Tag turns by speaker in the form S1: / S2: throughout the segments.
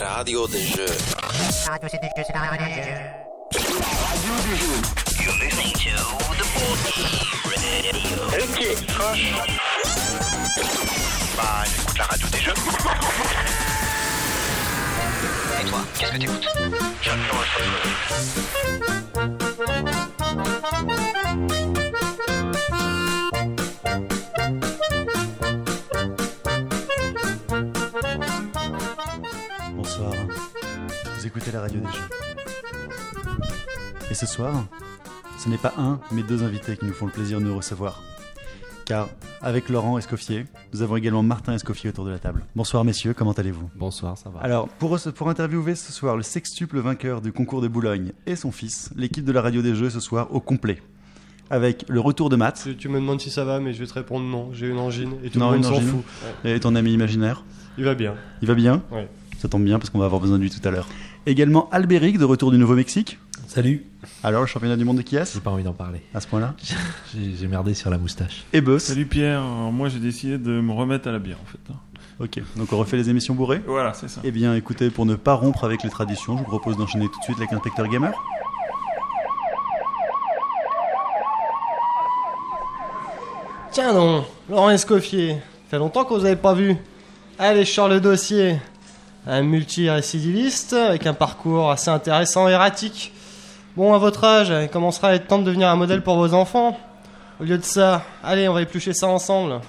S1: radio des jeux.
S2: Radio des jeux, c'est la radio des jeux.
S3: Ok, franche. Bah, j'écoute la radio des jeux. Et toi, qu'est-ce que t'écoutes J'entends un
S4: Bonsoir. Vous écoutez la radio des jeux. Et ce soir, ce n'est pas un, mais deux invités qui nous font le plaisir de nous recevoir. Car avec Laurent Escoffier, nous avons également Martin Escoffier autour de la table. Bonsoir messieurs, comment allez-vous
S5: Bonsoir, ça va.
S4: Alors, pour, rece- pour interviewer ce soir le sextuple vainqueur du concours de Boulogne et son fils, l'équipe de la radio des jeux est ce soir au complet. Avec le retour de Matt
S6: Tu, tu me demandes si ça va, mais je vais te répondre non. J'ai une angine et tout
S4: Non,
S6: le monde
S4: une
S6: s'en
S4: angine.
S6: fout.
S4: et ton ami imaginaire.
S6: Il va bien.
S4: Il va bien
S6: Ouais.
S4: Ça tombe bien parce qu'on va avoir besoin de lui tout à l'heure. Également Albéric de retour du Nouveau-Mexique.
S5: Salut.
S4: Alors, le championnat du monde de qui est
S5: J'ai pas envie d'en parler.
S4: à ce point-là
S5: J'ai j'ai merdé sur la moustache.
S4: Et Buzz.
S7: Salut Pierre, Alors, moi j'ai décidé de me remettre à la bière en fait.
S4: Ok, donc on refait les émissions bourrées
S7: Voilà, c'est ça.
S4: Eh bien écoutez, pour ne pas rompre avec les traditions, je vous propose d'enchaîner tout de suite avec l'inspecteur gamer.
S6: Tiens donc, Laurent Escoffier, fait longtemps qu'on vous avait pas vu. Allez, je sors le dossier. Un multi-récidiviste avec un parcours assez intéressant et erratique. Bon, à votre âge, il commencera à être temps de devenir un modèle pour vos enfants. Au lieu de ça, allez, on va éplucher ça ensemble.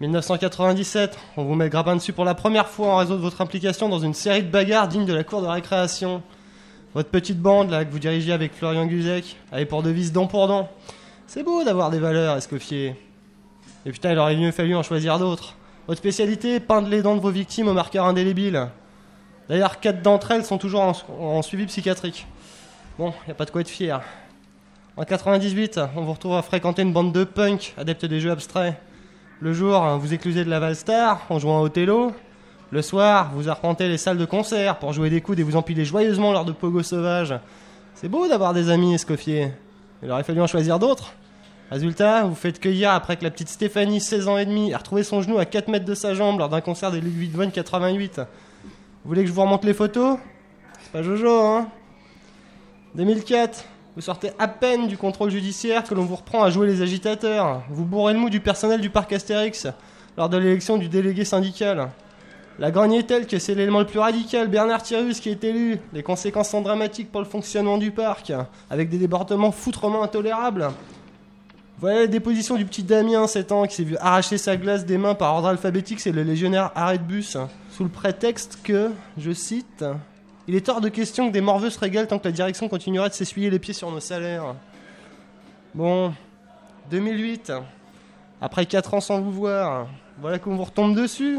S6: 1997, on vous met le grappin dessus pour la première fois en raison de votre implication dans une série de bagarres dignes de la cour de récréation. Votre petite bande, là, que vous dirigez avec Florian Guzek, allez pour devise dent pour dent. C'est beau d'avoir des valeurs, Escoffier. Et putain, il aurait mieux fallu en choisir d'autres. Votre spécialité, peindre les dents de vos victimes au marqueur indélébile. D'ailleurs, quatre d'entre elles sont toujours en, en suivi psychiatrique. Bon, y a pas de quoi être fier. En 98, on vous retrouve à fréquenter une bande de punk, adeptes des jeux abstraits. Le jour, vous éclusez de la Valstar en jouant à Othello. Le soir, vous arpentez les salles de concert pour jouer des coudes et vous empiler joyeusement lors de pogo sauvages. C'est beau d'avoir des amis, Escoffier. Il aurait fallu en choisir d'autres. Résultat, vous faites cueillir après que la petite Stéphanie, 16 ans et demi, ait retrouvé son genou à 4 mètres de sa jambe lors d'un concert des Ludwig 88. Vous voulez que je vous remonte les photos C'est pas Jojo, hein 2004, vous sortez à peine du contrôle judiciaire que l'on vous reprend à jouer les agitateurs. Vous bourrez le mou du personnel du parc Astérix lors de l'élection du délégué syndical. La grogne est telle que c'est l'élément le plus radical, Bernard Thirius, qui est élu. Les conséquences sont dramatiques pour le fonctionnement du parc, avec des débordements foutrement intolérables. Voilà la déposition du petit Damien, 7 ans, qui s'est vu arracher sa glace des mains par ordre alphabétique, c'est le légionnaire arrêt de bus, hein. sous le prétexte que, je cite, Il est hors de question que des morveux se régalent tant que la direction continuera de s'essuyer les pieds sur nos salaires. Bon, 2008, après 4 ans sans vous voir, voilà qu'on vous retombe dessus.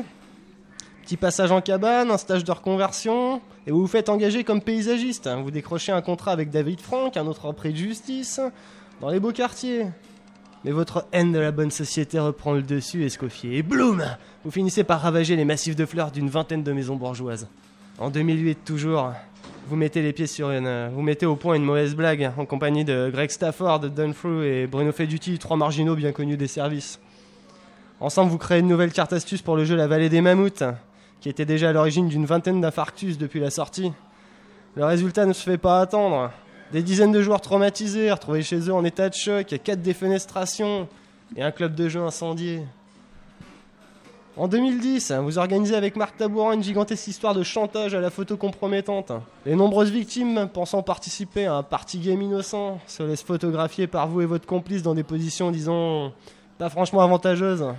S6: Petit passage en cabane, un stage de reconversion, et vous vous faites engager comme paysagiste. hein. Vous décrochez un contrat avec David Franck, un autre prix de justice, dans les beaux quartiers. Mais votre haine de la bonne société reprend le dessus, Escoffier, et bloom Vous finissez par ravager les massifs de fleurs d'une vingtaine de maisons bourgeoises. En 2008, toujours, vous mettez les pieds sur une. euh, Vous mettez au point une mauvaise blague, en compagnie de Greg Stafford, Dunfrew et Bruno Feduti, trois marginaux bien connus des services. Ensemble, vous créez une nouvelle carte astuce pour le jeu La Vallée des Mammouths, qui était déjà à l'origine d'une vingtaine d'infarctus depuis la sortie. Le résultat ne se fait pas attendre. Des dizaines de joueurs traumatisés, retrouvés chez eux en état de choc, quatre défenestrations et un club de jeu incendié. En 2010, hein, vous organisez avec Marc Tabourin une gigantesque histoire de chantage à la photo compromettante. hein. Les nombreuses victimes, pensant participer à un party game innocent, se laissent photographier par vous et votre complice dans des positions, disons, pas franchement avantageuses. hein.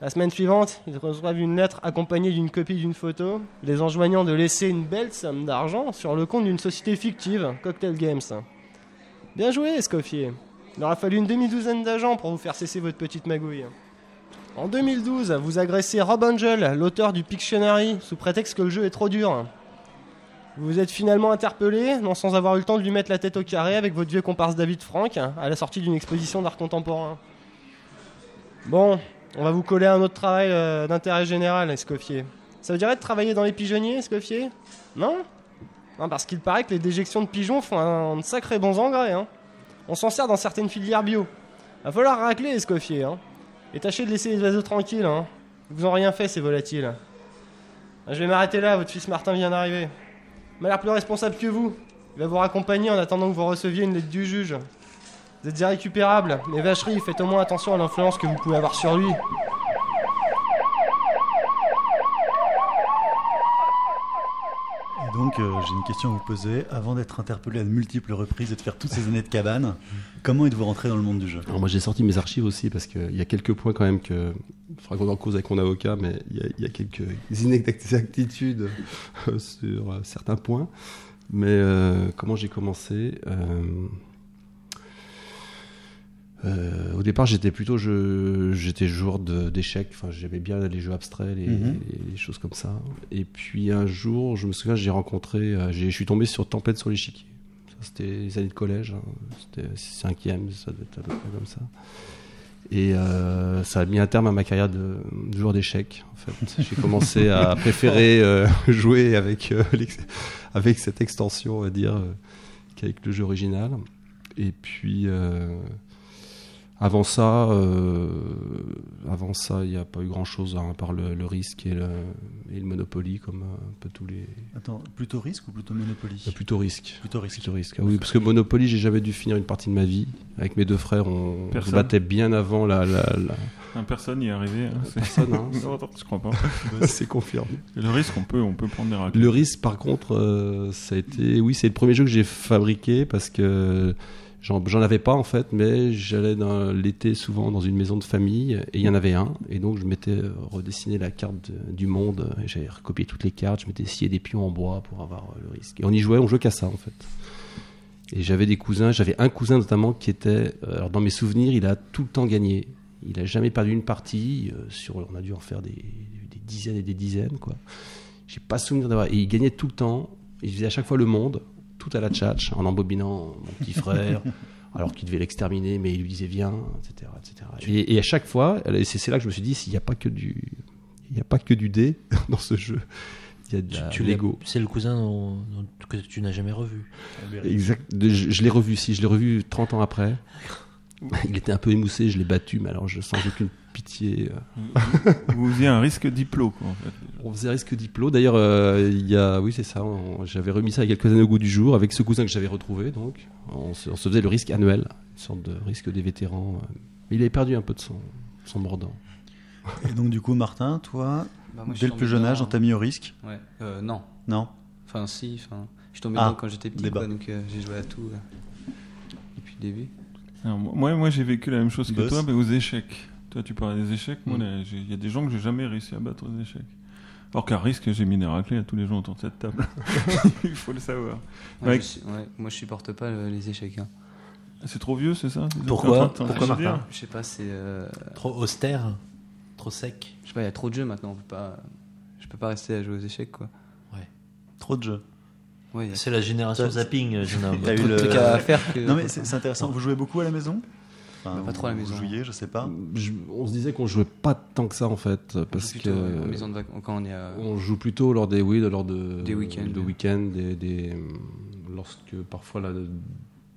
S6: La semaine suivante, ils reçoivent une lettre accompagnée d'une copie d'une photo, les enjoignant de laisser une belle somme d'argent sur le compte d'une société fictive, Cocktail Games. Bien joué, Escoffier. Il aura fallu une demi-douzaine d'agents pour vous faire cesser votre petite magouille. En 2012, vous agressez Rob Angel, l'auteur du Pictionary, sous prétexte que le jeu est trop dur. Vous vous êtes finalement interpellé, non sans avoir eu le temps de lui mettre la tête au carré avec votre vieux comparse David Frank, à la sortie d'une exposition d'art contemporain. Bon, on va vous coller un autre travail euh, d'intérêt général, Escoffier. Ça vous dirait de travailler dans les pigeonniers, Escoffier Non Non, parce qu'il paraît que les déjections de pigeons font un, de sacré bons engrais, hein. On s'en sert dans certaines filières bio. Va falloir racler, Escoffier, hein. Et tâchez de laisser les oiseaux tranquilles, hein. Ils vous ont rien fait, ces volatiles. Je vais m'arrêter là, votre fils Martin vient d'arriver. Il m'a l'air plus responsable que vous. Il va vous raccompagner en attendant que vous receviez une lettre du juge. Vous êtes irrécupérable, mais vacherie, faites au moins attention à l'influence que vous pouvez avoir sur lui.
S4: Et donc, euh, j'ai une question à vous poser. Avant d'être interpellé à de multiples reprises et de faire toutes ces années de cabane, comment êtes-vous rentré dans le monde du jeu
S1: Alors moi j'ai sorti mes archives aussi parce qu'il y a quelques points quand même que il faudra qu'on en cause avec mon avocat, mais il y a, il y a quelques inexactitudes euh, sur euh, certains points. Mais euh, comment j'ai commencé Euh, euh, Au départ j'étais plutôt jeu- j'étais joueur de- d'échecs. Enfin j'aimais bien les jeux abstraits, les,
S4: Mhm.
S1: les choses comme ça. Et puis un jour je me souviens j'ai rencontré, euh, j'ai- je suis tombé sur Tempête sur l'échiquier. Ça, C'était les années de collège, hein. c'était cinquième, ça doit être à peu près comme ça. Et euh, ça a mis un terme à ma carrière de, de joueur d'échecs. En fait, j'ai commencé à préférer euh, jouer avec euh, l'ex- avec cette extension, on va dire, euh, qu'avec le jeu original. Et puis euh, avant ça, euh, avant ça, il n'y a pas eu grand chose à part le, le risque et le, et le Monopoly, comme euh, un peu tous les.
S4: Attends, plutôt risque ou Euh, plutôt Monopoly
S1: Plutôt risque.
S4: Plutôt risque.
S1: Plutôt risque. Ah oui, parce que Monopoly, j'ai jamais dû finir une partie de ma vie. Avec mes deux frères, on on se
S7: Personne.
S1: battait bien avant la, la, la-
S7: Hein, Personne n'y est arrivé. hein, c'est-
S1: personne. hein.
S7: Non, attends, je crois pas.
S1: C'est confirmé.
S7: Et le risque, on peut, on peut prendre des raccourcis.
S1: Le risque, par contre, euh, ça a été. Oui, c'est le premier jeu que j'ai fabriqué parce que j'en j'en avais pas en fait, mais j'allais dans- l'été souvent dans une maison de famille et il y en avait un. Et donc, je m'étais redessiné la carte de- du monde. et J'avais recopié toutes les cartes, je m'étais scié des pions en bois pour avoir euh, le risque. Et on y jouait, on jouait qu'à ça en fait. Et j'avais des cousins, j'avais un cousin notamment qui était. euh, Alors, dans mes souvenirs, il a tout le temps gagné. Il a jamais perdu une partie. euh, sur, on a dû en faire des, des dizaines et des dizaines, quoi. J'ai pas souvenir d'avoir. Et il gagnait tout le temps. Il faisait à chaque fois le monde, tout à la tchatch, en embobinant mon petit frère, alors qu'il devait l'exterminer, mais il lui disait viens, etc. etc. Et, et à chaque fois, et c'est c'est là que je me suis dit, s'il n'y a pas que du. Il n'y a pas que du dé dans ce jeu. Il y a de
S5: Tu-
S1: la-
S5: tu l'as-
S1: l'ego.
S5: C'est le cousin dont- dont- que tu n'as jamais revu.
S1: Exact. De- Je, je l'ai revu, si, je l'ai revu 30 ans après. Il était un peu émoussé, je l'ai battu, mais alors je, sans aucune pitié. euh,
S7: Vous faisiez un risque diplôme, quoi, en fait.
S1: On faisait risque diplôme. D'ailleurs, euh, il y a, oui, c'est ça. on- J'avais remis ça il y a quelques années au goût du jour avec ce cousin que j'avais retrouvé. Donc, on se, on se faisait le risque annuel, une sorte de risque des vétérans. euh. Mais il avait perdu un peu de son, son mordant.
S4: Et donc, du coup, Martin, toi,
S8: Bah, moi, je suis
S4: dès le
S8: tombé
S4: plus jeune
S8: dedans,
S4: âge, on t'a mis au risque
S8: Ouais. Euh, non.
S4: Non
S8: Enfin, si. Enfin, je suis tombé
S4: Ah,
S8: dedans quand j'étais petit,
S4: débat.
S8: quoi, donc euh, j'ai joué à tout euh, depuis le début.
S7: Alors, moi, moi j'ai vécu la même chose que
S4: Boss.
S7: toi, mais aux échecs. Toi, tu parlais des échecs. Moi,
S1: Mm.
S7: là, j'ai- il y a des gens que j'ai jamais réussi à battre aux échecs. Alors qu'à risque, j'ai mis des raclées à tous les gens autour de cette table. il faut le savoir.
S8: Ouais,
S7: Ouais.
S8: je suis- ouais, moi, je supporte pas euh, les échecs. hein.
S7: C'est trop vieux, c'est ça
S5: Pourquoi
S7: T'es en train de
S5: Pourquoi
S7: t'en
S5: Martin
S7: dire
S8: Je sais pas, c'est. euh,
S5: Trop austère Trop sec
S8: je sais pas, il y a trop de jeux maintenant. On peut pas. Je peux pas rester à jouer aux échecs, quoi.
S4: Trop de jeux.
S8: Ouais, il y a
S5: C'est la génération
S4: Ça-
S5: zapping, euh, jeune homme.
S4: T'as eu
S8: trop de
S4: le-
S8: trucs à faire que.
S4: Non, mais c'est c'est intéressant. Vous jouez beaucoup à la maison Enfin,
S8: Bah, pas trop à la
S4: vous-
S8: maison.
S4: Vous jouiez, je sais pas.
S1: Je- on se disait qu'on jouait pas tant que ça en fait, parce
S8: plutôt,
S1: que
S8: en maison de vacances, quand on est euh, à-
S1: On joue plutôt lors des oui, lors de
S8: Des week-ends.
S1: de week-ends, des, des, euh, lorsque parfois là,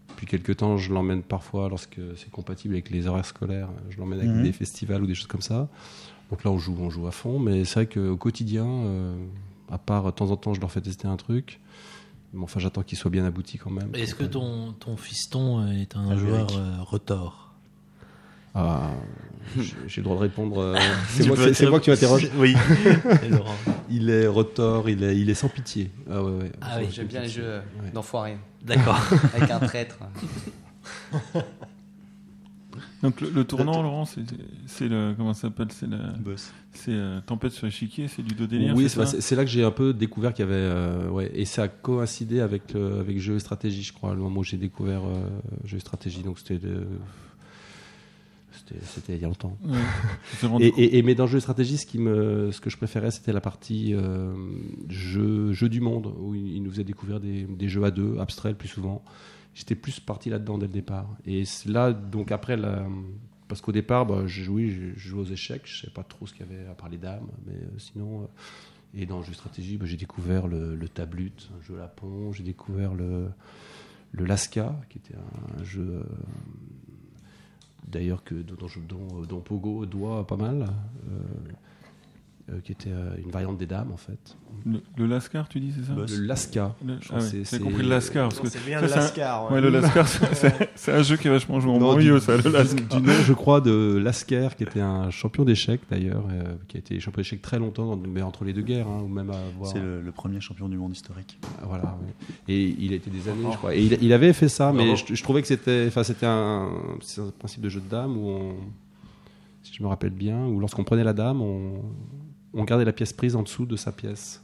S1: depuis quelques temps, je l'emmène parfois lorsque c'est compatible avec les horaires scolaires, je l'emmène avec
S4: Mhm.
S1: des festivals ou des choses comme ça. Donc là, on joue, on joue à fond, mais c'est vrai qu'au quotidien, euh, à part euh, de temps en temps, je leur fais tester un truc. Mais enfin, j'attends qu'il soit bien abouti quand même.
S5: Est-ce que
S1: Donc,
S5: ton, ton fiston est un
S4: Albéric.
S5: joueur euh, retors
S1: euh, ah, j'ai- J'ai le droit de répondre. euh, c'est
S4: Tu
S1: moi,
S4: peux
S1: c'est- c'est moi que tu m'interroges.
S4: Oui.
S5: Et Laurent
S1: Il est retors, il est, il est sans pitié. Ah ouais, ouais.
S5: Ah oui.
S8: J'aime bien les jeux euh,
S1: Ouais.
S8: d'enfoirés
S5: D'accord.
S8: avec un traître.
S7: Donc, le, le tournant, Laurent, c'est c'est le. Comment ça s'appelle C'est la-
S4: Boss.
S7: c'est, euh, Tempête sur l'échiquier, c'est du dos délire.
S1: Oui,
S7: c'est
S1: c'est
S7: ça
S1: c'est- c'est là que j'ai un peu découvert qu'il y avait. euh, ouais, et ça a coïncidé avec, euh, avec Jeu et Stratégie, je crois, le moment où j'ai découvert euh, Jeu et Stratégie. Donc c'était. de- c'était- C'était il y a longtemps.
S7: Ouais. Je me rends
S1: Et, et- et- mais dans Jeu et Stratégie, ce, qui me, ce que je préférais, c'était la partie euh, jeu, jeu du monde, où il, il nous faisait découvrir des, des jeux à deux, abstraits le plus souvent. J'étais plus parti là-dedans dès le départ. Et c'est là, donc après, la, parce qu'au départ, bah, je, oui, je, je jouais aux échecs, je ne savais pas trop ce qu'il y avait à part les dames, mais euh, sinon. euh, et dans Jeu et Stratégie, bah, j'ai découvert le, le tablute, un jeu lapon, j'ai découvert le, le Lasca, qui était un, un jeu. euh, D'ailleurs, que dont, dont, je- dont- dont Pogo doit pas mal. Euh, euh, qui était euh, une variante des dames en fait.
S7: Le, le Lascar, tu dis, c'est ça
S4: Boss.
S1: Le Lasca.
S7: Le-
S1: Bah, Je
S7: ah
S1: sais,
S7: ouais,
S1: c'est-
S7: J'ai compris le Lascar. Parce que...
S6: C'est bien
S7: ça,
S6: le
S7: c'est un-
S6: Lascar.
S7: Ouais, le Lascar, c'est- c'est c'est un jeu qui est vachement joué en
S1: Non,
S7: banlieue,
S1: du-
S7: ça, le Lascar.
S1: Du nom, je crois, de Lasker, qui était un champion d'échecs d'ailleurs, euh, qui a été champion d'échecs très longtemps, dans- mais entre les deux guerres, hein, ou même avant.
S4: C'est le, le premier champion du monde historique.
S1: Voilà. ouais. Et il était des années, je crois. Et il, il avait fait ça, mais
S7: Bravo.
S1: je, je trouvais que c'était, enfin, c'était un, c'est un principe de jeu de dame où, on, si je me rappelle bien, où lorsqu'on prenait la dame, on, on gardait la pièce prise en dessous de sa pièce.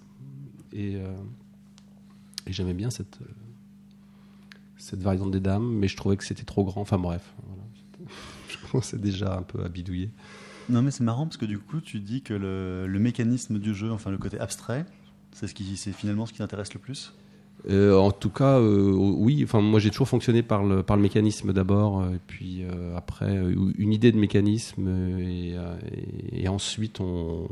S1: Et, euh, et j'aimais bien cette euh, cette variante des dames, mais je trouvais que c'était trop grand. Enfin bref, voilà. je commençais déjà un peu à bidouiller.
S4: Non, mais c'est marrant parce que du coup, tu dis que le, le mécanisme du jeu, enfin le côté abstrait, c'est ce qui, c'est finalement ce qui t'intéresse le plus.
S1: Euh, en tout cas, euh, oui. Enfin, moi, j'ai toujours fonctionné par le par le mécanisme d'abord, euh, et puis euh, après euh, une idée de mécanisme, euh, et, euh, et- et ensuite on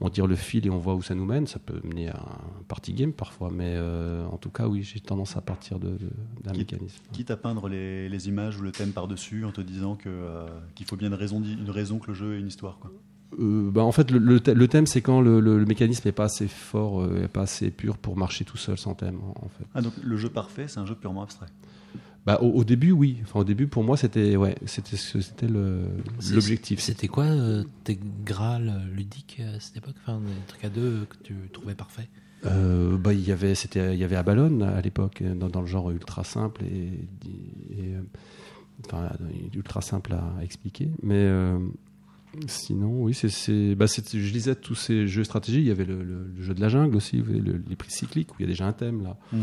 S1: on tire le fil et on voit où ça nous mène. Ça peut mener à un party game parfois, mais euh, en tout cas, oui, j'ai tendance à partir de de- d'un
S4: Qui-
S1: mécanisme.
S4: Quitte à peindre les, les images ou le thème par-dessus en te disant que, euh, qu'il faut bien une raison, d'y- une raison que le jeu ait une histoire. Quoi.
S1: Euh, bah, en fait, le, le thè- le thème, c'est quand le, le- le mécanisme n'est pas assez fort, euh, est pas assez pur pour marcher tout seul sans thème, en- en fait.
S4: Ah, donc le jeu parfait, c'est un jeu purement abstrait.
S1: Bah, au, au début, oui. Enfin, au début, pour moi, c'était ouais, c'était ce- c'était le-
S5: C'est-
S1: l'objectif.
S5: C'était quoi euh, tes graal ludiques euh, à cette époque Enfin, des trucs à deux que tu trouvais parfait
S1: Euh, bah, il y avait c'était il y avait Abalone euh, à l'époque dans, dans le genre ultra simple et, et, euh, enfin, euh, ultra simple à, à expliquer mais euh, sinon oui c'est- c'est bah, c'est- je lisais tous ces jeux stratégie il y avait le, le- le jeu de la jungle aussi vous voyez, le- les prix cycliques où il y a déjà un thème là
S5: Mhm.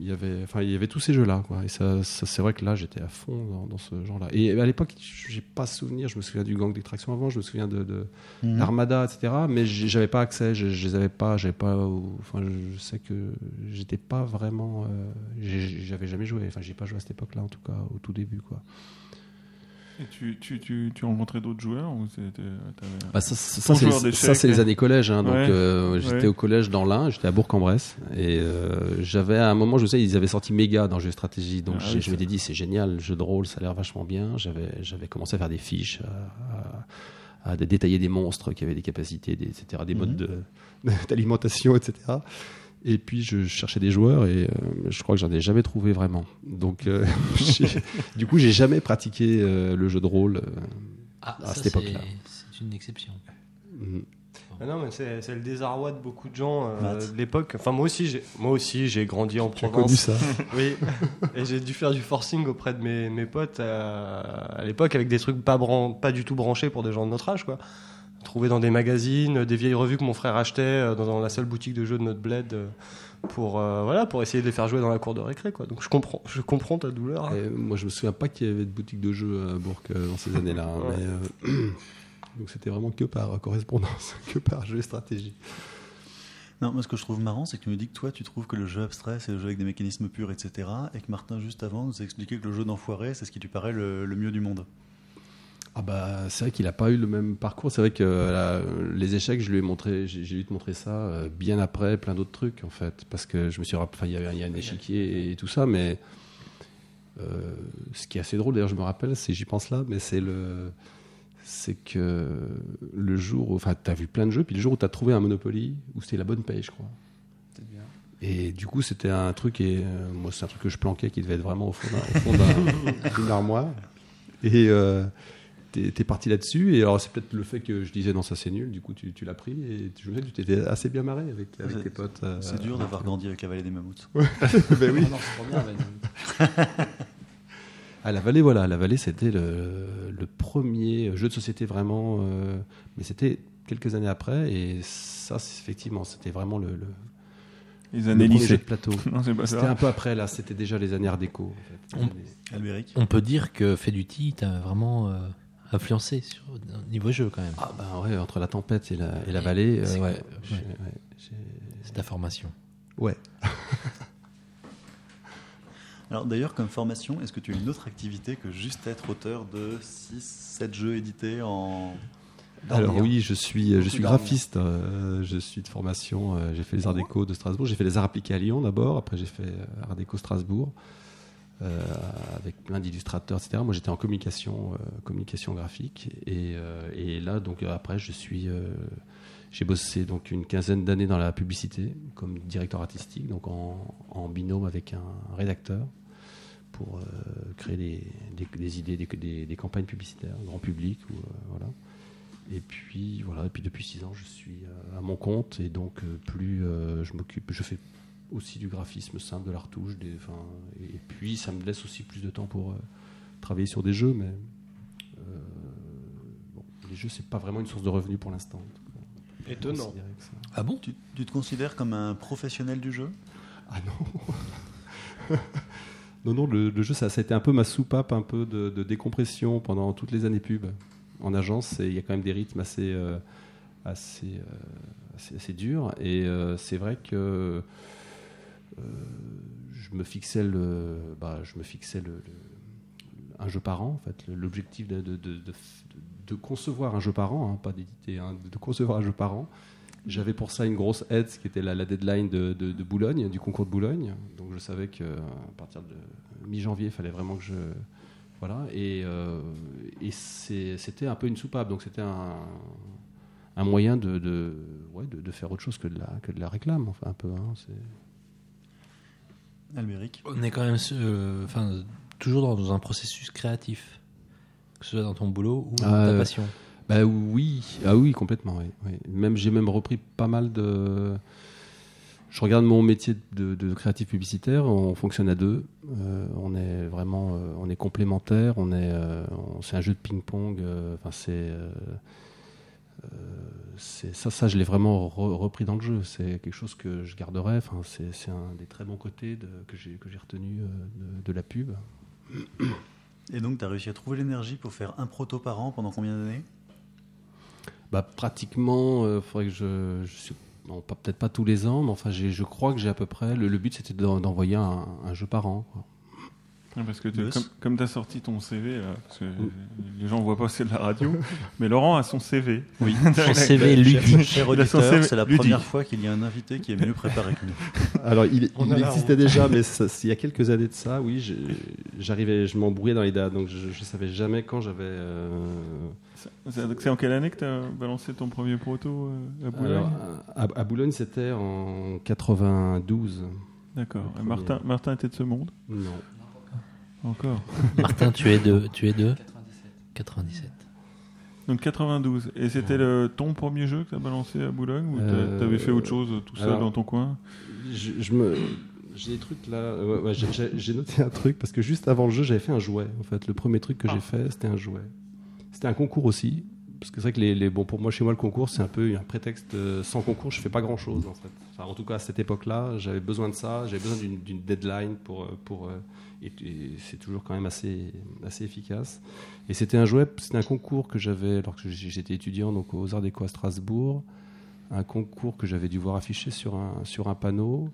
S1: il y avait enfin il y avait tous ces jeux là quoi et ça, ça- c'est vrai que là j'étais à fond dans, dans ce genre là et à l'époque j'ai pas souvenir je me souviens du gang d'extraction avant je me souviens de- de
S4: Mhm.
S1: l'Armada, etc. Mais j'ai- j'avais pas accès, je, je les avais pas, j'avais pas. au- Enfin, je sais que j'étais pas vraiment. euh, j'ai- j'avais jamais joué. Enfin, j'ai pas joué à cette époque-là, en tout cas, au tout début, quoi.
S7: Et tu, tu, tu, tu rencontrais d'autres joueurs ou c'était. t'avais-
S1: Bah, ça, ça, ça,
S7: Ton
S1: c'est
S7: joueur d'échecs,
S1: ça, c'est les
S7: ouais.
S1: années collège. hein, donc,
S7: Ouais.
S1: euh, j'étais
S7: Ouais.
S1: au collège dans l'Ain, j'étais à Bourg-en-Bresse. Et euh, j'avais, à un moment, je sais, ils avaient sorti Méga dans Jeux de Stratégie. Donc,
S7: Ah
S1: j'ai-
S7: oui,
S1: je m'étais dit, c'est génial, le jeu de rôle, ça a l'air vachement bien. J'avais j'avais commencé à faire des fiches, à, à- à détailler des monstres qui avaient des capacités, des, etc., des modes
S7: Mhm.
S1: de- d'alimentation, etc. Et puis je cherchais des joueurs et euh, je crois que j'en ai jamais trouvé vraiment. Donc euh, j'ai- du coup j'ai jamais pratiqué euh, le jeu de rôle. euh,
S5: Ah,
S1: À cette époque-là.
S5: c'est- C'est une exception.
S1: euh,
S6: Ah non, mais c'est c'est le désarroi de beaucoup de gens euh,
S4: Matt.
S6: de l'époque. Enfin, moi aussi, j'ai- moi aussi, j'ai grandi en
S1: Tu as
S6: province.
S1: connu ça
S6: Oui, et j'ai dû faire du forcing auprès de mes, mes potes euh, à l'époque avec des trucs pas, bran- pas du tout branchés pour des gens de notre âge, quoi. Trouver dans des magazines, des vieilles revues que mon frère achetait euh, dans, dans la seule boutique de jeux de notre bled euh, pour, euh, voilà, pour essayer de les faire jouer dans la cour de récré, quoi. Donc je comprends, je comprends ta douleur.
S1: Et moi, je me souviens pas qu'il y avait de boutique de jeux à Bourg euh, dans ces années-là. hein,
S6: Ouais.
S1: mais, euh, Donc c'était vraiment que par correspondance, que par jeu et stratégie.
S4: Non, moi ce que je trouve marrant, c'est que tu nous dis que toi tu trouves que le jeu abstrait c'est le jeu avec des mécanismes purs, etc. Et que Martin, juste avant, nous a expliqué que le jeu d'enfoiré c'est ce qui lui paraît le, le mieux du monde.
S1: Ah bah c'est vrai qu'il a pas eu le même parcours. C'est vrai que euh, la- euh, les échecs, je lui ai montré, j'ai j'ai dû te montrer ça euh, bien après, plein d'autres trucs en fait, parce que je me suis, rappelé- enfin il y avait il y a un échiquier et, tout ça, mais euh, ce qui est assez drôle d'ailleurs, je me rappelle, c'est j'y pense là, mais c'est le c'est que le jour, où- enfin, t'as vu plein de jeux, puis le jour où t'as trouvé un Monopoly, où c'était la bonne paye, je crois.
S8: Peut-être bien.
S1: Et du coup, c'était un truc, et euh, moi, c'est un truc que je planquais qui devait être vraiment au fond d'un- au fond d'un- d'une armoire. Et euh, t'es t'es parti là-dessus, et alors c'est peut-être le fait que je disais non, ça c'est nul, du coup, tu, tu l'as pris, et tu- je me souviens que tu t'étais assez bien marré avec, avec
S4: C'est-
S1: tes potes. euh,
S4: C'est dur d'avoir grandi avec la vallée des mammouths.
S1: Ben oui.
S8: Ah non, c'est trop bien, mais-
S1: À la vallée, voilà, la vallée, c'était le, le premier jeu de société vraiment, euh, mais c'était quelques années après, et ça, c'est- effectivement, c'était vraiment le, le,
S7: Les
S1: le
S7: années
S1: premier jeu
S7: lycée.
S1: de plateau.
S7: Non, c'est pas
S1: C'était
S7: ça.
S1: un peu après, là, c'était déjà les années Art déco. En fait.
S5: On-
S1: Les-
S4: Albéric
S5: On peut dire que Feduti t'a vraiment euh, influencé sur, au niveau jeu quand même.
S1: Ah bah ouais, entre la tempête et la, et la
S5: Et
S1: vallée, euh,
S5: c'est-
S1: ouais.
S5: ouais.
S1: j'ai- ouais, j'ai-
S5: C'est ta formation.
S1: Ouais.
S4: Alors d'ailleurs, comme formation, est-ce que tu as une autre activité que juste être auteur de 6-7 jeux édités en.
S1: Alors oui, je suis, je
S8: Beaucoup
S1: suis
S8: d'armes.
S1: graphiste, euh, je suis de formation, euh, j'ai fait les arts déco de Strasbourg, j'ai fait les arts appliqués à Lyon d'abord, après j'ai fait euh, arts déco Strasbourg, euh, avec plein d'illustrateurs, etc. Moi j'étais en communication, euh, communication graphique, et, euh, et là donc euh, après je suis... euh, J'ai bossé donc une quinzaine d'années dans la publicité comme directeur artistique, donc en, en binôme avec un rédacteur pour euh, créer des, des- des idées, des, des- des campagnes publicitaires, grand public. Ou, euh, voilà. Et puis voilà, et puis depuis six ans, je suis euh, à mon compte et donc euh, plus euh, je m'occupe, je fais aussi du graphisme simple, de la retouche, des, enfin, et, et puis ça me laisse aussi plus de temps pour euh, travailler sur des jeux, mais euh, bon, les jeux c'est pas vraiment une source de revenus pour l'instant.
S6: Étonnant.
S1: Considérer que ça-
S5: Ah bon
S4: Tu, tu te considères comme un professionnel du jeu
S1: Ah non. non, non, le, le jeu, ça, ça a été un peu ma soupape, un peu de, de décompression pendant toutes les années pub en agence. et Il y a quand même des rythmes assez, euh, assez, euh, assez, assez durs. Et euh, c'est vrai que euh, je me fixais, le, bah, je me fixais le, le- un jeu par an, en fait. Le- L'objectif de, de, de- de- de concevoir un jeu par an, hein, pas d'éditer, hein, de concevoir un jeu par an. J'avais pour ça une grosse aide, ce qui était la, la deadline de, de- de Boulogne, du concours de Boulogne. Donc je savais que euh, à partir de mi-janvier, il fallait vraiment que je voilà. Et, euh, et c'est- c'était un peu une soupape, donc c'était un, un moyen de de, ouais, de de faire autre chose que de la que de la réclame, enfin un peu. hein, c'est-
S4: Albéric
S5: On est quand même su- euh, enfin, toujours dans, dans un processus créatif, que ce soit dans ton boulot ou dans
S1: Ah,
S5: ta
S1: euh,
S5: passion.
S1: Bah oui, ah oui complètement. oui, oui. Même j'ai même repris pas mal de. Je regarde mon métier de, de créatif publicitaire. On fonctionne à deux. Euh, on est vraiment, euh, on est complémentaires. On est, euh, on- c'est un jeu de ping-pong. euh, Enfin, c'est, euh, euh, c'est ça, ça, je l'ai vraiment re- repris dans le jeu. C'est quelque chose que je garderai. Enfin, c'est, c'est un des très bons côtés de- que j'ai que j'ai retenu euh, de, de la pub.
S4: Et donc, tu as réussi à trouver l'énergie pour faire un proto par an pendant combien d'années
S1: Bah, pratiquement, euh, faudrait que je, je suis- non, pas peut-être pas tous les ans, mais enfin, j'ai- je crois que j'ai à peu près. Le, le but, c'était d'en- d'envoyer un, un jeu par an. quoi.
S7: Ouais, Parce que tu-
S4: Boss.
S7: comme, comme tu as sorti ton CV, là, parce que les gens voient pas c'est de la radio, mais Laurent a son CV. Oui,
S5: Son CV ludique.
S4: Cher
S7: Il a son
S4: auditeur,
S7: CV
S4: c'est la
S7: ludique.
S4: première fois qu'il y a un invité qui est mieux préparé que nous.
S1: Alors, il,
S6: On
S1: il
S6: a la
S1: existait déjà, mais ça- il y a quelques années de ça, oui, j'ai- j'arrivais, je m'embrouillais dans les dates, donc je, je savais jamais quand j'avais. euh,
S7: C'est en quelle année que tu as balancé ton premier proto euh, à Boulogne
S1: alors, à, à Boulogne, c'était en 92.
S7: D'accord.
S1: le
S7: Et
S1: premier.
S7: Martin, Martin était de ce monde
S1: Non.
S7: Encore.
S5: Martin, tu es de, tu es de 97.
S7: Donc 92. Et c'était le- ton premier jeu que tu as balancé à Boulogne ou
S1: Euh,
S7: t'a- t'avais fait autre chose tout seul
S1: alors-
S7: dans ton coin
S1: je, je me j'ai des trucs là ouais, ouais, j'ai- j'ai j'ai noté un truc parce que juste avant le jeu j'avais fait un jouet en fait le premier truc que j'ai fait c'était un jouet c'était un concours aussi parce que c'est vrai que les, les- bon pour moi chez moi le concours c'est un peu un prétexte euh, sans concours je fais pas grand chose en fait Enfin, en tout cas à cette époque là j'avais besoin de ça j'avais besoin d'une- d'une deadline pour euh, pour euh, et, et c'est toujours quand même assez assez efficace et c'était un jouet c'était un concours que j'avais alors que j'étais étudiant donc aux Arts Déco à Strasbourg un concours que j'avais dû voir affiché sur un, sur un panneau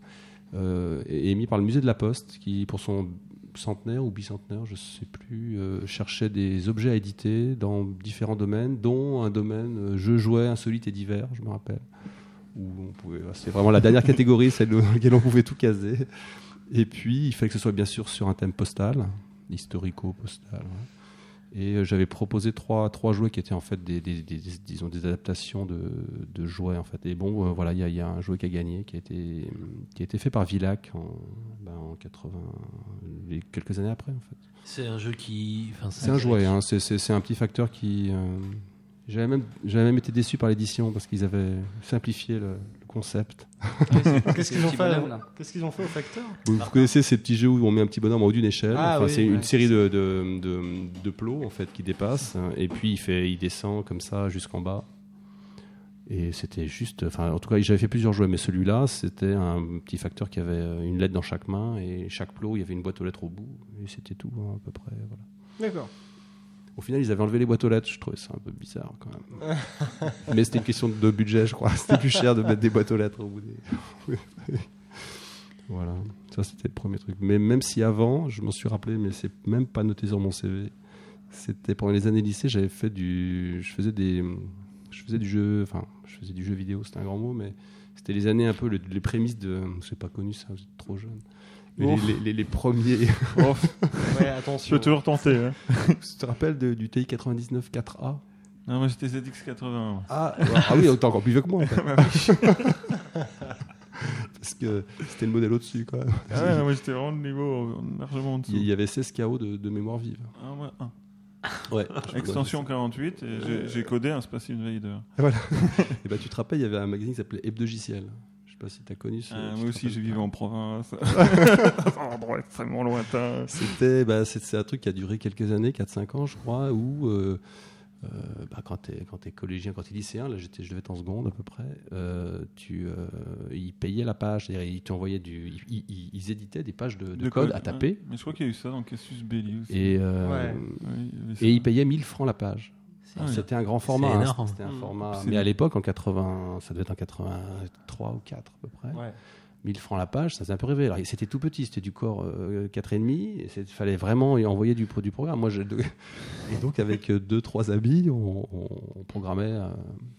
S1: euh, é- émis par le musée de la Poste qui, pour son centenaire ou bicentenaire, je ne sais plus, euh, cherchait des objets à éditer dans différents domaines, dont un domaine euh, jeux, jouets, insolites et divers, je me rappelle. Où on pouvait, ah, c'est vraiment la dernière catégorie, celle dans laquelle on pouvait tout caser. Et puis, il fallait que ce soit bien sûr sur un thème postal, historico-postal. ouais. Et euh, j'avais proposé trois, trois jouets qui étaient en fait des, des, des- des- disons, des adaptations de, de jouets. En fait. Et bon, euh, voilà, il y, a- il y a un jouet qui a gagné, qui a été, qui a été fait par Villac en, ben, en 80, et quelques années après. En fait.
S5: C'est un jeu qui. enfin,
S1: C'est un jouet,
S5: qui-
S1: hein. c'est, c'est- c'est un petit facteur qui. euh, j'avais, même, j'avais même été déçu par l'édition parce qu'ils avaient simplifié le- le concept.
S6: Qu'est-ce
S8: C'est
S6: qu'ils
S8: le
S6: ont fait
S8: petit bonhomme, là.
S6: Qu'est-ce qu'ils ont fait au facteur
S1: Vous, vous connaissez ces petits jeux où on met un petit bonhomme en haut d'une échelle.
S6: Ah
S1: Enfin,
S6: oui,
S1: c'est une
S8: ouais.
S1: série de, de, de, de plots en fait qui dépassent hein, et puis il fait, il descend comme ça jusqu'en bas. Et c'était juste, enfin en tout cas j'avais fait plusieurs jouets, mais celui-là c'était un petit facteur qui avait euh, une lettre dans chaque main et chaque plot il y avait une boîte aux lettres au bout et c'était tout hein, à peu près. Voilà.
S6: D'accord.
S1: Au final ils avaient enlevé les boîtes aux lettres, je trouvais ça un peu bizarre quand même. mais c'était une question de budget je crois, c'était plus cher de mettre des boîtes aux lettres au bout des. Voilà, ça c'était le premier truc. Mais même si avant, je m'en suis rappelé, mais c'est même pas noté sur mon CV. C'était pendant les années lycée, j'avais fait du, je faisais des, je faisais du jeu, enfin, je faisais du jeu vidéo, c'est un grand mot, mais c'était les années un peu le- les prémices de, c'est pas connu ça, vous êtes trop jeune. Mais
S6: Ouf.
S1: les, les- les- les premiers,
S7: Oh,
S6: Ouais,
S7: Je
S6: attention.
S7: peux toujours tenter. hein.
S1: tu te rappelles de- du TI 99 4A
S7: Non, moi j'étais ZX81.
S1: Ah, ah oui, donc t'es encore plus vieux que moi. en fait. Parce que c'était le modèle au-dessus, quoi.
S7: Ah ouais, non, moi j'étais vraiment de niveau euh, largement en dessous.
S1: Il y avait 16 KO de, de mémoire vive.
S7: Ah ouais, un.
S1: Ouais.
S7: Extension 48, et j'ai- j'ai codé un Space Invader. Euh,
S1: Et bah, tu te rappelles, il y avait un magazine qui s'appelait Hebdogiciel. Je sais pas si t'as connu ce.
S7: Ah,
S1: tu
S7: moi
S1: te
S7: aussi,
S1: rappelles
S7: je vivais
S1: pas.
S7: en province. Dans un endroit extrêmement lointain.
S1: C'était, bah, c'est c'est un truc qui a duré quelques années, 4-5 ans, je crois, où euh, euh, bah, quand t'es quand t'es collégien, quand t'es lycéen, là j'étais, je devais être en seconde à peu près, euh, tu, euh, ils payaient la page, c'est-à-dire ils t'envoyaient du, ils, ils- ils éditaient des pages de, de
S7: De
S1: code
S7: code,
S1: à
S7: ouais.
S1: taper
S7: Mais je crois qu'il y a eu ça dans Cassius Belli aussi.
S1: et euh,
S6: Ouais.
S7: Oui, il y avait ça.
S1: et ils payaient 1000 francs la page.
S5: C'est-
S7: Ah oui.
S1: C'était un grand format. hein,
S5: énorme.
S1: C'était un
S6: Mm.
S1: format.
S7: C'est-
S1: Mais à l'époque, en 80, ça devait être en 83 ou 4 à peu près.
S6: Ouais.
S1: 1000 francs la page, ça faisait un peu rêver. Alors, c'était tout petit, c'était du corps euh, 4,5, et il fallait vraiment y envoyer du, pro- du programme. Moi, je- et donc, avec 2-3 habits, on, on- on programmait euh,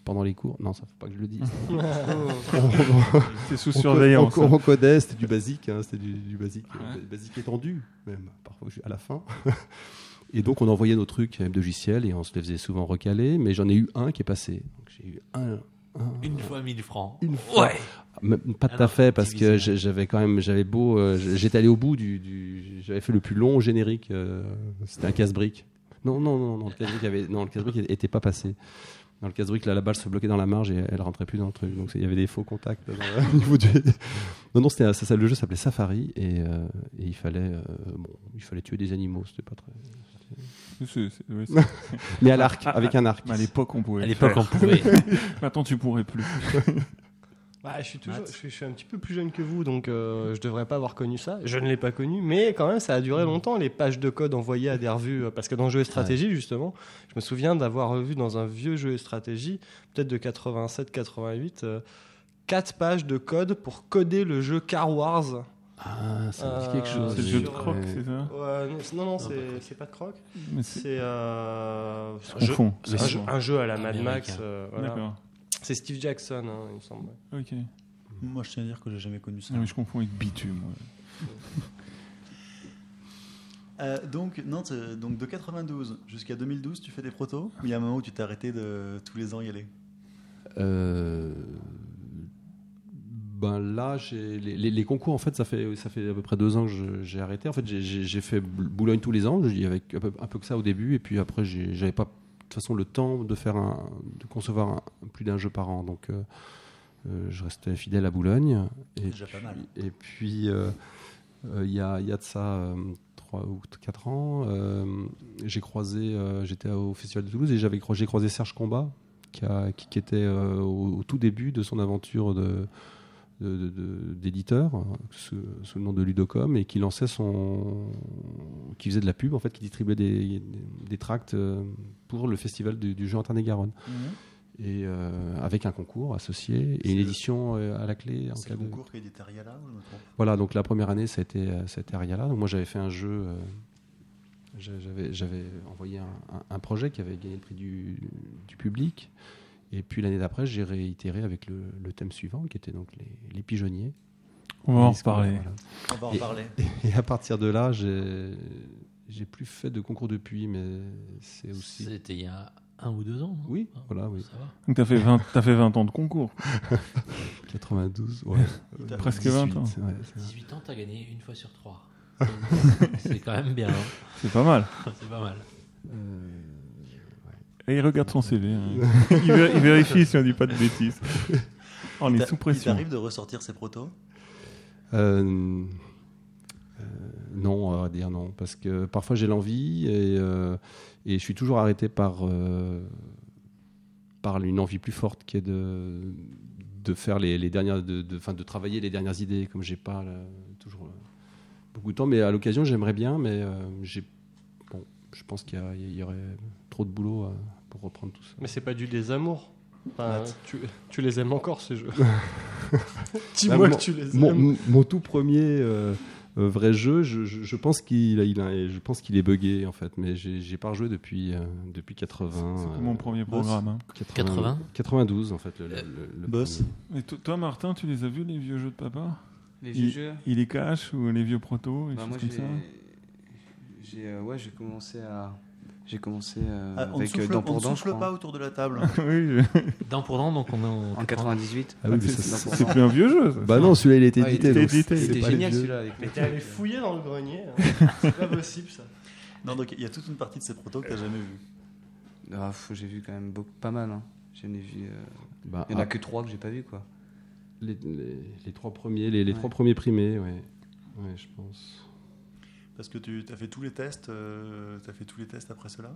S1: pendant les cours. Non, ça ne faut pas que je le dise.
S6: Oh.
S1: on, on-
S7: C'est sous
S1: on-
S7: surveillance.
S1: on-
S7: hein.
S1: on codait, c'était du basique, hein, c'était du, du basique, euh,
S7: Ouais.
S1: basique étendu, même, parfois ju- à la fin. Et donc, on envoyait nos trucs à m et on se les faisait souvent recaler, mais j'en ai eu un qui est passé. Donc, J'ai eu un, un,
S5: Une fois 1000 francs.
S1: Une fois.
S5: Ouais.
S1: même pas tout à
S5: Alors,
S1: fait, parce que
S5: divisé.
S1: j'ai- j'avais quand même, j'avais beau, euh, j'étais allé au bout du, du- j'avais fait le plus long générique. euh, C'était un casse-brique. Non, non, non, non, le casse-brique avait, non, le casse-brique était pas passé. Dans le casse-brique, là, la balle se bloquait dans la marge et elle rentrait plus dans le truc. Donc c'est- il y avait des faux contacts là, dans- au niveau du. Non, non, c'était un- ça, ça, le jeu s'appelait Safari et, euh, et il fallait, euh, bon, il fallait tuer des animaux. C'était pas très.
S7: C'est- c'est- ouais, c'est-
S1: Mais à l'arc,
S7: Ah,
S1: avec un arc.
S7: Mais à l'époque, on pouvait.
S5: À
S7: le
S5: l'époque,
S7: faire.
S5: on pouvait.
S7: Maintenant, tu pourrais plus.
S6: Bah, je, suis toujours,
S5: Maths.
S6: je, suis, je suis un petit peu plus jeune que vous, donc euh, je devrais pas avoir connu ça. Je ne l'ai pas connu, mais quand même, ça a duré longtemps, les pages de code envoyées à des revues. euh, Parce que dans Jeux et Stratégie, justement, je me souviens d'avoir revu dans un vieux jeu et stratégie, peut-être de 87-88, euh, quatre pages de code pour coder le jeu Car Wars.
S1: Ah, ça me dit
S6: Euh,
S1: quelque chose.
S7: C'est le jeu de
S6: Ouais.
S7: croc, c'est ça
S6: Euh, non, c'est- non, non, c'est c'est pas de croc.
S7: Mais c'est.
S6: C'est euh,
S7: Je
S6: un, jeu,
S7: confonds.
S6: c'est un jeu- un jeu à la Mad
S5: Américain.
S6: Max. euh, voilà.
S7: D'accord.
S6: C'est Steve Jackson, hein, il me semble.
S7: Ok.
S4: Moi, je tiens à dire que j'ai jamais connu ça.
S7: Non, Ah, mais je confonds avec bitume. ouais.
S4: Euh, donc, non, t'es- donc de 92 jusqu'à 2012, tu fais des protos. Mais il y a un moment où tu t'es arrêté de tous les ans y aller.
S1: Euh, ben là, j'ai- les, les- les concours, en fait, ça fait, ça fait à peu près deux ans que je- j'ai arrêté. En fait, j'ai- j'ai j'ai fait Bou- Boulogne tous les ans. J'y avec un peu, un peu que ça au début, et puis après, j'ai- j'avais pas de toute façon le temps de faire un, de concevoir un- plus d'un jeu par an. Donc, euh, euh, je restais fidèle à Boulogne. Et
S4: Déjà pas mal.
S1: puis- Et puis, euh, euh, il y, a, il y a de ça euh, trois ou quatre ans, euh, j'ai croisé, euh, j'étais au Festival de Toulouse et j'avais cro- j'ai croisé Serge Combat, qui, a- qui- qui était euh, au, au tout début de son aventure de de- de- de- d'éditeur euh, sous, sous le nom de Ludocom et qui lançait son qui faisait de la pub en fait qui distribuait des, des, des tracts euh, pour le festival du, du jeu en Tarn-et-Garonne
S4: Mhm.
S1: et euh, avec un concours associé et
S4: C'est
S1: une
S4: le-
S1: édition euh, à la clé en
S4: C'est
S1: cas
S4: le
S1: de
S4: concours qui est édité Ariala, ou je me trompe
S1: voilà, donc la première année, ça a été, euh, ça a été Ariala. Donc moi, j'avais fait un jeu. euh, j'a- j'avais, j'avais envoyé un, un- un projet qui avait gagné le prix du, du public. Et puis l'année d'après, j'ai réitéré avec le, le thème suivant, qui était donc les, les pigeonniers.
S7: On va en
S1: Et ce qu'on-
S7: reparler.
S1: voilà.
S4: On va en
S1: Et-
S4: parler.
S1: Et à partir de là, j'ai, j'ai plus fait de concours depuis, mais c'est aussi.
S5: C'était il y a un ou deux ans. non
S1: Oui, voilà, oui.
S5: Ça va.
S7: Donc, t'as fait, 20 t'as fait 20 ans de concours.
S1: 92, ouais.
S4: T'as
S7: Presque
S1: 18,
S7: 20 ans.
S1: ouais, c'est ça.
S5: 18 ans, t'as gagné une fois sur trois. c'est quand même bien. hein.
S7: C'est pas mal.
S5: C'est pas mal.
S1: Euh,
S7: Et il regarde son CV. hein. il, vé- il vérifie si on dit pas de bêtises. On est
S4: T'a-
S7: sous
S4: Il
S7: pression.
S4: t'arrive de ressortir ces protos
S1: Euh, euh, non, à dire non, parce que parfois j'ai l'envie et, euh, et je suis toujours arrêté par, euh, par une envie plus forte qui est de, de faire les, les dernières, de, de, 'fin, de travailler les dernières idées, comme j'ai pas là, toujours euh, beaucoup de temps. Mais à l'occasion, j'aimerais bien, mais euh, j'ai, bon, je pense qu'il y, a- il y aurait trop de boulot euh, pour reprendre tout ça.
S6: Mais c'est pas du désamour. Enfin,
S4: Maths.
S6: tu, tu les aimes encore ces jeux.
S1: Bah,
S6: Dis-moi
S1: mon-
S6: que tu les
S1: mon,
S6: aimes.
S1: mon- mon tout premier euh, euh, vrai jeu, je, je- je pense qu'il a- il a- je pense qu'il est buggé en fait, mais j'ai j'ai pas rejoué depuis euh, depuis 80.
S7: C'est
S1: euh,
S7: mon premier programme. hein.
S5: 80.
S1: 92 en fait. Le, le-
S5: Euh,
S1: le- le
S4: Boss.
S1: premier.
S7: Mais to- toi, Martin, tu les as vus, les vieux jeux de papa
S8: Les
S7: Il-
S8: vieux jeux
S7: Il est cash ou les vieux protos et
S8: Bah,
S7: choses
S8: moi,
S7: comme
S8: j'ai.
S7: ça
S8: J'ai euh, ouais, j'ai commencé à. J'ai commencé euh,
S4: Ah, on ne
S8: avec euh,
S4: souffle,
S8: Dent
S4: on ne
S8: pour Dent, je
S4: souffle
S8: crois,
S4: pas autour de la table.
S7: oui, je-
S5: Dent pour dent, donc on est en,
S8: en 98.
S1: Ah oui, mais
S7: c'est
S1: ça,
S8: c'est-
S7: c'est plus un vieux jeu. ça.
S1: Bah non, celui-là il a été
S8: Ouais,
S1: édité.
S7: il a
S1: donc
S7: été édité.
S1: c'est
S8: C'était
S1: pas les
S8: génial
S1: vieux.
S8: celui-là avec
S6: Mais
S8: les
S6: t'es allé
S8: trucs.
S6: fouiller dans le grenier. hein. C'est pas possible ça.
S4: non, donc il y a toute une partie de ces protos que t'as jamais vu.
S8: Ah, pff, j'ai vu quand même beaucoup, pas mal. Hein. J'en ai vu. euh,
S1: Bah,
S8: Il y en a
S1: ah,
S8: que trois que j'ai pas vu quoi.
S1: les, les- les trois premiers, les, les
S8: Ouais.
S1: trois premiers primés, ouais. Ouais, je pense.
S4: Parce que tu as fait tous les tests, euh, t'as fait tous les tests après cela.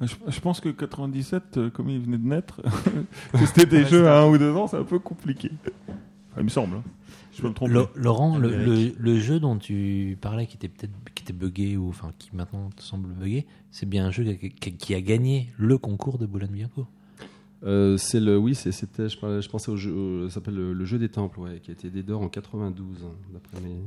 S7: Je, je pense que 97, euh, comme il venait de naître, tester des jeux à un ou deux ans, c'est un peu compliqué. Enfin, il me semble. hein. Je peux me tromper.
S5: Lo- Laurent, le,
S4: Numérique.
S5: le- le jeu dont tu parlais, qui était peut-être qui était buggé ou enfin qui maintenant te semble buggé, c'est bien un jeu qui a, qui- qui a gagné le concours de Boulogne-Billancourt.
S1: Euh, c'est le, oui, c'est- c'était, je, parlais- je pensais au jeu, au- ça s'appelle le, le jeu des temples, ouais, qui a été d'or en 92, hein, d'après mes-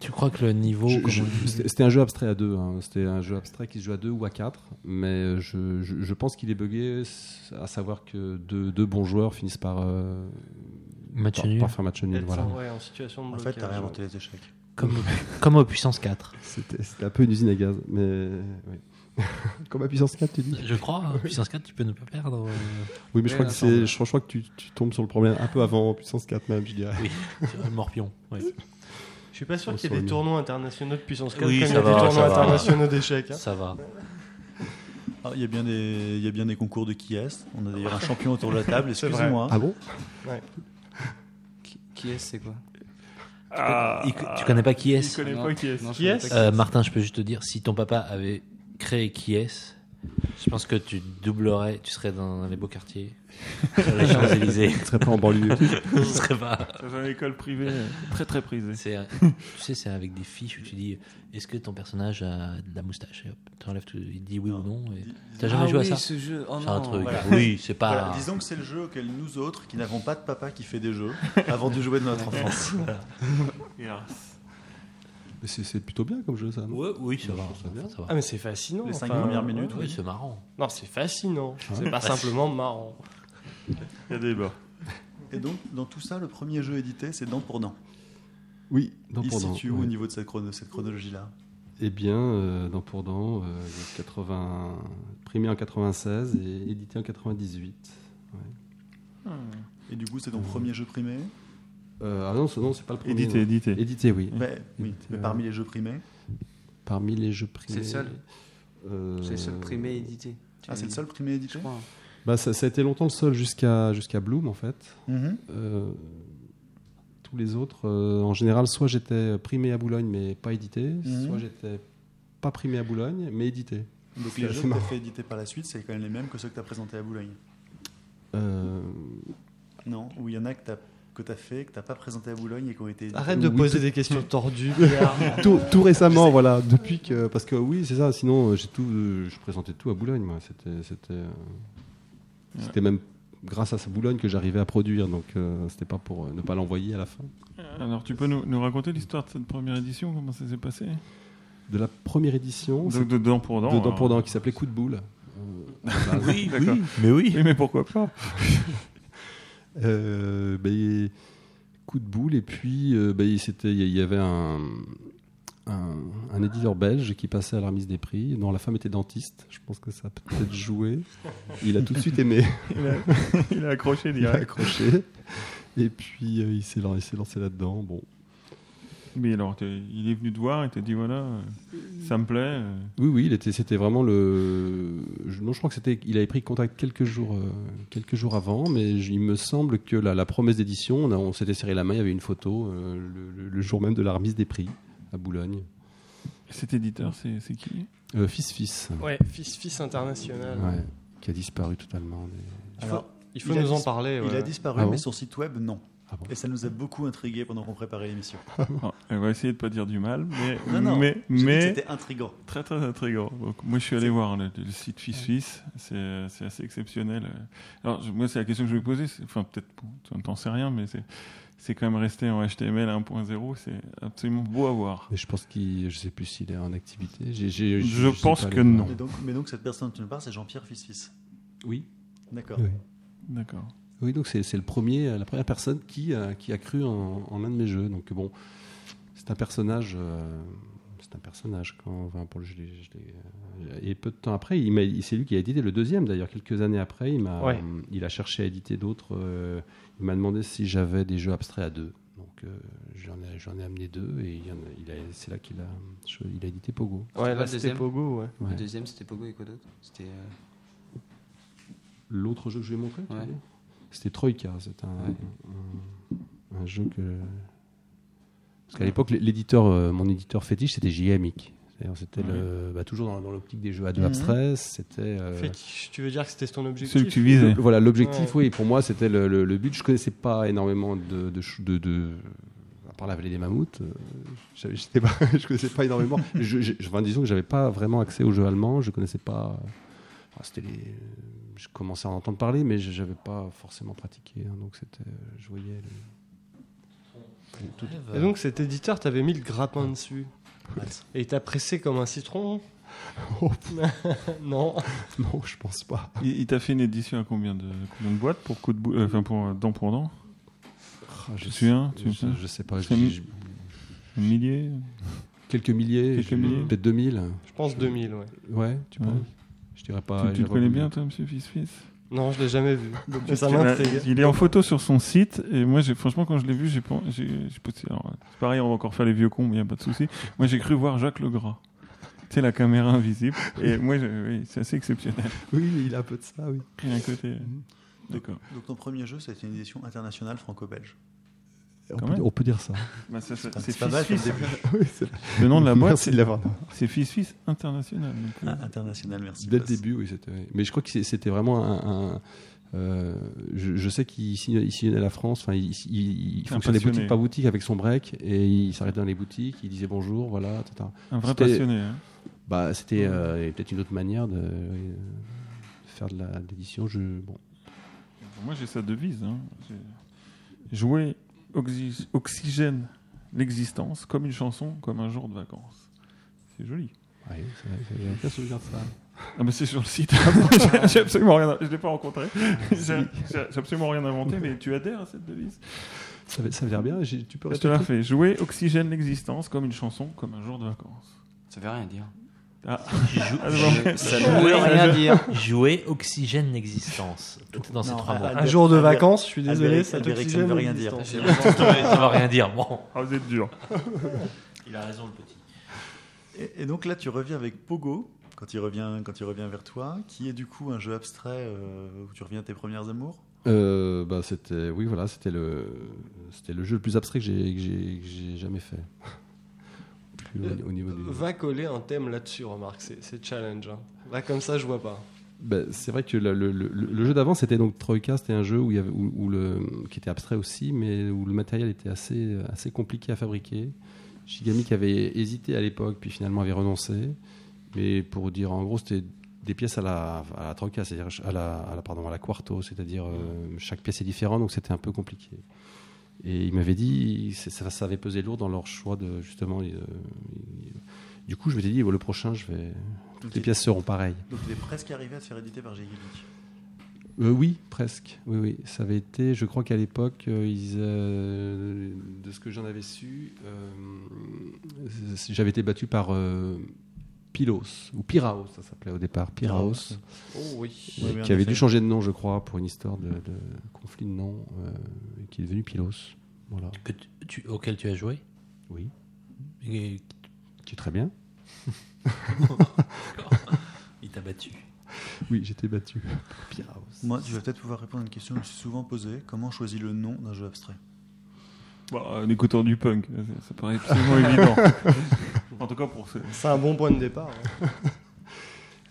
S5: Tu crois que le niveau,
S1: Je-
S5: comme
S1: je-
S5: on dit-
S1: c'était c'était un jeu abstrait à deux. hein. C'était un jeu abstrait qui se joue à deux ou à quatre. Mais je, je- je pense qu'il est buggé, c'est- à savoir que deux, deux bons joueurs finissent par, euh,
S5: Match
S1: par,
S5: nul.
S1: par faire match nul.
S6: Être
S1: Voilà.
S6: ouais, en situation de
S4: En
S6: blocage.
S4: fait, t'as réinventé les échecs.
S5: comme, comme aux puissance 4
S1: C'était c'était un peu une usine à gaz. Mais, oui. Comme à puissance 4, tu dis
S5: Je crois, hein, puissance 4, tu peux ne pas perdre. euh,
S1: Oui, mais je crois,
S8: Ouais,
S1: que
S8: attends,
S1: c'est-
S8: ouais.
S1: je crois, je crois que tu, tu tombes sur le problème un peu avant puissance 4 même, je dirais.
S5: sur le morpion. ouais.
S6: hein. Je suis pas sûr
S1: On
S6: qu'il y
S1: sort
S6: ait des
S1: mieux.
S6: tournois internationaux de puissance 4
S5: Oui,
S6: comme il y
S5: ça
S6: a
S5: va,
S6: des tournois
S5: ça va.
S6: internationaux d'échecs. hein.
S5: Ça va.
S4: Ah, Il y, a bien des- il y a bien des concours de qui est. On a d'ailleurs un champion autour de la table,
S6: C'est vrai.
S4: excusez-moi.
S1: Ah bon
S8: Qui, qui est c'est quoi
S1: Ah.
S5: Il- tu connais pas qui est
S7: Je connais
S8: Ah,
S7: pas qui est.
S8: non, je
S6: Qui
S8: connais
S6: est-ce
S8: pas
S5: Euh, Martin, je peux juste te dire, si ton papa avait créé qui est, je pense que tu doublerais, tu serais dans les beaux quartiers, sur les Champs-Élysées.
S1: Il serait pas en banlieue.
S5: Tu serais pas.
S7: Dans une école privée euh, très très prisée.
S5: C'est, euh, tu sais, c'est avec des fiches où tu dis est-ce que ton personnage a de la moustache Et hop, t'enlèves tout, il dit oui ou non. Et... T'as jamais
S8: ah,
S5: joué
S8: oui,
S5: à ça
S8: ce jeu. Oh
S5: C'est un
S8: non.
S5: truc.
S4: voilà.
S5: Oui, c'est pas.
S1: Ah.
S4: Voilà, disons que c'est le jeu auquel nous autres, qui n'avons pas de papa qui fait des jeux, avons dû jouer de notre enfance.
S1: Mais c'est c'est plutôt bien comme jeu, ça. non
S5: Ouais, oui, ça va.
S1: Je trouve ça bien.
S5: ça va.
S6: Ah mais c'est fascinant.
S4: Les cinq
S6: enfin,
S4: premières minutes,
S5: oui, c'est marrant.
S6: Non, c'est fascinant.
S1: ouais.
S6: C'est pas simplement marrant.
S7: Il y a des bas.
S4: Et donc, dans tout ça, le premier jeu édité, c'est Dent pour Dent.
S1: Oui, dans
S4: Il se
S1: pendant.
S4: situe où au
S1: ouais.
S4: niveau de cette, chrono- cette chronologie-là
S1: Eh bien, euh, dans pour dents, euh, 80, primé en 96 et édité en 98.
S4: Et du coup, c'est ton premier jeu primé
S1: Euh, ah non, ce non, c'est pas le premier.
S7: Édité,
S1: non.
S7: édité.
S1: Édité, oui.
S4: Mais, oui,
S1: Édité,
S4: mais
S1: ouais.
S4: parmi les jeux primés,
S1: Parmi les jeux primés.
S8: C'est le seul.
S1: euh,
S8: C'est le seul primé édité. Tu
S4: ah, c'est
S8: m'as
S4: le
S8: dit,
S4: seul primé
S8: Je
S4: édité
S8: crois.
S1: bah, ça, ça a été longtemps le seul jusqu'à jusqu'à Bloom, en fait.
S4: Mhm.
S1: Euh, tous les autres, euh, en général, soit j'étais primé à Boulogne, mais pas édité,
S4: Mhm.
S1: soit j'étais pas primé à Boulogne, mais édité.
S4: Donc
S1: C'est
S4: les
S1: assez
S4: jeux que tu as
S1: marrant.
S4: fait éditer par la suite, c'est quand même les mêmes que ceux que tu as présentés à Boulogne.
S1: Euh,
S4: Non, ou il y en a que tu as, fait, que tu pas présenté à Boulogne et qui ont été édités.
S6: Arrête de
S1: Oui,
S6: poser des questions tordues.
S1: tout, tout récemment, voilà, depuis que. Parce que oui, c'est ça, sinon, euh, j'ai tout, euh, je présentais tout à Boulogne, moi. C'était c'était, euh, c'était même grâce à ce Boulogne que j'arrivais à produire, donc euh, c'était pas pour euh, ne pas l'envoyer à la fin.
S7: Alors, tu peux nous, nous raconter l'histoire de cette première édition Comment ça s'est passé
S1: De la première édition,
S7: Donc, de dent pour dent.
S1: Oh,
S7: hein.
S1: de Dent pour
S7: alors.
S1: Dent, qui s'appelait Coup de boule. Euh, à la base.
S7: Oui, d'accord.
S5: Mais oui.
S7: Oui, mais pourquoi pas
S1: Euh, ben, coup de boule et puis euh, ben, c'était il y avait un, un, un éditeur belge qui passait à la remise des prix dont la femme était dentiste je pense que ça a peut-être joué il a tout de suite aimé
S7: Il a accroché
S1: il a
S7: direct.
S1: accroché et puis euh, il s'est lan- il s'est lancé là-dedans bon
S7: Mais alors, t'es- il est venu te voir et t'a dit voilà, euh, ça me plaît. euh,
S1: oui oui il était c'était vraiment le je, non je crois que c'était il avait pris contact quelques jours euh, quelques jours avant mais j- il me semble que la, la promesse d'édition on, a- on s'était serré la main il y avait une photo euh, le- le- le jour même de la remise des prix à Boulogne
S7: Cet éditeur, c'est c'est qui
S1: Euh, Fils Fils,
S6: ouais, fils fils international.
S1: ouais, qui a disparu totalement. des-
S6: Il faut,
S4: Alors,
S6: il faut
S4: il a
S6: nous en
S4: dis-
S6: parler.
S4: Il
S6: ouais.
S4: a disparu,
S1: Ah bon
S4: mais son site web, non.
S1: Ah bon
S4: Et ça nous a beaucoup intrigués pendant qu'on préparait l'émission.
S7: Ah, On va essayer de pas dire du mal, mais,
S4: Non, non,
S7: mais,
S4: J'ai dit que
S7: mais
S4: C'était intriguant.
S7: très très intriguant. Donc, moi, je suis allé voir le, le site Fils Fils, c'est euh, c'est assez exceptionnel. Alors, je- moi, c'est la question que je vais poser, c'est- enfin, peut-être, bon, tu n'en sais rien, mais c'est c'est quand même resté en HTML 1.0, c'est absolument beau à voir.
S1: Mais je pense qu'il, je sais plus s'il est en activité. J'ai- j'ai-
S7: Je
S1: j'ai- je sais
S7: pense
S1: pas
S7: que
S1: les-
S7: non.
S4: Mais donc, mais donc, cette personne dont tu nous parles, c'est Jean-Pierre Fils-Fils.
S1: Oui.
S4: D'accord.
S1: Oui,
S7: D'accord.
S1: Oui, donc c'est c'est le premier, euh, la première personne qui, euh, qui a cru en, en un de mes jeux. Donc bon, c'est un personnage, euh, c'est c'est un personnage. Quand, enfin, pour le- je l'ai- euh, je l'ai- et peu de temps après, il m'a- il- c'est lui qui a édité le deuxième d'ailleurs. Quelques années après, il, m'a,
S6: Ouais.
S1: euh, il a cherché à éditer d'autres. euh, il m'a demandé si j'avais des jeux abstraits à deux. Donc euh, j'en, ai, j'en ai amené deux et il y en a- il a- c'est là qu'il a, cho- il a édité Pogo.
S6: Ouais,
S8: le
S6: là Ah, c'était
S8: deuxième
S6: Pogo, ouais.
S1: Ouais.
S8: Le deuxième, c'était Pogo et quoi d'autre C'était. euh,
S1: L'autre jeu que je lui ai montré, tu
S8: Ouais.
S1: veux dire c'était Troika. C'est un, un- un jeu que. Parce qu'à l'époque, l'éditeur, euh, mon éditeur fétiche, c'était JMIC. C'est-à-dire, C'était le- bah, toujours dans, dans l'optique des jeux à deux
S6: Mhm.
S1: abstraits. C'était. euh,
S6: Fétiche, tu veux dire que c'était ton objectif
S7: Celui que tu visais.
S1: Voilà, l'objectif,
S6: Ouais.
S1: oui, pour moi, c'était le, le- le but. Je connaissais pas énormément de. de, ch- de- de- à part la vallée des mammouths, euh, j'avais- j'étais pas, je connaissais pas énormément. Je, je- enfin, disons que j'avais pas vraiment accès aux jeux allemands, je connaissais pas. euh, enfin, c'était les- je commençais à en entendre parler, mais je- j'avais pas forcément pratiqué. hein, donc c'était. euh, Je voyais. le-
S6: Et donc cet éditeur t'avait mis le grappin dessus.
S4: Ouais.
S6: Et il t'a pressé comme un citron
S1: Oh,
S6: Non.
S1: non, je pense pas.
S7: Il, il t'a fait une édition à combien de, combien de boîtes pour coup de bou- euh, enfin pour euh, dent pour dent
S1: Ah, je,
S7: Tu te
S1: sais,
S7: souviens Tu te
S1: je,
S7: souviens
S1: je sais pas.
S7: Je t'ai
S1: je-
S7: mis-
S1: je-
S7: Un millier
S1: quelques milliers,
S7: Quelques
S1: je-
S7: milliers.
S1: peut-être 2000.
S6: Je pense 2000, ouais.
S1: Ouais, tu
S7: Ouais.
S1: penses Je dirais pas.
S7: Tu, tu
S1: j'irais
S7: le
S1: pas
S7: connais
S1: plus
S7: bien,
S1: loin.
S7: toi, monsieur Fils-Fils
S6: Non, je l'ai jamais vu. Mais ça
S7: Il a-
S6: m'intrigue.
S7: Il est en photo sur son site et moi, j'ai- franchement, quand je l'ai vu, j'ai pas- j'ai- j'ai pas- alors, c'est pareil, on va encore faire les vieux cons, mais il n'y a pas de souci. Moi, j'ai cru voir Jacques Legras. Tu sais, la caméra invisible. Et moi, je- oui, c'est assez exceptionnel.
S1: Oui, il a un peu de ça, oui.
S7: Il y a un côté. euh, D'accord.
S4: Donc ton premier jeu, c'était une édition internationale franco-belge.
S1: On
S7: Quand
S1: peut,
S7: même.
S1: on peut dire ça. hein.
S7: Bah, ça, ça-
S4: C'est
S7: c'est
S4: pas mal comme
S7: Fils-Fils.
S4: début.
S1: Oui, c'est-
S7: Le nom de la boîte,
S1: Merci
S7: c'est
S1: de l'avoir.
S7: c'est Fils-Fils International. donc, euh,
S4: Ah, international, merci.
S1: Dès le
S4: Bas.
S1: début, oui, c'était. Mais je crois que c'est- c'était vraiment un. un- euh, je, je sais qu'il sillonnait, il sillonnait la France. Enfin, il, il, il
S7: Un
S1: fonctionnait
S7: passionné.
S1: boutique par boutique avec son break et il s'arrêtait dans les boutiques. Il disait bonjour, voilà, etc.
S7: un vrai
S1: C'était-
S7: passionné. hein.
S1: Bah, c'était euh, il y avait peut-être une autre manière de, oui, euh, de faire de la- de l'édition. Je bon,
S7: Moi, j'ai sa devise. Hein. J'ai- Jouer oxy- oxygène l'existence comme une chanson, comme un jour de vacances. C'est joli.
S1: ouais, c'est vrai, c'est- j'avais aucun souvenir de ça.
S7: Ah bah c'est sur le site. J'ai- j'ai absolument rien. Je l'ai pas rencontré. J'ai j'ai- j'ai absolument rien inventé, mais tu adhères à cette devise.
S1: Ça, avait- ça avait l'air bien. j'ai- Tu peux
S7: Je te
S1: répéter.
S7: la fais. Jouer oxygène l'existence comme une chanson, comme un jour de vacances.
S8: Ça veut rien dire.
S7: Ah,
S5: Jou-
S7: ah,
S5: jou-
S7: bon.
S8: Ça
S5: Jouer-
S8: ne veut rien dire.
S5: Jouer oxygène l'existence. Tout est dans ces
S4: Non,
S5: trois
S4: ah,
S5: mots.
S4: ah,
S6: Un jour de
S4: Albéric-
S6: vacances, je suis désolé,
S4: Albéric-
S6: ça
S4: Albéric, ça
S6: t'oxygène
S4: ne veut rien dire.
S6: l'existence.
S8: J'ai vraiment-
S5: Ça va rien dire. Bon.
S7: Ah, vous êtes dur.
S5: Il a raison, le petit.
S4: Et, et donc là, tu reviens avec Pogo, quand il revient, quand il revient vers toi, qui est du coup un jeu abstrait euh, où tu reviens à tes premiers amours.
S1: Euh, bah, c'était oui voilà c'était le c'était le jeu le plus abstrait que j'ai que j'ai- que j'ai jamais fait. Plus au, au niveau du...
S6: Va coller un thème là-dessus, remarque, c'est- c'est challenge. hein. Là, comme ça, je vois pas.
S1: Ben, c'est vrai que le, le- le- le jeu d'avant, c'était donc Troika, c'était un jeu où il y avait, où, où le, qui était abstrait aussi, mais où le matériel était assez, assez compliqué à fabriquer. Shigami qui avait hésité à l'époque, puis finalement avait renoncé. Mais pour dire, en gros, c'était des pièces à la, à la Troika, c'est-à-dire à la, à la- pardon, à la Quarto, c'est-à-dire euh, chaque pièce est différente, donc c'était un peu compliqué. Et il m'avait dit, c'est- ça, ça avait pesé lourd dans leur choix de justement. euh, il- du coup, je m'étais dit, oh, le prochain, je vais.
S4: Donc
S1: Les
S4: tu
S1: pièces seront pareilles.
S4: es presque arrivé à te faire éditer par J. Geek.
S1: Euh, oui, presque. Oui, oui. Ça avait été, je crois qu'à l'époque, euh, ils, euh, de ce que j'en avais su, euh, c'est- j'avais été battu par euh, Pilos, ou Piraos, ça s'appelait au départ, Piraos,
S6: Oh oui.
S1: et
S4: Oui, oui, en
S1: qui avait
S4: effet.
S1: dû changer de nom, je crois, pour une histoire de, de conflit de nom, euh, et qui est devenu Pilos. Voilà.
S5: Que tu- tu- auquel tu as joué
S1: Oui.
S5: Et-
S1: Qui est très bien.
S5: Il t'a battu.
S1: Oui, j'étais battu. Piraos.
S4: Moi, tu vas peut-être pouvoir répondre à une question que je me suis souvent posée. Comment choisir le nom d'un jeu abstrait
S7: Bon, euh, L'écouteur du punk, euh, ça- ça paraît absolument évident. En tout cas pour ce.
S6: C'est un bon point de départ. hein.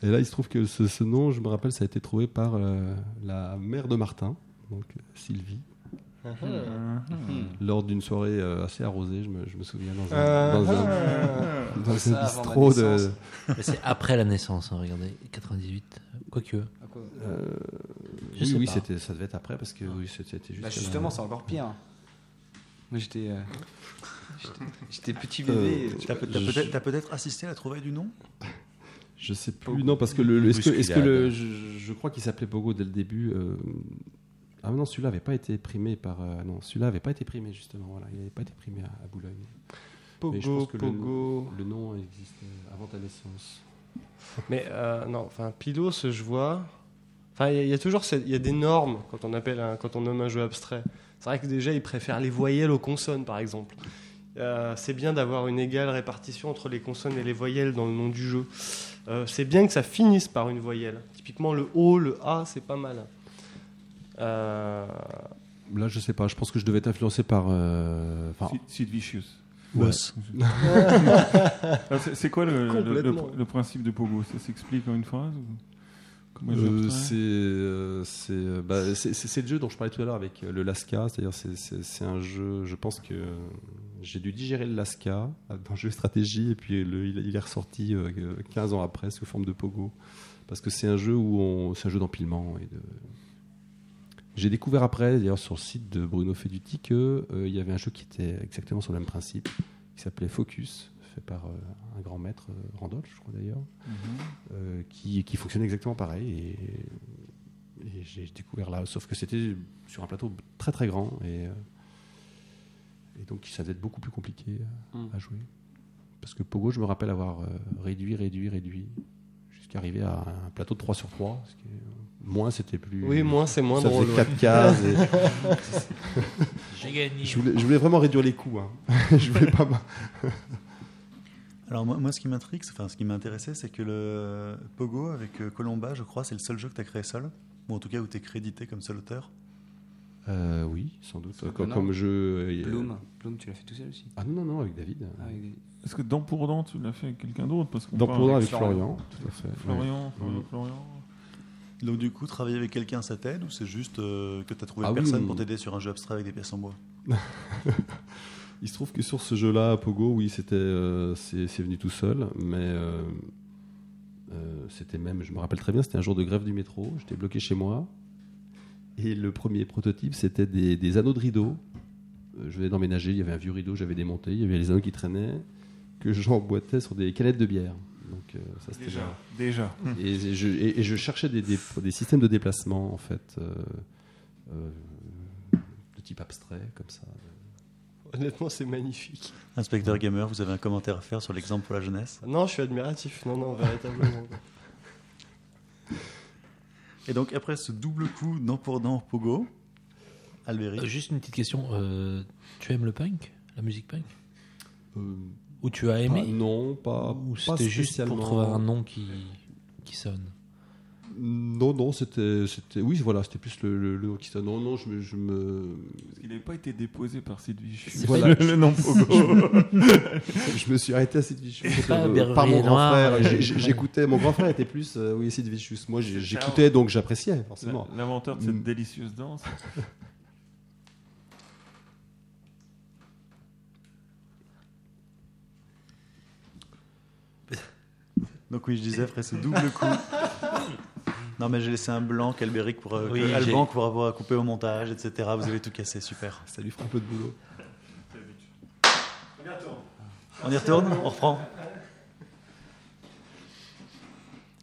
S1: Et là, il se trouve que ce, ce nom, je me rappelle, ça a été trouvé par euh, la mère de Martin, donc euh, Sylvie.
S6: hein.
S1: lors d'une soirée euh, assez arrosée, je me, je me souviens, dans un,
S6: Euh,
S1: dans
S5: ah,
S1: un-
S6: euh,
S1: dans un
S8: Ça, avant
S1: bistrot
S8: ma
S1: de.
S8: naissance.
S5: Mais c'est après la naissance, hein, regardez. 98. Quoique.
S8: Ah,
S1: euh,
S5: Je
S1: oui,
S5: sais
S1: oui,
S5: pas.
S1: c'était, ça devait être après parce que oui, c'était c'était juste.
S8: Bah
S1: à la-
S8: justement, c'est encore pire. Moi j'étais. euh, j'étais- J'étais petit bébé. euh,
S4: T'as peut- t'as
S1: je-
S4: peut-être t'as peut-être assisté à la trouvaille du nom
S1: Je sais plus. Non, parce que le. le- est-ce que, est-ce que le je, je crois qu'il s'appelait Pogo dès le début. euh, Ah non, celui-là n'avait pas été primé par. euh, non, celui-là n'avait pas été primé justement. Voilà, il n'avait pas été primé à, à Boulogne.
S6: Pogo,
S1: Mais je pense que le-
S6: Pogo.
S1: Le nom existait avant ta naissance.
S6: Mais euh, non, enfin, Pilos, je vois. Enfin, il y, a- il y a toujours cette- il y a des normes quand on, appelle un- quand on nomme un jeu abstrait. C'est vrai que déjà, ils préfèrent les voyelles aux consonnes, par exemple. Euh, c'est bien d'avoir une égale répartition entre les consonnes et les voyelles dans le nom du jeu. Euh, c'est bien que ça finisse par une voyelle. Typiquement, le O, le A, c'est pas mal. Euh,
S1: Là, je sais pas. Je pense que je devais être influencé par. euh, enfin,
S7: Sid- Sid Vicious.
S4: Boss.
S7: Alors, c'est- C'est quoi le, le- le-
S6: Complètement.
S7: le principe de Pogo Ça s'explique en une phrase ou Comment je
S1: euh,
S7: le ferais
S1: c'est euh, c'est, euh, bah, c'est- c'est- c'est le jeu dont je parlais tout à l'heure avec euh, le Lasca. C'est-à-dire, c'est- c'est c'est un jeu. Je pense que euh, j'ai dû digérer le Lasca euh, dans le jeu de stratégie et puis le- il, il est ressorti euh, 15 ans après sous forme de Pogo. Parce que c'est un jeu où on, c'est un jeu d'empilement et de. J'ai découvert après, d'ailleurs sur le site de Bruno Feduti, qu'il y avait un jeu qui était exactement sur le même principe, qui s'appelait Focus, fait par euh, un grand maître, euh, Randolph, je crois d'ailleurs
S7: Mhm.
S1: euh, qui, qui fonctionnait exactement pareil. Et, et j'ai découvert là, sauf que c'était sur un plateau très très grand et, euh, et donc ça devait être beaucoup plus compliqué euh,
S6: Mm.
S1: à jouer. Parce que Pogo, je me rappelle avoir euh, réduit, réduit, réduit, jusqu'à arriver à un plateau de 3 sur 3. Ce qui est- moins c'était plus.
S6: oui, moins, c'est moins
S1: ça
S6: drôle.
S1: faisait
S6: ouais.
S1: 4 cases. et-
S4: Euh.
S5: J'ai gagné.
S1: je, voulais, je voulais vraiment réduire les coûts. hein. je voulais pas.
S4: Alors moi, moi, ce qui m'intrigue, c'est- enfin ce qui m'intéressait, c'est que le Pogo avec euh, Colomba, je crois, c'est le seul jeu que tu as créé seul, ou en tout cas où tu es crédité comme seul auteur.
S1: Euh, oui, sans doute.
S8: C'est un
S1: Comme,
S8: connard.
S1: comme jeu. euh,
S8: Bloom. Bloom, tu l'as fait tout seul aussi.
S1: Ah non, non, non, avec David.
S8: Ah, avec des-
S7: Est-ce que dans pour dent, tu l'as fait avec quelqu'un d'autre Parce qu'on
S1: Dans
S7: parle
S1: Pogo
S7: avec
S1: avec Florian. tout à fait. Ouais.
S7: Florian, Florian,
S1: Oui.
S7: Florian.
S4: Donc du coup, travailler avec quelqu'un, ça t'aide ou c'est juste euh, que tu as trouvé
S1: Ah oui,
S4: personne
S1: oui.
S4: pour t'aider sur un jeu abstrait avec des pièces en bois
S1: Il se trouve que sur ce jeu-là, à Pogo, oui, c'était, euh, c'est c'est venu tout seul, mais euh, euh, c'était même, je me rappelle très bien, c'était un jour de grève du métro, j'étais bloqué chez moi, et le premier prototype, c'était des, des anneaux de rideau. Euh, Je venais d'emménager, il y avait un vieux rideau, j'avais démonté, il y avait les anneaux qui traînaient, que j'emboîtais sur des canettes de bière. Donc euh, ça, c'était marrant.
S7: Déjà.
S1: Et je, et- et je cherchais des, des- des systèmes de déplacement, en fait, euh, euh, de type abstrait, comme ça.
S6: Honnêtement, c'est magnifique.
S4: Inspecteur Gamer, vous avez un commentaire à faire sur l'exemple pour la jeunesse.
S6: Non, je suis admiratif. Non, non, véritablement.
S4: Et donc après ce double coup dent pour dent Pogo, Alberi,
S5: Euh, Juste une petite question. euh, tu aimes le punk La musique punk
S1: Euh,
S5: Ou tu as
S1: Pas-
S5: aimé
S1: Non, pas,
S5: Ou
S1: pas
S5: c'était juste pour
S1: spécialement.
S5: trouver un nom qui, qui sonne
S1: Non, non, c'était, c'était, oui, voilà, c'était plus le, le, le nom qui sonne. Non, non, je me, je me,
S7: Parce qu'il n'avait pas été déposé par Sid Vicious.
S1: C'est Voilà.
S7: le, le nom Pogo.
S1: je me suis arrêté à Sid Vicious
S5: pas
S1: euh,
S5: Berger
S1: par mon grand
S5: Noir,
S1: frère.
S5: euh,
S1: J'ai- j'ai-
S5: ouais.
S1: J'écoutais, mon grand frère était plus, euh, oui, Sid Vicious. Moi, j'ai- j'écoutais, donc j'appréciais forcément.
S7: La- L'inventeur de cette
S1: Mm.
S7: délicieuse danse.
S4: Donc oui, je disais après ce double coup. Non mais j'ai laissé un blanc qu'Albéric pour euh, que
S5: Oui, j'ai-
S4: Alban pour avoir à couper au montage, etc. Vous avez tout cassé, super.
S1: Ça lui fera un peu de boulot.
S4: On y retourne, on reprend.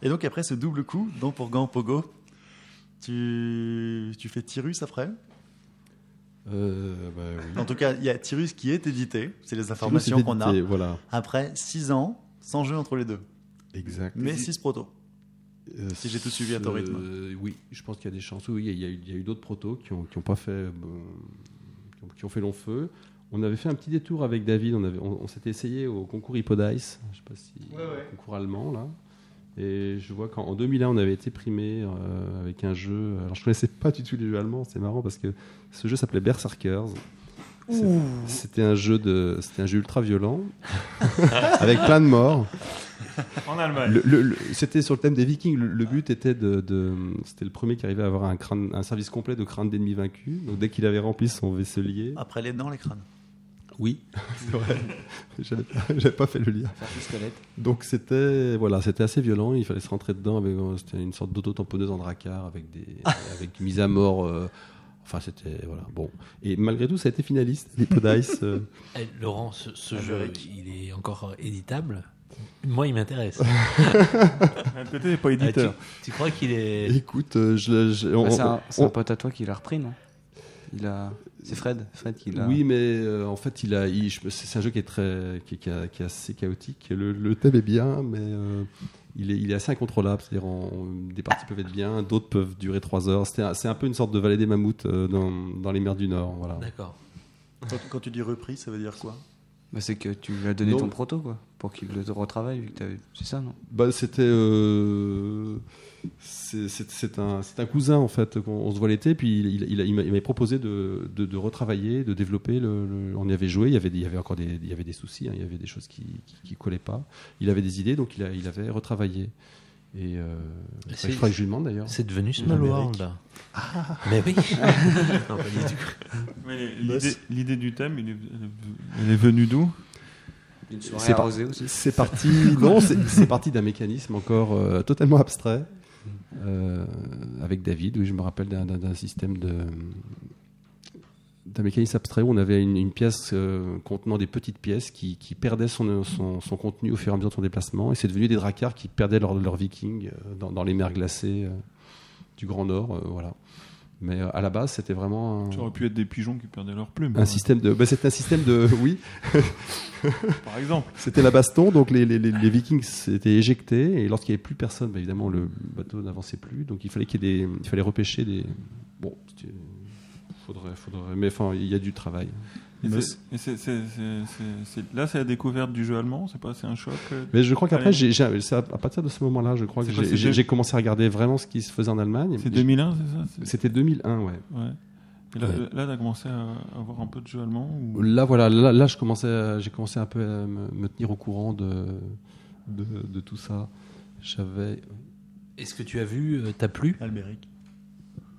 S4: Et donc après ce double coup, dent pour gant Pogo, tu, tu fais Tyrus après.
S1: Euh, bah oui.
S4: En tout cas, il y a Tyrus qui est édité, c'est les informations
S1: C'était
S4: qu'on a.
S1: édité, Voilà,
S4: Après 6 ans, sans jeu entre les deux,
S1: exact.
S4: mais 6 protos.
S1: Euh,
S4: si j'ai tout suivi à ton
S1: euh,
S4: rythme.
S1: oui, je pense qu'il y a des chances. Oui, il y a- il y a, eu- il y a eu d'autres protos qui ont, qui ont pas fait, euh, qui, ont, qui ont fait long feu. On avait fait un petit détour avec David. On, avait- on, on s'était essayé au concours Hippodice. Je sais pas si
S6: Ouais, ouais.
S1: concours allemand là. Et je vois qu'en en 2001, on avait été primé euh, avec un jeu. Alors, je connaissais pas du tout les jeux allemands. C'est marrant parce que ce jeu s'appelait Berserkers. C'est- C'était un jeu de, c'était un jeu ultra violent avec plein de morts.
S7: En Allemagne.
S1: Le- le- le- c'était sur le thème des Vikings. Le, le but était de, de- c'était le premier qui arrivait à avoir un crâne, un service complet de crâne d'ennemis vaincus. Donc dès qu'il avait rempli son vaisselier,
S8: Ah,
S4: Après les dents, les crânes.
S1: oui, c'est vrai. J'avais pas, j'avais pas fait le lien.
S8: Faire tout squelette.
S1: Donc c'était, voilà, c'était assez violent. Il fallait se rentrer dedans avec, euh, c'était une sorte d'auto-tamponneuse en dracard avec des, avec mise à mort. euh, enfin, c'était voilà, bon. Et malgré tout, ça a été finaliste. L'Hippodice. euh,
S5: Eh, Laurent, ce, ce
S4: Ah,
S5: jeu,
S4: Eric.
S5: il est encore éditable Moi, il m'intéresse.
S7: À côté, il n'est pas
S5: Ah, tu,
S7: éditeur.
S5: tu crois qu'il est.
S1: écoute, euh, je, je- on-
S8: Bah, c'est un, c'est un
S1: on-
S8: pote à toi qui l'a repris, non Il a... C'est Fred, Fred qui l'a.
S1: Oui, mais euh, en fait, il a, il- je- c'est c'est un jeu qui est très, qui, qui a- qui est assez chaotique. Le, le thème est bien, mais euh, il, est, il est assez incontrôlable. C'est-à-dire, on- des parties peuvent être bien, d'autres peuvent durer 3 heures. C'était un- C'est un, peu une sorte de vallée des mammouths euh, dans, dans les mers du Nord. Voilà.
S5: D'accord.
S4: Quand, quand tu dis repris, ça veut dire quoi
S8: Bah, c'est que tu lui as donné
S1: Non.
S8: ton proto, quoi, pour qu'il le retravaille, vu que t'avais- C'est ça, non
S1: Bah, c'était, euh, c'est- c'est c'est un, c'est un cousin en fait. qu'on- On, se voit l'été, puis il, il, il, il m'a- il m'avait proposé de, de, de retravailler, de développer. Le, le- on y avait joué. Il y avait, des- il y avait encore des, il y avait des soucis. hein, il y avait des choses qui, qui, qui collaient pas. Il avait des idées, donc il, a, il avait retravaillé. Et euh,
S5: Et
S1: bah,
S5: c'est-
S1: je crois que je lui demande d'ailleurs.
S5: C'est devenu
S4: L'Amérique.
S5: Smallworld.
S1: Ah.
S5: Mais oui. non, pas du tout.
S7: Mais les- l'idée- L'idée du thème, il est- elle est- elle est venue d'où
S8: Une soirée
S1: C'est pas-
S8: arrosée aussi.
S1: C'est parti. non, c'est c'est parti d'un mécanisme encore euh, totalement abstrait. euh, avec David, oui, je me rappelle d'un- d'un d'un système de d'un mécanisme abstrait où on avait une, une pièce euh, contenant des petites pièces qui, qui perdaient son, son, son contenu au fur et à mesure de son déplacement et c'est devenu des dracars qui perdaient leur, leur viking euh, dans, dans les mers glacées euh, du Grand Nord, euh, voilà. Mais euh, à la base, c'était vraiment
S7: Ça
S1: un,
S7: aurait pu être des pigeons qui perdaient leurs plumes.
S1: un système de... bah, c'était un système de... Oui,
S7: Par exemple.
S1: C'était la baston, donc les, les- les- les Vikings s'étaient éjectés, et lorsqu'il n'y avait plus personne, bah, évidemment, le bateau n'avançait plus, donc il fallait qu'il y ait des, il fallait repêcher des. Bon, c'était- faudrait, faudrait, mais enfin, il y a du travail.
S7: Et
S4: Mais
S7: c'est- et c'est- c'est- c'est- c'est- c'est- Là, c'est la découverte du jeu allemand. C'est pas, c'est un choc. euh,
S1: Mais je crois qu'après,
S7: Allez.
S1: j'ai, j'ai- c'est à, à partir de ce moment-là, je crois
S7: C'est
S1: que
S7: quoi,
S1: j'ai-
S7: c'est
S1: j'ai
S7: deux-
S1: j'ai commencé à regarder vraiment ce qui se faisait en Allemagne.
S7: C'est 2001, c'est ça C'est-
S1: C'était 2001, ouais.
S7: Ouais. Et là,
S1: Ouais.
S7: là, t'as commencé à avoir un peu de jeu allemand ou...
S1: Là, voilà, là, là, je commençais, à- j'ai commencé un peu à me, me tenir au courant de, de, de tout ça. J'avais.
S5: Est-ce que tu as vu, euh, t'as plu
S4: Albéric.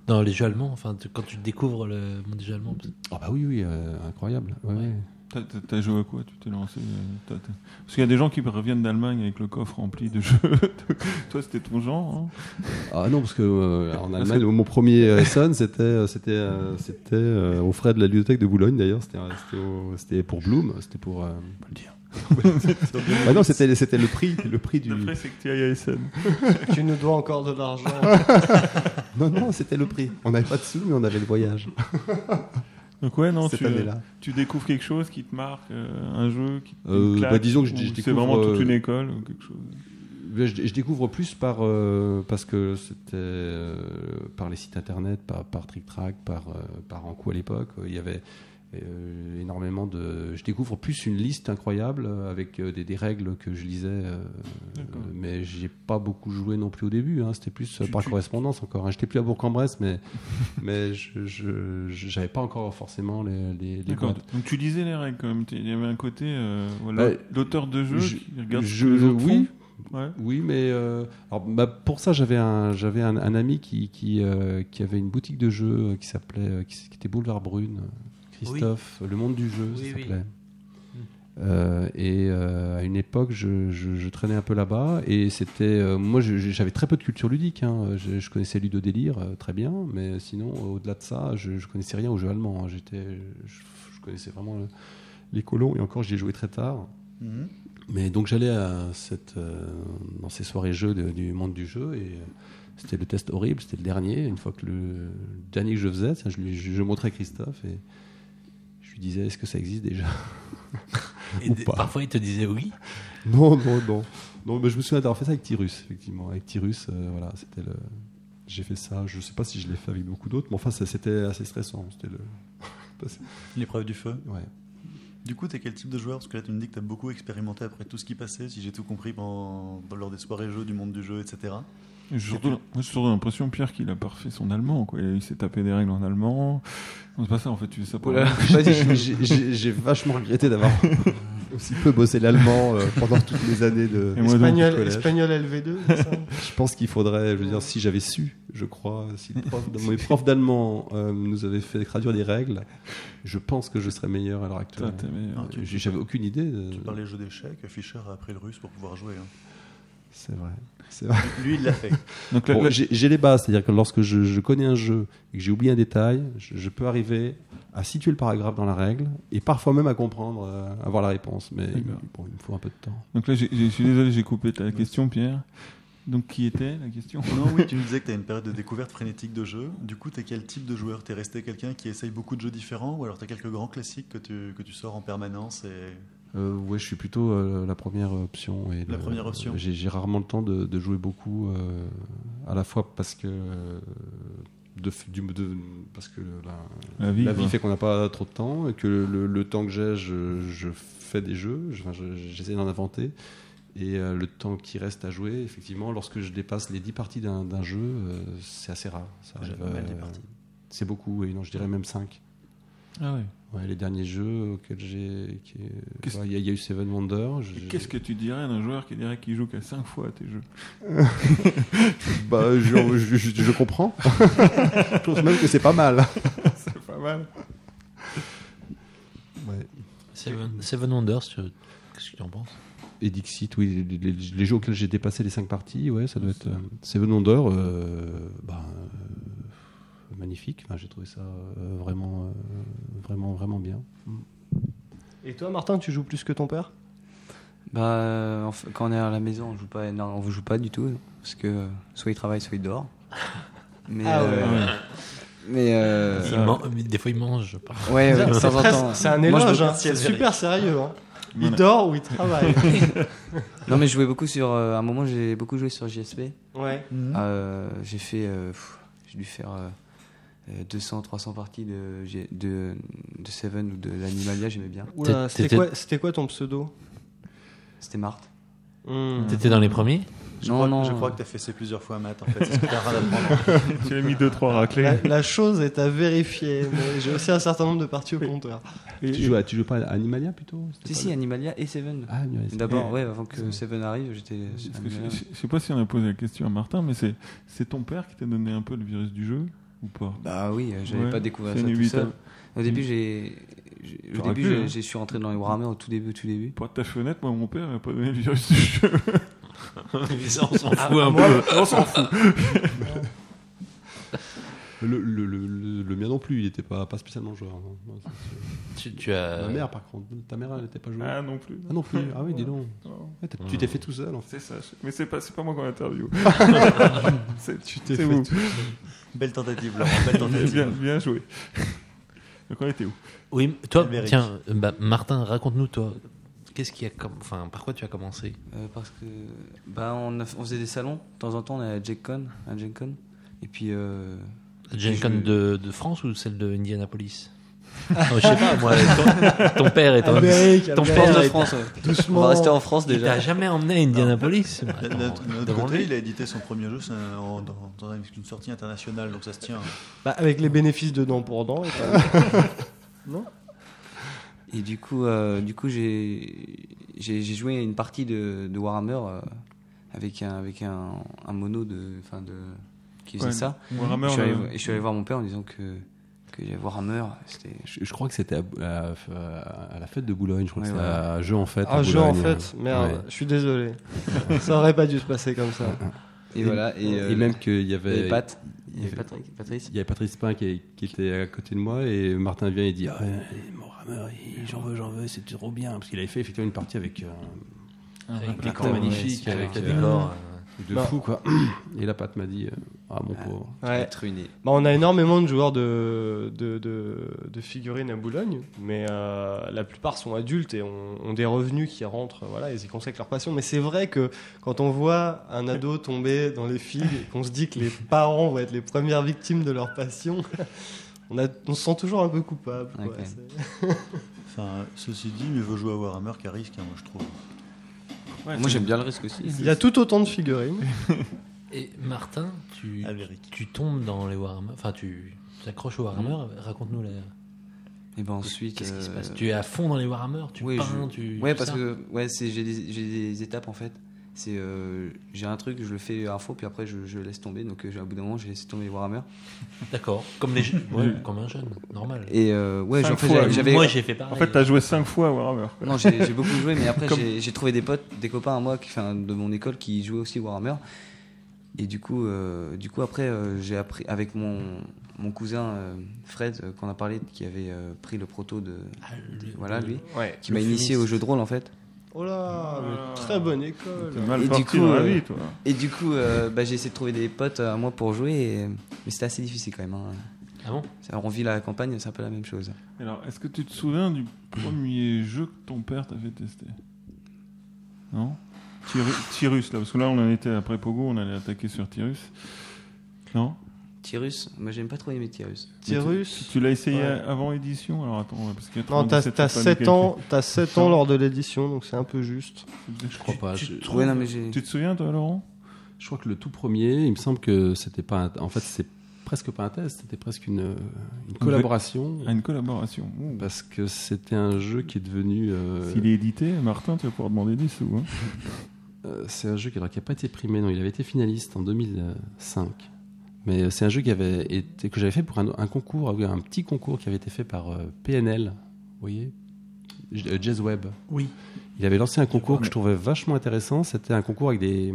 S5: dans les jeux allemands Enfin, tu- quand tu découvres le monde des jeux allemands. parce-
S1: Ah, bah oui, oui, euh, incroyable. Ouais, ouais.
S7: T'as- t'as- T'as joué à quoi Tu t'es lancé euh, t'as- t'as- Parce qu'il y a des gens qui reviennent d'Allemagne avec le coffre rempli de jeux. Toi, c'était ton genre. hein
S1: Ah non, parce que euh, en Allemagne, mon premier euh, SN, c'était euh, c'était euh, c'était euh, aux frais de la bibliothèque de Boulogne d'ailleurs. C'était euh, c'était au- c'était pour Bloom, c'était pour. euh, Ah non, c'était c'était le prix le prix du.
S7: D'après, c'est que tu as ISN.
S6: Tu nous dois encore de l'argent.
S1: Non non, c'était le prix. On n'avait pas de sous, mais on avait le voyage
S7: Donc, ouais, non,
S1: cette
S7: tu, euh,
S1: année-là.
S7: tu découvres quelque chose qui te marque, euh, un jeu qui te
S1: Euh,
S7: claque,
S1: bah, disons que je-
S7: ou
S1: je
S7: C'est
S1: découvre,
S7: vraiment
S1: euh,
S7: toute une école ou quelque chose.
S1: Je, je découvre plus par euh, parce que c'était euh, par les sites internet, par par Trick Track, par euh, par Anku à l'époque. Il y avait euh, énormément de. Je découvre plus une liste incroyable euh, avec euh, des, des règles que je lisais, euh,
S7: D'accord.
S1: euh, mais j'ai pas beaucoup joué non plus au début. hein. C'était plus euh,
S7: Tu-
S1: par
S7: tu-
S1: correspondance encore. hein. J'étais plus à Bourg-en-Bresse, mais mais je je- je- j'avais pas encore forcément les les, les
S7: D'accord.
S1: boîtes.
S7: Donc tu lisais les règles quand même. Il y avait un côté euh,
S1: Bah,
S7: voilà, l'auteur de jeu
S1: je-
S7: qui regarde ce
S1: je-
S7: que les autres font.
S1: oui.
S7: Ouais.
S1: Oui, mais euh, alors, bah, pour ça, j'avais un, j'avais un, un ami qui, qui, euh, qui avait une boutique de jeux euh, qui s'appelait, euh, qui, s- qui était Boulevard Brune, euh, Christophe, Le Monde du Jeu, ça
S5: Oui, Hum. oui.
S1: s'appelait. Euh, et euh, à une époque, je, je- je traînais un peu là-bas et c'était euh, moi je- je- j'avais très peu de culture ludique. hein. Je, je connaissais Ludo Délire euh, très bien, mais sinon euh, au-delà de ça, je, je connaissais rien aux jeux allemands. hein. J'étais, je, je connaissais vraiment le- les colons et encore j'y ai joué très tard.
S4: Mmh.
S1: Mais donc j'allais à cette, euh, dans ces soirées jeux de- du monde du jeu et euh, c'était le test horrible, c'était le dernier. Une fois que le, le dernier que je faisais, ça, je, lui- je, je montrais à Christophe et je lui disais est-ce que ça existe déjà
S5: Et
S1: Ou
S5: des-
S1: pas.
S5: parfois, ils te disaient oui.
S1: Non, non, non. Non, mais je me souviens d'avoir fait ça avec Tyrus, effectivement. Avec Tyrus, euh, voilà, c'était le. J'ai fait ça, je sais pas si je l'ai fait avec beaucoup d'autres, mais enfin ça, c'était assez stressant. C'était le.
S4: L'épreuve du feu.
S1: Ouais.
S4: Du coup, t'es quel type de joueur Parce que là, tu me dis que t'as beaucoup expérimenté après tout ce qui passait, si j'ai tout compris, pendant- dans- lors des soirées jeux, du monde du jeu, etc.
S7: J'ai surtout, moi, j'ai surtout l'impression, Pierre, qu'il a parfait son allemand. Quoi. Il s'est tapé des règles en allemand. Non, c'est pas ça, en fait, tu fais ça pour
S8: Oula.
S7: rien.
S1: J'ai- j'ai- J'ai j'ai vachement regretté d'avoir aussi peu bossé l'allemand euh, pendant toutes les années de.
S7: Et moi, donc,
S1: du
S6: espagnol,
S1: collège.
S6: espagnol LV2. c'est ça
S1: Je pense qu'il faudrait, je veux dire, si j'avais su, je crois, si le prof, mes profs d'allemand euh, nous avaient fait traduire des règles, je pense que je serais meilleur à l'heure
S7: Toi,
S1: actuelle.
S7: t'es meilleur.
S4: Ah, tu-
S1: J'ai- J'avais aucune idée. de-
S4: Tu parlais jeux d'échecs, Fischer a appris le russe pour pouvoir jouer. hein.
S1: C'est vrai. C'est vrai.
S4: Lui, il l'a fait.
S7: Donc là,
S1: Bon,
S7: là,
S1: j'ai j'ai les bases, c'est-à-dire que lorsque je, je connais un jeu et que j'ai oublié un détail, je, je peux arriver à situer le paragraphe dans la règle et parfois même à comprendre, euh, avoir la réponse. Mais
S7: D'accord.
S1: bon, il me faut un peu de temps.
S7: donc là, j'ai- j'ai- je suis désolé, j'ai coupé ta question, Pierre. Donc qui était la question
S4: Non, oui, tu me disais que tu as une période de découverte frénétique de jeux. Du coup, tu es quel type de joueur Tu es resté quelqu'un qui essaye beaucoup de jeux différents ou alors tu as quelques grands classiques que tu, que tu sors en permanence et...
S1: Euh, ouais, je suis plutôt euh, la première option. Et
S4: La
S1: le-
S4: première option.
S1: J'ai j'ai rarement le temps de, de jouer beaucoup, euh, à la fois parce que euh, de, f- du, de- parce que la,
S7: La vie,
S1: la
S7: quoi.
S1: vie fait qu'on n'a pas trop de temps et que le, le- le temps que j'ai, je, je fais des jeux, je- enfin, je- j'essaie d'en inventer. Et euh, le temps qui reste à jouer, effectivement, lorsque je dépasse les 10 parties d'un d'un jeu, euh, c'est assez rare. Ça
S4: J'ai
S1: arrive,
S4: pas mal des
S1: euh,
S4: parties.
S1: C'est beaucoup, et non, je dirais même 5.
S7: Ah ouais.
S1: Ouais, les derniers jeux auxquels j'ai. qui-
S7: Qu'est-ce-
S1: Ouais, Il y, a- il y a eu Seven Wonders.
S7: Et Qu'est-ce que tu dirais d'un joueur qui dirait qu'il joue qu'à 5 fois à tes jeux
S1: bah, je, je- je- je comprends. je trouve même que c'est pas mal.
S7: C'est pas mal.
S5: Seven, Seven Wonders, tu- qu'est-ce que tu en penses
S1: Et Dixit, oui, les, les- les jeux auxquels j'ai dépassé les 5 parties, ouais,
S7: Ah,
S1: ça doit être. euh, Seven Wonders, euh, bah, euh, magnifique. Enfin, j'ai trouvé ça euh, vraiment, euh, vraiment, vraiment bien.
S6: Et toi, Martin, tu joues plus que ton père
S8: Bah, euh, en fait, quand on est à la maison, on joue pas. Non, on joue pas du tout, parce que euh, soit il travaille, soit il dort. Mais,
S6: Ah ouais.
S8: euh, mais euh,
S5: Il
S7: Ça-
S5: man- mais Des fois, il mange. je parle.
S8: ouais, ouais, de
S6: C'est
S8: temps en
S6: presque-
S8: temps.
S6: c'est un
S8: Moi, je
S6: éloge,
S8: me-
S6: hein. c'est super sérieux. hein. Il
S7: Voilà.
S6: dort ou il travaille.
S8: Non, mais je jouais beaucoup sur. euh, à un moment, j'ai beaucoup joué sur JSP.
S6: ouais.
S4: Mhm.
S8: Euh, j'ai fait. euh, pff, j'ai dû faire euh, euh, 200, 300 parties de, G- de, de Seven ou de l'Animalia, j'aimais bien.
S6: Oula,
S5: T'es-
S6: C'était
S5: t'étais-
S6: quoi, c'était quoi ton pseudo
S8: C'était Marthe.
S6: Hmm.
S5: T'étais dans les premiers
S4: Je,
S8: Non,
S4: crois,
S8: non.
S4: Ah. je crois que tu as fait ça plusieurs fois à maths en fait. C'est ce que tu as rien à prendre.
S7: Tu as mis 2-3
S6: La,
S7: raclés.
S6: la chose est à vérifier, mais j'ai aussi un certain nombre de parties au compteur.
S1: Tu joues, à- tu joues pas à Animalia plutôt C'était
S8: Si,
S1: pas
S8: si,
S1: le-
S8: Animalia et Seven.
S1: Ah, Animalia, c'est-
S8: D'abord,
S7: Et-
S8: ouais, avant que Seven arrive, j'étais sur
S7: Parce que
S8: Animalia.
S7: Je je- je sais pas si on a posé la question à Martin, mais c'est c'est ton père qui t'a donné un peu le virus du jeu ou pas
S8: Bah oui, euh, j'avais
S7: Ouais,
S8: pas découvert
S7: c'est
S8: ça tout
S7: inévitable.
S8: seul. Au début, j'ai. j'ai- Au
S7: T'aurais
S8: début,
S7: Mm. pu,
S8: j'ai-
S7: hein.
S8: j'ai- je suis rentré dans les Warhammer au tout début, au tout début.
S7: Pour ta fenêtre, moi, mon père m'a pas donné le virus du jeu.
S5: On s'en
S7: Ah,
S5: fout un peu.
S7: on s'en fout.
S1: le, le, le- le- le mien non plus, il était pas, pas spécialement joueur. hein. Non, c'est sûr.
S5: Tu, tu as.
S8: Ah,
S1: Ma mère, par contre, ta mère, elle n'était pas joueur.
S7: Ah non plus.
S1: Ah non plus, ah oui, dis donc.
S7: Non.
S1: Ouais, t'as- Tu t'es fait tout seul en fait.
S7: C'est ça, je- mais c'est pas, c'est pas moi qu'on interview. c'est tu
S1: t'es
S7: c'est
S1: fait
S7: vous.
S4: Belle tentative, Laurent. Belle tentative.
S7: Bien, bien joué. Donc on était où
S5: Oui, m- toi,
S4: Albéric.
S5: tiens, euh, bah, Martin, raconte-nous, toi. Qu'est-ce qui a comme. Enfin, par quoi tu as commencé
S8: Euh, parce que. Bah, on, a- on faisait des salons. De temps en temps, on allait à GenCon. À GenCon. Et puis. euh,
S5: La Gen
S8: Je-
S5: Con de, de France ou celle de Indianapolis Non, Je sais pas, moi. Ton, ton père est un.
S6: Albéric,
S8: Ton
S6: Albéric.
S8: France de France, ouais.
S6: Doucement.
S8: On va rester en France
S5: Il
S8: Ah, déjà. Ah,
S5: t'a jamais emmené à Indianapolis
S4: D'un-
S5: Attends,
S4: D'un d'un autre
S5: demande-lui.
S4: côté, il a édité son premier jeu c'est un- en- dans, dans une sortie internationale, donc ça se tient.
S6: Bah, avec les bénéfices de dents pour dents. et pas-
S8: Et du coup, euh, du coup, j'ai j'ai j'ai joué une partie de, de Warhammer euh, avec un avec un, un mono de enfin de qui faisait
S7: Ouais,
S8: ça.
S7: Warhammer,
S8: Et je, suis allé,
S7: le-
S5: euh,
S8: vo- et je suis allé voir mon père en disant que que Warhammer, c'était
S1: Je, je crois que c'était à, à- à la fête de Boulogne, je crois
S8: Ouais,
S1: que c'était
S8: ouais.
S1: à jeu en fête.
S6: Un
S1: à
S6: jeu Ah, en
S1: Boulogne,
S6: fait.
S1: ouais.
S6: Merde,
S1: Ouais.
S6: je suis désolé. ça aurait pas dû se passer comme ça.
S8: et, voilà et,
S1: Et,
S8: euh,
S1: même qu'il y
S8: il y
S1: avait,
S8: avait Pat, il
S1: il
S8: y
S1: y
S8: avait Patrick, Patrice.
S1: il y avait Patrice Pain qui, qui était à côté de moi et Martin vient et dit ah, ouais, mon rameur, il- j'en veux, j'en veux, c'est trop bien. Parce qu'il avait fait effectivement une partie avec euh,
S5: Avec
S1: des
S5: des
S1: corps magnifiques, avec,
S5: des
S1: euh,
S5: décors.
S1: de
S6: Bah.
S1: fou quoi. Et là Pat m'a dit euh, ah mon pauvre.
S6: Ouais.
S8: Être ruiné.
S6: Bah, on a énormément de joueurs de, de, de, de figurines à Boulogne, mais euh, la plupart sont adultes et ont, ont des revenus qui rentrent. Voilà, ils y consacrent leur passion. Mais c'est vrai que quand on voit un ado tomber dans les figues, qu'on se dit que les parents vont être les premières victimes de leur passion, on, a, on se sent toujours un peu coupable. quoi.
S8: Ouais, quand même.
S6: C'est-
S4: Enfin, ceci dit, mieux vaut jouer à Warhammer qu'à Risk, hein, moi je trouve.
S7: ouais,
S8: Moi
S7: c'est-
S8: j'aime bien le risque aussi.
S6: Il y a tout autant de figurines.
S5: Et Martin, tu,
S4: Albéric.
S5: tu tombes dans les Warhammer. Enfin, tu t'accroches aux Warhammer. Raconte-nous la.
S8: Et ben ensuite
S5: Qu'est-ce qui se
S8: Mm. euh,
S5: passe Tu es à fond dans les Warhammer Tu
S8: Oui,
S5: peins
S8: je-
S5: tu,
S8: Ouais,
S5: tout
S8: parce
S5: ça
S8: que ouais, c'est j'ai des, j'ai des étapes en fait. C'est euh, j'ai un truc, je le fais à fond, puis après je, je laisse tomber. Donc euh, j'ai- à bout d'un moment, j'ai laissé tomber les Warhammer.
S5: D'accord. Comme, les, jeunes.
S7: Ouais.
S5: comme un jeune, normal.
S8: Et euh, ouais,
S7: Cinq
S8: j'en fais-
S7: fois,
S8: j'avais- j'avais
S5: Moi, j'ai fait pareil.
S7: En fait, t'as joué 5 fois à Warhammer. quoi.
S8: non, j'ai j'ai beaucoup joué, mais après
S7: Comme-
S8: j'ai j'ai trouvé des potes, des copains à moi, qui, enfin, de mon école, qui jouaient aussi Warhammer. Et du coup, euh, du coup après, euh, j'ai appris avec mon, mon cousin euh, Fred, euh, qu'on a parlé, qui avait euh, pris le proto de
S5: Ah, le-
S8: voilà lui,
S6: Ouais.
S8: qui
S5: Le
S8: m'a initié
S5: fumiste.
S8: au jeu de rôle en fait.
S6: Oh là, mais
S7: Ah.
S6: très bonne école.
S7: T'es mal
S8: Et
S7: parti
S8: du coup,
S7: dans la
S8: euh,
S7: vie, toi.
S8: Et du coup, euh, bah, j'ai essayé de trouver des potes euh, à moi pour jouer, et- mais c'était assez difficile quand même. hein.
S5: Ah bon
S8: Ça, On vit la campagne, c'est un peu la même chose.
S7: Alors, est-ce que tu te souviens du premier jeu que ton père t'a fait tester Non Tyru- Tyrus, là, parce que là, on en était après Pogo, on allait attaquer sur Tyrus. Non
S8: Tyrus, moi j'aime pas trop aimer Tyrus.
S7: Tu,
S6: Tyrus.
S7: tu l'as essayé
S6: Ouais.
S7: avant édition Alors attends, ouais, parce que
S6: Non, t'as
S7: 97,
S6: t'as
S7: c'est pas
S6: 7
S7: nickel.
S6: ans, t'as 7 ans lors de l'édition, donc c'est un peu juste.
S7: Je
S5: Je crois pas.
S7: Tu,
S5: je-
S7: tu te
S8: Ouais,
S7: trouves-
S8: non, mais j'ai.
S7: tu te souviens, toi, Laurent
S1: Je crois que le tout premier, il me semble que c'était pas. un- En fait, c'est presque pas un test, c'était presque une, une collaboration.
S7: À une collaboration. Ouh.
S1: Parce que c'était un jeu qui est devenu. euh,
S7: S'il est édité, Martin, tu vas pouvoir demander des sous. hein.
S1: euh, c'est un jeu qui n'a pas été primé, non, il avait été finaliste en 2005. Mais euh, c'est un jeu qui avait été, que j'avais fait pour un, un concours, euh, un petit concours qui avait été fait par euh, PNL, vous voyez J- euh, Jazz Web.
S5: Oui.
S1: Il avait lancé un concours que je trouvais vachement intéressant. C'était un concours avec, des,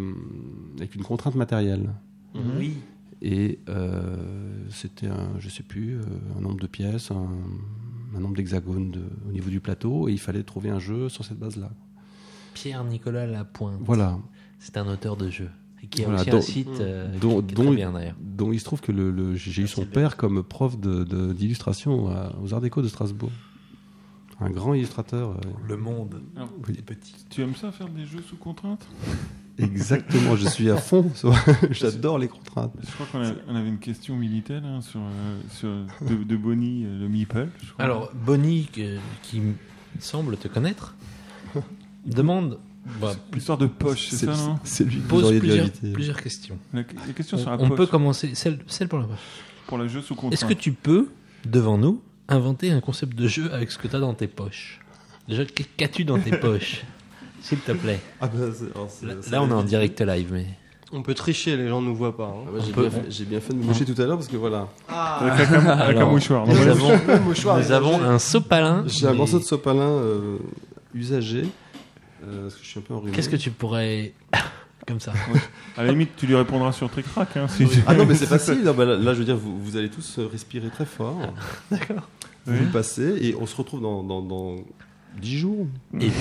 S1: avec une contrainte matérielle.
S5: Oui.
S1: Et euh, c'était un, je sais plus, euh, un nombre de pièces, un, un nombre d'hexagones de- au niveau du plateau, et il fallait trouver un jeu sur cette base-là.
S5: Pierre-Nicolas Lapointe.
S1: Voilà.
S5: C'est un auteur de jeu. Et qui a
S1: Voilà,
S5: aussi un
S1: donc-
S5: site euh, qui-
S1: dont-
S5: qui est
S1: dont-
S5: très bien d'ailleurs.
S1: Donc il se trouve que le, le- j'ai eu
S4: Merci,
S1: son
S4: Bert.
S1: père comme prof de- de- d'illustration à- aux Arts Déco de Strasbourg. Un grand illustrateur. euh,
S9: Le monde
S7: Alors,
S1: Oui.
S9: est petit.
S7: Tu aimes ça, faire des jeux sous contrainte
S1: Exactement, je suis à fond. sur- J'adore les contraintes.
S7: Je crois qu'on a- on avait une question Minitel hein, sur, euh, sur- de, de Bonnie, euh, le Meeple. je crois.
S5: Alors, Bonnie, que- qui m- semble te connaître, demande. bah,
S7: Une histoire de poche, c'est ça, non
S1: c'est lui que vous
S5: pose
S1: auriez dû
S5: plusieurs,
S1: inviter.
S5: plusieurs questions.
S7: la, la question
S5: On,
S7: sur la
S5: on
S7: poche,
S5: peut commencer. Celle, celle pour la poche.
S7: pour le jeu sous contrainte.
S5: Est-ce que tu peux, devant nous, inventer un concept de jeu avec ce que tu as dans tes poches Déjà, qu'est- qu'as-tu dans tes poches S'il te plaît.
S1: Ah, bah, oh,
S5: Là, là, on est en direct live, mais.
S6: On peut tricher, les gens ne nous voient pas. hein.
S1: j'ai, bien fait, de me boucher tout à l'heure parce que voilà,
S6: Ah,
S7: Avec un, avec un
S5: Alors,
S7: mouchoir. non
S5: nous
S7: mais-
S5: avons,
S6: le mouchoir,
S5: nous
S6: les
S5: avons
S6: objets.
S5: un sopalin.
S1: j'ai un
S5: mais
S1: morceau de sopalin euh, usagé. euh, parce que je suis un peu enrhumé.
S5: Qu'est-ce que tu pourrais. Comme ça.
S7: À la limite, tu lui répondras sur Trick Track. Hein, si-
S1: Ah non, mais c'est facile. Non, bah là, là, je veux dire, vous, vous allez tous euh, respirer très fort. Vous
S7: Oui.
S1: le passez et on se retrouve dans, dans, dans 10 jours.
S5: Et-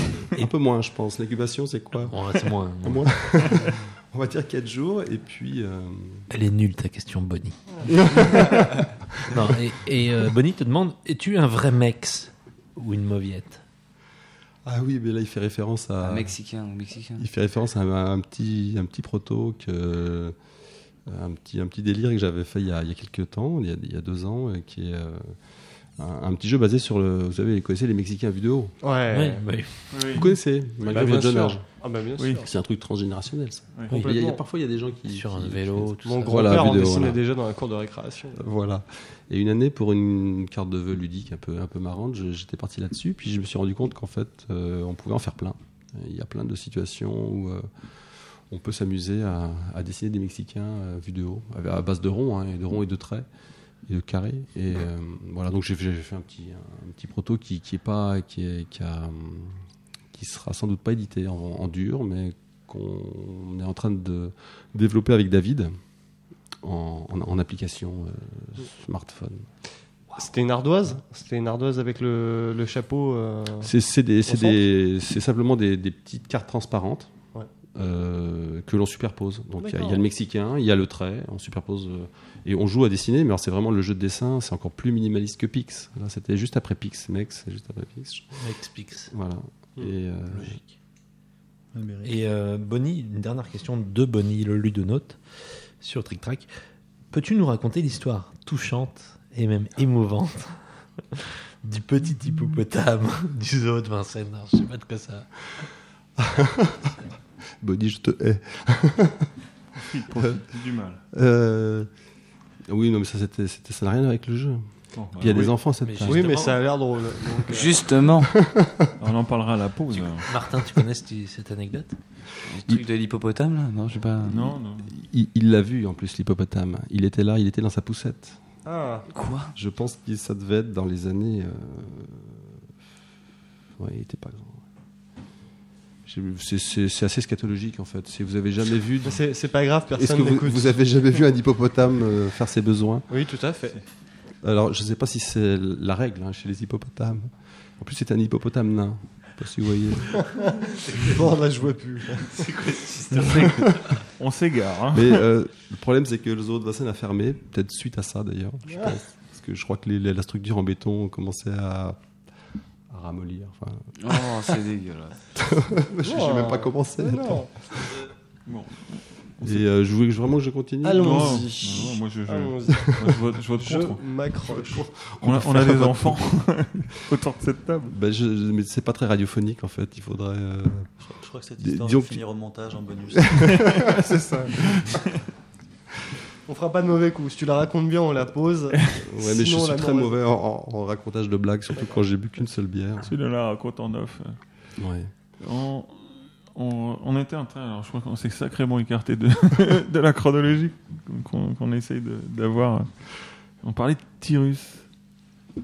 S1: Un peu moins, je pense. L'incubation, c'est quoi
S5: Bon, hein. c'est moins.
S1: Un mois On va dire 4 jours et puis. euh,
S5: Elle est nulle ta question, Bonnie. non, et, et, euh, Bonnie te demande es-tu un vrai mex ou une mauviette
S1: Ah oui, mais là, il fait référence à.
S8: Un Mexicain, un Mexicain.
S1: Il fait référence à un, un petit, un petit proto que. Euh, Un petit, un petit délire que j'avais fait il y a, il y a quelques temps, il y a, il y a deux ans, euh, qui est euh, un, un petit jeu basé sur le. Vous savez, vous connaissez les Mexicains vidéo
S6: Ouais.
S5: Ouais, bah oui.
S7: Oui.
S1: Vous connaissez, malgré
S6: Bah, bien
S1: votre jeune
S6: sûr.
S1: âge.
S6: Ah bah bien
S7: Oui.
S6: sûr.
S1: C'est un truc transgénérationnel, ça.
S7: Oui.
S1: Il y a- il y a-
S6: Complètement.
S1: parfois, il y a des gens qui.
S5: Sur
S1: qui-
S5: un vélo, tout
S6: Mon
S5: ça.
S1: Voilà,
S6: grand-père en
S1: vidéo,
S6: dessinait
S1: voilà.
S6: déjà dans la cour de récréation.
S1: Voilà. Et une année, pour une carte de vœux ludique un peu, un peu marrante, je- j'étais parti là-dessus. Puis je me suis rendu compte qu'en fait, euh, on pouvait en faire plein. Il y a plein de situations où euh, on peut s'amuser à, à dessiner des Mexicains euh, vus de haut, avec- à base de ronds, hein, et de ronds et de traits, et de carrés. Et euh, voilà, donc j'ai fait, j'ai fait un, petit, un petit proto qui, qui est pas. Qui, est- qui a, hum, qui sera sans doute pas édité en, en dur, mais qu'on est en train de développer avec David en, en- en application euh, smartphone.
S6: C'était une ardoise C'était une ardoise avec le, le chapeau. euh,
S1: C'est- C'est des-
S6: On
S1: c'est des- c'est simplement des, des petites cartes transparentes
S6: Ouais.
S1: euh, que l'on superpose. Donc il y a- il y, a
S6: D'accord.
S1: le mexicain, il y a le trait, on superpose euh, et on joue à dessiner. Mais alors c'est vraiment le jeu de dessin, c'est encore plus minimaliste que Pix. Là c'était juste après Pix, mec, c'est juste après Pix.
S5: Mex-pix.
S1: Voilà.
S6: Hmm.
S1: Et, euh,
S5: Logique.
S4: Ah, mais oui.
S5: Et euh, Bonnie, une dernière question de Bonnie, le ludonote, sur Trick Track. Peux-tu nous raconter l'histoire touchante et même
S8: Ah.
S5: émouvante du petit hippopotame du zoo de Vincennes Alors, Je sais pas de quoi ça.
S1: Bonnie, je te hais.
S7: Il profite du mal.
S1: Euh, Oui, non, mais ça, c'était- c'était- ça n'a rien à voir avec le jeu.
S7: Bon,
S1: Puis il y a
S7: bah,
S1: des enfants à cette
S5: Mais
S1: table.
S6: Ah Oui, mais
S5: Justement.
S6: ça a l'air drôle. donc, euh,
S8: Justement,
S7: On en parlera à la pause. alors.
S5: Martin, tu connais cette cette anecdote
S8: le truc de l'hippopotame là Non, je sais pas.
S7: Non, non.
S1: Il il l'a vu en plus, l'hippopotame. Il était là, il était dans sa poussette.
S6: Ah,
S8: Quoi
S1: Je pense que ça devait être dans les années. euh, Ouais, il était pas grand. J'ai- c'est- C'est c'est assez scatologique en fait. Si vous avez jamais vu,
S6: mais c'est c'est pas grave,
S1: est-ce que
S6: personne
S1: vous,
S6: n'écoute.
S1: vous avez jamais vu un hippopotame euh, faire ses besoins
S6: Oui, tout à fait.
S1: Alors, je ne sais pas si c'est la règle hein, chez les hippopotames. En plus, c'est un hippopotame nain. pas si vous voyez.
S6: Bon,
S1: bah,
S6: là, je vois plus.
S7: On s'égare. hein.
S1: Mais euh, le problème, c'est que le zoo de Vincennes a fermé, peut-être suite à ça d'ailleurs, je pense. Parce que je crois que les- les- la structure en béton commençait à, à ramollir. Enfin,
S8: Oh, c'est dégueulasse.
S1: je sais même pas comment c'est.
S6: Oh, Non.
S7: Bon.
S1: Et euh, je voulais que je- vraiment que je continue.
S6: Allons.
S7: Non,
S6: Allons-y.
S7: non, moi, je, je, moi,
S6: Allons-y.
S7: je vote, je vote
S6: Je
S7: contre.
S6: m'accroche.
S7: On a, on a des enfants autour de cette table.
S1: Ben, je, je- mais c'est pas très radiophonique en fait. Il faudrait. euh,
S4: Je, je crois que cette
S1: Dis-
S4: histoire
S1: disons
S4: va
S1: que tu-
S4: finir au montage en bonus.
S7: C'est ça.
S6: On fera pas de mauvais coups. Si tu la racontes bien, on la pose.
S1: Ouais, mais
S6: Sinon,
S1: je suis
S6: la
S1: très
S6: mauvaise-
S1: mauvais en, en- en racontage de blagues, surtout quand j'ai bu qu'une seule bière.
S7: Celui-là raconte en off.
S1: Ouais.
S7: On, on- on était en train, alors je crois qu'on s'est sacrément écarté de, de la chronologie qu'on qu'on essaye de- d'avoir. On parlait de Tyrus.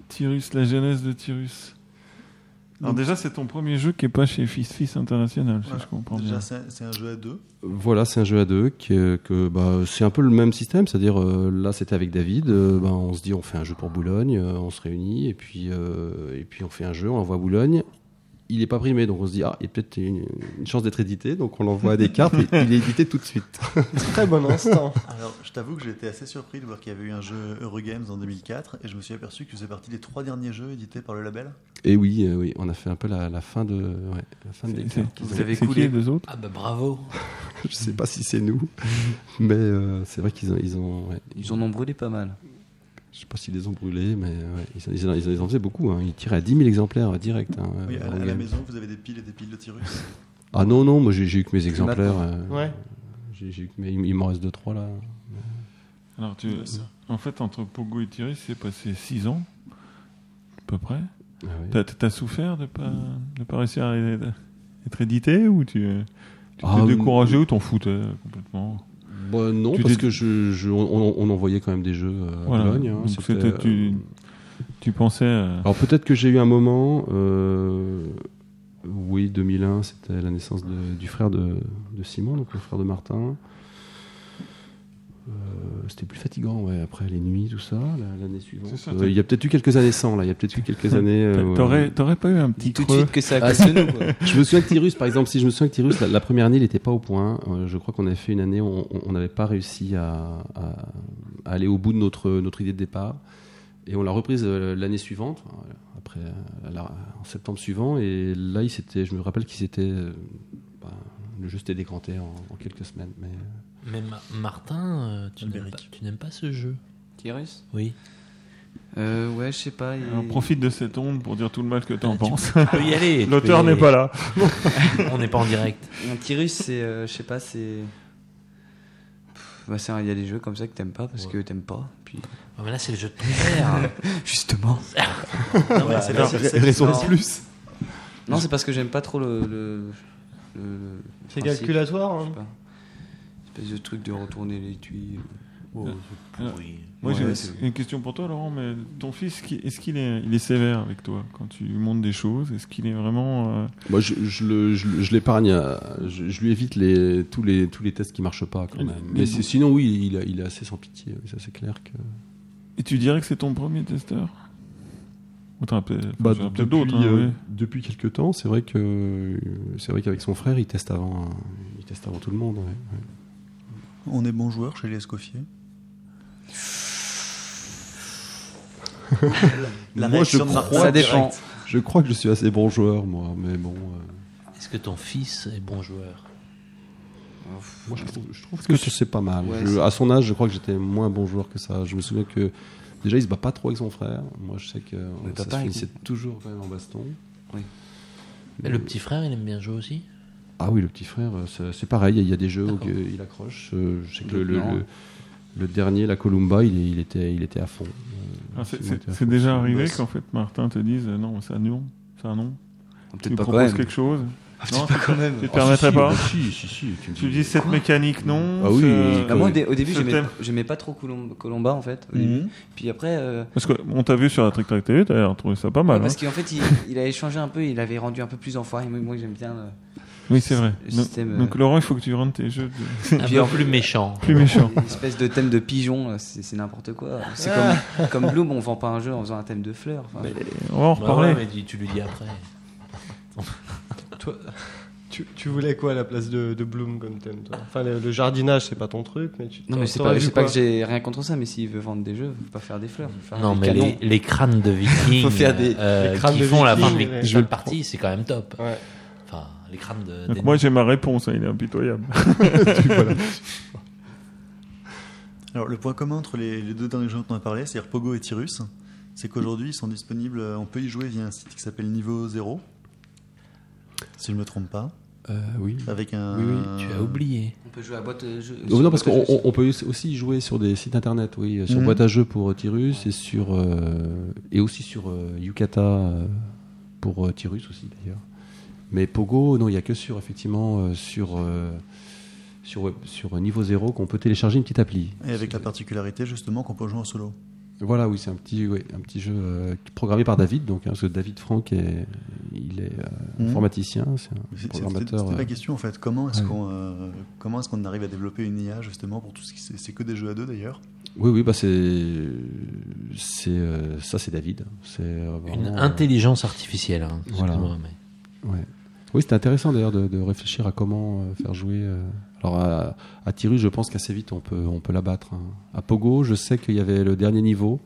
S7: Tyrus, la jeunesse de Tyrus. Alors déjà, c'est ton premier jeu qui est pas chez Fist Fist International, si
S4: Voilà.
S7: je comprends bien.
S4: Déjà, c'est c'est un jeu à deux.
S1: Voilà, c'est un jeu à deux qui, est- que bah, c'est un peu le même système, c'est-à-dire euh, là c'était avec David, euh, bah, on se dit on fait un jeu pour Boulogne, euh, on se réunit et puis euh, et puis on fait un jeu, on l'envoie à Boulogne. Il n'est pas primé, donc on se dit ah il y a peut-être une, une chance d'être édité, donc on l'envoie à des cartes et il est édité tout de suite.
S6: Très bon instant.
S4: Alors, je t'avoue que j'ai été assez surpris de voir qu'il y avait eu un jeu Eurogames en 2004 et je me suis aperçu que tu faisais partie des trois derniers jeux édités par le label.
S1: Et oui, euh, oui, on a fait un peu la, la fin de ouais, la fin de
S7: C'est-
S1: des
S7: c'est-
S1: cartes.
S8: Vous
S7: c'est-
S8: avez
S7: c'est qui
S8: coulé.
S7: les deux autres
S5: Ah bah bravo.
S1: Je sais pas si c'est nous, mais euh, c'est vrai qu'ils ont ils ont ouais,
S8: Ils en ont brûlé pas mal.
S1: Je sais pas s'ils les ont brûlés, mais euh, ouais, ils, en- ils en- ils en- ils en faisaient beaucoup. hein. Ils tiraient à 10 000 exemplaires euh, direct. hein,
S4: Oui, à,
S1: euh,
S4: la- à la
S1: Rogan.
S4: maison, vous avez des piles et des piles de Tyrus.
S1: Ah non, non, moi j'ai j'ai eu que mes exemplaires. euh,
S6: Ouais.
S1: j'ai- j'ai eu que mes- il m'en reste 2-3 là.
S7: Alors, tu, en fait, entre Pogo et Tyrus, c'est passé 6 ans, à peu près.
S1: Ah ouais.
S7: T'as as souffert de pas de pas réussir à être édité ou tu euh, tu t'es
S1: Ah,
S7: découragé ou t'en foutais euh, complètement
S1: Bah, non,
S7: Tu
S1: parce
S7: t'es-
S1: que je, je- on, on envoyait quand même des jeux euh, à Boulogne. hein,
S7: Donc,
S1: c'était,
S7: c'était- tu, tu pensais euh,
S1: Alors peut-être que j'ai eu un moment. euh, Oui, 2001, c'était la naissance de- du frère de, de Simon, donc le frère de Martin. Euh, c'était plus fatigant, ouais, après les nuits, tout ça, la- l'année suivante.
S7: C'est ça,
S1: Euh,
S7: t'as-
S1: Il y a peut-être eu quelques années sans, là. Il y a peut-être eu quelques années. euh, ouais.
S7: t'aurais t'aurais pas eu un petit
S8: Dis tout de
S7: creux
S8: suite que c'est à
S1: Ah,
S8: cause de nous. quoi.
S1: Je me souviens que Tyrus, par exemple, si je me souviens que Tyrus, la, la première année, il n'était pas au point. Euh, je crois qu'on avait fait une année, on on- on n'avait pas réussi à, à- à aller au bout de notre, notre idée de départ. Et on l'a reprise euh, l'année suivante, euh, après, euh, la- en septembre suivant. Et là, il s'était, je me rappelle qu'il s'était. euh, ben, le jeu s'était décanté en, en quelques semaines. Mais... euh,
S5: Mais Ma- Martin, euh, tu n'aimes
S4: Albéric.
S5: pas, tu n'aimes pas ce jeu.
S8: Tyrus
S5: Oui.
S8: euh, Ouais, je sais pas. il-
S7: Alors, profite de cette onde pour dire tout le mal que t'en
S5: Ah, Tu
S7: penses
S5: peux y aller. tu
S7: l'auteur
S5: peux y
S7: n'est pas là
S5: aller. On n'est pas en direct.
S8: Un Tyrus, c'est. euh, je sais pas, c'est. Pff, Bah, c'est un- il y a des jeux comme ça que t'aimes pas parce que t'aimes pas. Puis...
S5: Oh, mais là, c'est le jeu de ton
S8: Ah.
S5: père.
S8: Justement.
S4: Non, mais c'est facile, c'est-
S8: de plus. Non, c'est parce que j'aime pas trop le. le, le-
S6: C'est
S8: le principe,
S6: calculatoire.
S8: je
S6: hein.
S8: sais pas. Espèce de truc de retourner les tuiles.
S7: moi
S1: Ah.
S8: Ouais,
S7: j'ai
S8: c'est-
S7: une question pour toi Laurent mais ton fils qui- est-ce qu'il est il est sévère avec toi quand tu lui montres des choses est-ce qu'il est vraiment euh,
S1: Moi, je, je le- je le- je l'épargne, euh, je, je lui évite les, tous, les, tous les tests qui ne marchent pas quand même. Mais c'est- sinon, oui, il, a- il est assez sans pitié, oui, ça c'est clair que.
S7: et tu dirais que c'est ton premier testeur ou t'en as peut-
S1: Bah,
S7: j'en ai
S1: depuis,
S7: peut-être d'autres hein,
S1: euh,
S7: oui.
S1: depuis quelques temps, c'est vrai que euh, c'est vrai qu'avec son frère, il teste avant, hein, il teste avant tout le monde. ouais, ouais.
S4: On est bon joueur chez les Escoffiers. La
S1: Moi, je
S4: réaction de Martin,
S8: Ça dépend.
S4: direct.
S1: Je crois que je suis assez bon joueur, moi, mais bon. euh,
S5: Est-ce que ton fils est bon joueur
S1: moi, je trouve, je trouve que, c'est pas mal.
S8: Ouais,
S1: Je-
S8: c'est-
S1: à son âge, je crois que j'étais moins bon joueur que ça. Je me souviens que déjà, il se bat pas trop avec son frère. Moi, je sais que euh,
S8: Mais
S1: ça
S8: papa,
S1: se
S8: il-
S1: finissait toujours quand même en baston.
S8: Oui.
S5: Mais Le petit frère, il aime bien jouer aussi.
S1: Ah oui, le petit frère, euh, c'est c'est pareil. Il y a des jeux où
S5: D'accord.
S1: que- il accroche. Euh, Je sais que le, le-
S8: Non.
S1: le- le dernier, la Columba, il, est- il était, il était à fond.
S7: Ah, c'est-
S1: C'est Bah,
S7: c'est-
S1: intéressant.
S7: C'est déjà arrivé
S8: bosse.
S7: qu'en fait Martin te dise euh, non, ça non, ça non. Tu
S8: Peut-être
S7: lui
S8: pas quand même.
S7: proposes quelque chose. Non, tu
S8: quand même.
S7: tu te permettrais pas.
S1: Si, si, si. me
S7: Tu
S1: dis-
S7: dis cette mécanique non.
S1: Ah oui,
S7: ce-
S1: quand
S8: Bah, moi, au, dé- au début,
S7: Ce
S8: j'aimais
S7: thème.
S8: j'aimais pas trop Colom- Colomba en fait. au début.
S4: Mhm.
S8: Puis après. euh,
S7: Parce qu'on t'a vu sur la Trick Track TV, t'as trouvé ça pas mal.
S8: parce
S7: hein.
S8: qu'en fait, il, il avait changé un peu, il avait rendu un peu plus enfoiré. Moi, moi j'aime bien. euh,
S7: Oui, c'est vrai.
S8: le
S7: Donc-
S8: système, euh,
S7: Donc Laurent, il faut que tu rendes tes jeux de-
S5: Un
S8: puis
S5: peu
S8: en-
S5: plus méchant.
S7: plus méchants.
S8: Une espèce de thème de pigeon, là, c'est c'est n'importe quoi. C'est comme, comme Bloom, on vend pas un jeu en faisant un thème de fleurs. enfin.
S7: On va en
S5: Bah ouais,
S7: reparler.
S5: mais dis- tu lui dis après.
S6: Toi, tu, tu voulais quoi à la place de, de Bloom comme thème toi Enfin, le, le jardinage, c'est pas ton truc, mais tu.
S8: Non, mais c'est
S6: t'aurais
S8: pas,
S6: vu
S8: c'est pas
S6: quoi
S8: que j'ai rien contre ça, mais s'il veut vendre des jeux, faut pas faire des fleurs. faut faire
S5: Non,
S8: des
S5: mais
S8: canons.
S5: les, les crânes de vikings
S8: Faut faire des-
S5: euh,
S6: les crânes
S5: qui
S6: de
S5: font la fin
S6: vikings,
S5: de les-
S6: ouais.
S5: chaque
S6: Je le
S5: partie, c'est quand même top.
S6: Ouais.
S5: Enfin, les crânes de.
S7: Donc
S5: des-
S7: moi, j'ai ma réponse, hein, il est impitoyable.
S4: Alors, le point commun entre les, les deux derniers jeux dont on a parlé, c'est-à-dire Pogo et Tyrus, c'est qu'aujourd'hui, ils sont disponibles, euh, on peut y jouer via un site qui s'appelle Niveau 0, si je ne me trompe pas,
S1: Euh, oui.
S4: avec un...
S1: Oui, oui,
S5: Tu as oublié.
S8: On peut jouer à boîte. euh, jeu-
S1: Oh,
S8: sur
S1: non, parce
S8: boîte
S1: qu'on
S8: à jeu,
S1: on- on peut aussi jouer sur des sites internet, oui, sur
S4: Mhm.
S1: boîte à jeux pour euh, Tyrus et sur euh, et aussi sur euh, Yukata euh, pour euh, Tyrus aussi d'ailleurs. Mais Pogo, non, il y a que sur effectivement euh, sur euh, sur web- sur euh, niveau zéro qu'on peut télécharger une petite appli.
S4: Et avec la particularité, justement, qu'on peut jouer en solo.
S1: Voilà, oui, c'est un petit ouais, un petit jeu euh, programmé par David, donc hein, parce que David Franck est il est euh,
S4: Mhm.
S1: informaticien, c'est
S4: Mais
S1: un
S4: c'est- c'est- C'était
S1: programmateur.
S4: c'était
S1: euh,
S4: pas question en fait. Comment est-ce
S1: ouais.
S4: qu'on euh, comment est-ce qu'on arrive à développer une IA justement pour tout ce qui c'est c'est que des jeux à deux d'ailleurs.
S1: Oui, oui, bah c'est c'est euh, ça, c'est David. C'est euh,
S5: Une
S1: vraiment, euh,
S5: intelligence artificielle. hein,
S1: Voilà.
S5: excuse-moi, mais-
S1: Ouais. Oui, c'était intéressant d'ailleurs de, de réfléchir à comment euh, faire jouer. euh, Alors à, à Tyrus, je pense qu'assez vite on peut on peut l'abattre. hein. À Pogo, je sais qu'il y avait le dernier niveau,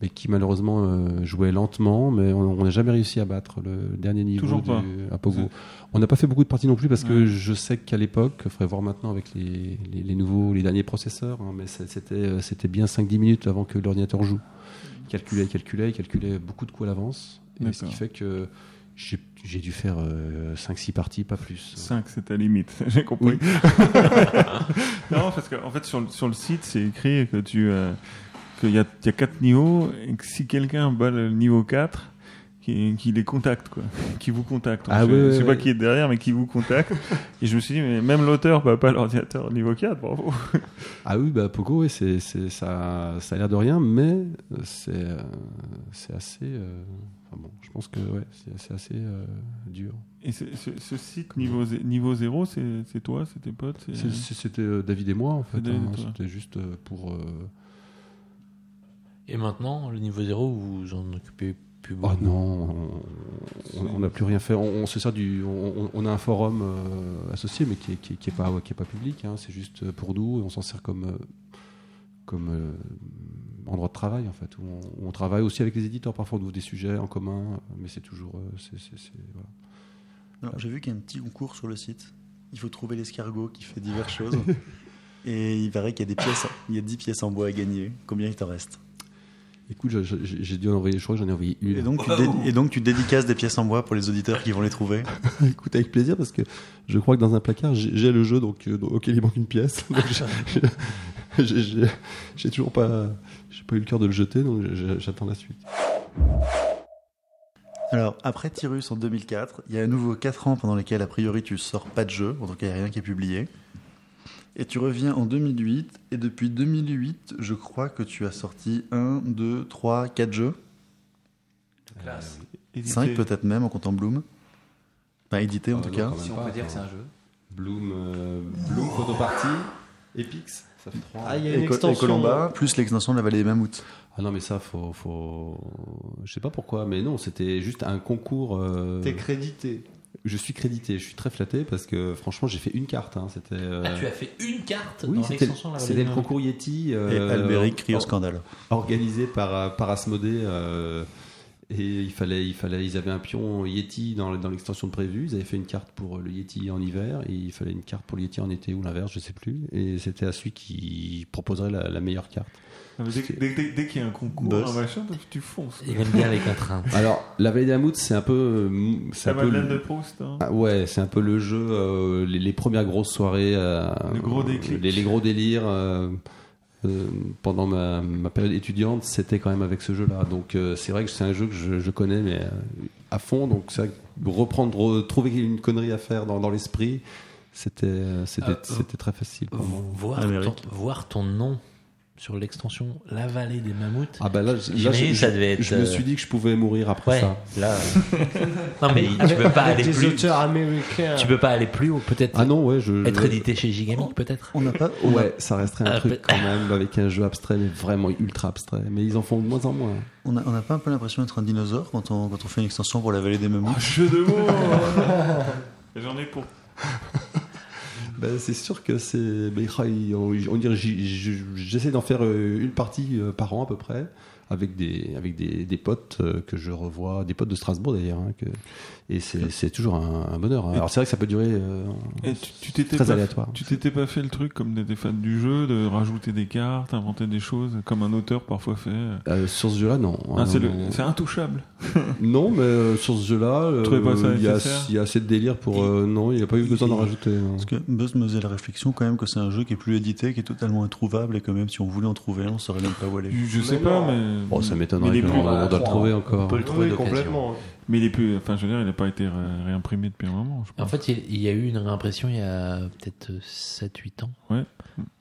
S1: mais qui malheureusement euh, jouait lentement, mais on on n'a jamais réussi à battre le dernier niveau
S7: Toujours pas.
S1: à Pogo.
S7: C'est-
S1: On n'a pas fait beaucoup de parties non plus parce que
S7: Ouais.
S1: je sais qu'à l'époque, faudrait voir maintenant avec les, les, les nouveaux, les derniers processeurs, hein, mais ça- c'était euh, c'était bien 5-10 minutes avant que l'ordinateur joue. Il calculait, il calculait, il calculait beaucoup de coups à l'avance, et ce
S7: Mmh. D'accord.
S1: qui fait que j'ai j'ai dû faire 5-6 parties, pas plus.
S7: 5, c'est ta limite, j'ai compris. non, parce qu'en en fait, sur le, sur le site, c'est écrit que tu euh, qu'il y a, il y a 4 niveaux et que si quelqu'un bat le niveau 4, qui, qui les contacte, quoi. Qui vous contacte.
S1: Ah
S7: je
S1: ouais, ouais,
S7: je sais pas
S1: ouais.
S7: qui est derrière, mais qui vous contacte. et je me suis dit, mais même l'auteur bat pas l'ordinateur au niveau 4, bravo.
S1: Ah oui, bah Pogo, ouais, c'est c'est- ça, ça a l'air de rien, mais euh, c'est euh, c'est assez. euh, enfin bon, je pense que ouais, c'est c'est assez euh, dur.
S7: Et ce, ce- ce site niveau, zé- niveau 0, c'est, c'est toi, c'est tes potes c'est-
S1: C'est- c'est- C'était euh, David et moi en fait.
S7: David et
S1: hein,
S7: toi.
S1: C'était juste euh, pour. euh,
S5: Et maintenant, le niveau 0, vous vous en occupez plus
S1: Oh
S5: beaucoup.
S1: non, on- on n'a plus rien fait. On, on se sert du, on, on- on a un forum euh, associé, mais qui est, qui est- qui est pas, qui est pas public. hein. C'est juste pour nous. et On s'en sert comme, euh, comme euh, endroit de travail en fait. Où on, où on travaille aussi avec les éditeurs. Parfois, on ouvre des sujets en commun, mais c'est toujours, euh, c'est, c'est- c'est- voilà.
S4: Alors, J'ai vu qu'il y a un petit concours sur le site. Il faut trouver l'escargot qui fait diverses choses. Et il paraît qu'il y a des pièces, il y a 10 pièces en bois à gagner. Combien il t'en reste
S1: Écoute, je- je- j'ai dû en envoyer. Je crois que j'en ai envoyé une.
S4: et donc, tu dé- et donc tu dédicaces des pièces en bois pour les auditeurs qui vont les trouver.
S1: Écoute, avec plaisir, parce que je crois que dans un placard, j'ai j'ai le jeu, donc, euh, donc- auquel il manque une pièce. Donc, j'ai- j'ai- j'ai- J'ai toujours pas, j'ai pas eu le cœur de le jeter, donc j'ai- j'attends la suite.
S4: Alors après Tyrus en 2004, il y a à nouveau 4 ans pendant lesquels a priori tu sors pas de jeu, en tout cas il n'y a rien qui est publié. Et tu reviens en 2008, et depuis 2008, je crois que tu as sorti 1, 2, 3, 4 jeux.
S7: édité.
S4: 5 peut-être même en comptant Bloom. Enfin édité en
S1: Ah,
S4: tout
S1: non,
S4: cas.
S1: quand même
S8: Si on
S1: pas,
S8: peut dire que c'est
S1: enfin.
S8: un jeu.
S1: Bloom, euh, Bloom Photoparty, Epix, ça fait 3.
S6: Ah, il y a une
S4: Et, Co- et
S6: extension.
S4: Colomba, plus l'extension de la vallée des mammouths.
S1: Ah non, mais ça, faut. faut... Je sais pas pourquoi, mais non, c'était juste un concours. euh,
S6: T'es crédité.
S1: Je suis crédité, je suis très flatté parce que franchement, j'ai fait une carte. hein, C'était. euh,
S5: Ah, tu as fait une carte
S1: Oui,
S5: dans
S1: c'était
S5: l'extension de la Vallée
S1: c'était
S5: des
S1: le
S5: Mains.
S1: concours Yeti.
S4: Et
S1: euh,
S4: Alberic crie au
S1: or-
S4: scandale.
S1: organisé par, euh, par Asmodée. euh, et il fallait, il fallait, ils avaient un pion Yeti dans, le- dans l'extension de prévue. Ils avaient fait une carte pour euh, le Yeti en hiver et il fallait une carte pour le Yeti en été ou l'inverse, je sais plus. Et c'était à celui qui proposerait la, la meilleure carte.
S7: Ah, mais Dès, dès- dès- dès qu'il y a un concours,
S4: Boss.
S7: un machin, hein, tu fonces.
S5: Il aime bien les hein. contraintes.
S1: Alors, la Vallée d'Amout, c'est un peu, euh, mou- c'est
S7: Ça
S1: un
S7: va
S1: peu,
S7: Madeleine de
S1: le-
S7: Proust. hein.
S1: Ah ouais, c'est un peu le jeu, euh, les, les premières grosses soirées, euh,
S7: Le gros déclic.
S1: les, les gros délires. euh, euh, pendant ma, ma période étudiante, c'était quand même avec ce jeu-là. Donc euh, c'est vrai que c'est un jeu que je, je connais mais euh, à fond. Donc ça, reprendre, re- trouver une connerie à faire dans, dans l'esprit, c'était euh, c'était
S5: Euh,
S1: c'était très facile. pour moi.
S5: Voir,
S4: Amérique.
S5: ton, voir ton nom sur l'extension La Vallée des Mammouths.
S1: Ah bah là, je- là,
S5: J'imagine
S1: je,
S5: que ça devait être,
S1: je me
S5: euh,
S1: suis dit que je pouvais mourir après
S5: ouais,
S1: ça.
S5: là. non, mais tu peux pas aller
S6: Avec des
S5: plus.
S6: auteurs euh, américains.
S5: Tu peux pas aller plus haut. Peut-être
S1: Ah non, ouais, je.
S5: être
S1: je-
S5: édité chez Gigamic, peut-être.
S4: On n'a pas. on a- bah-
S1: Ouais, ça resterait un
S5: Ah,
S1: truc
S5: peut-
S1: quand même avec un jeu abstrait, mais vraiment ultra abstrait. Mais ils en font de moins en moins.
S4: On n'a pas un peu l'impression d'être un dinosaure quand on, quand on fait une extension pour la vallée des
S1: Ah,
S4: mammouths
S7: Oh, jeu de mots J'en ai pour.
S1: Ben, c'est sûr que c'est. ben, ah, il- on, on dirait, j'y- j'y- j'essaie d'en faire euh, une partie euh, par an à peu près, avec des, avec des, des potes euh, que je revois, des potes de Strasbourg d'ailleurs. hein, que- et c'est c'est toujours un, un bonheur. hein. Alors c'est vrai que ça peut durer. euh,
S7: Eh, tu- tu t'étais
S1: très
S7: pas-
S1: aléatoire.
S7: Tu t'étais pas fait le truc comme t'étais fan du jeu, de rajouter des cartes, inventer des choses, comme un auteur parfois fait.
S1: euh, sur ce jeu-là, non.
S7: Ah, c'est
S1: Euh,
S7: le- c'est intouchable.
S1: Non, mais euh, sur ce jeu-là, euh,
S7: trouvais pas ça
S1: il y, a-
S7: nécessaire
S1: il y a assez de délire pour. euh, non, il n'y a pas eu besoin d'en rajouter. hein. non.
S4: Parce que Buzz me faisait la réflexion quand même que c'est un jeu qui est plus édité, qui est totalement introuvable et que même si on voulait en trouver un, on saurait même pas où aller.
S7: Je, je sais pas, mais.
S1: Bon, Oh, ça
S7: Mais
S1: m'étonnerait
S7: il est
S1: qu'on
S7: plus-
S1: on doit le trouver encore.
S5: On peut le trouver
S6: Oui,
S5: d'occasion.
S6: complètement.
S7: Mais il est plus. Enfin, je veux dire, il a pas été ré- réimprimé depuis un moment, je
S5: En
S7: pense.
S5: fait, il il y a eu une réimpression il y a peut-être 7-8 ans.
S7: Ouais.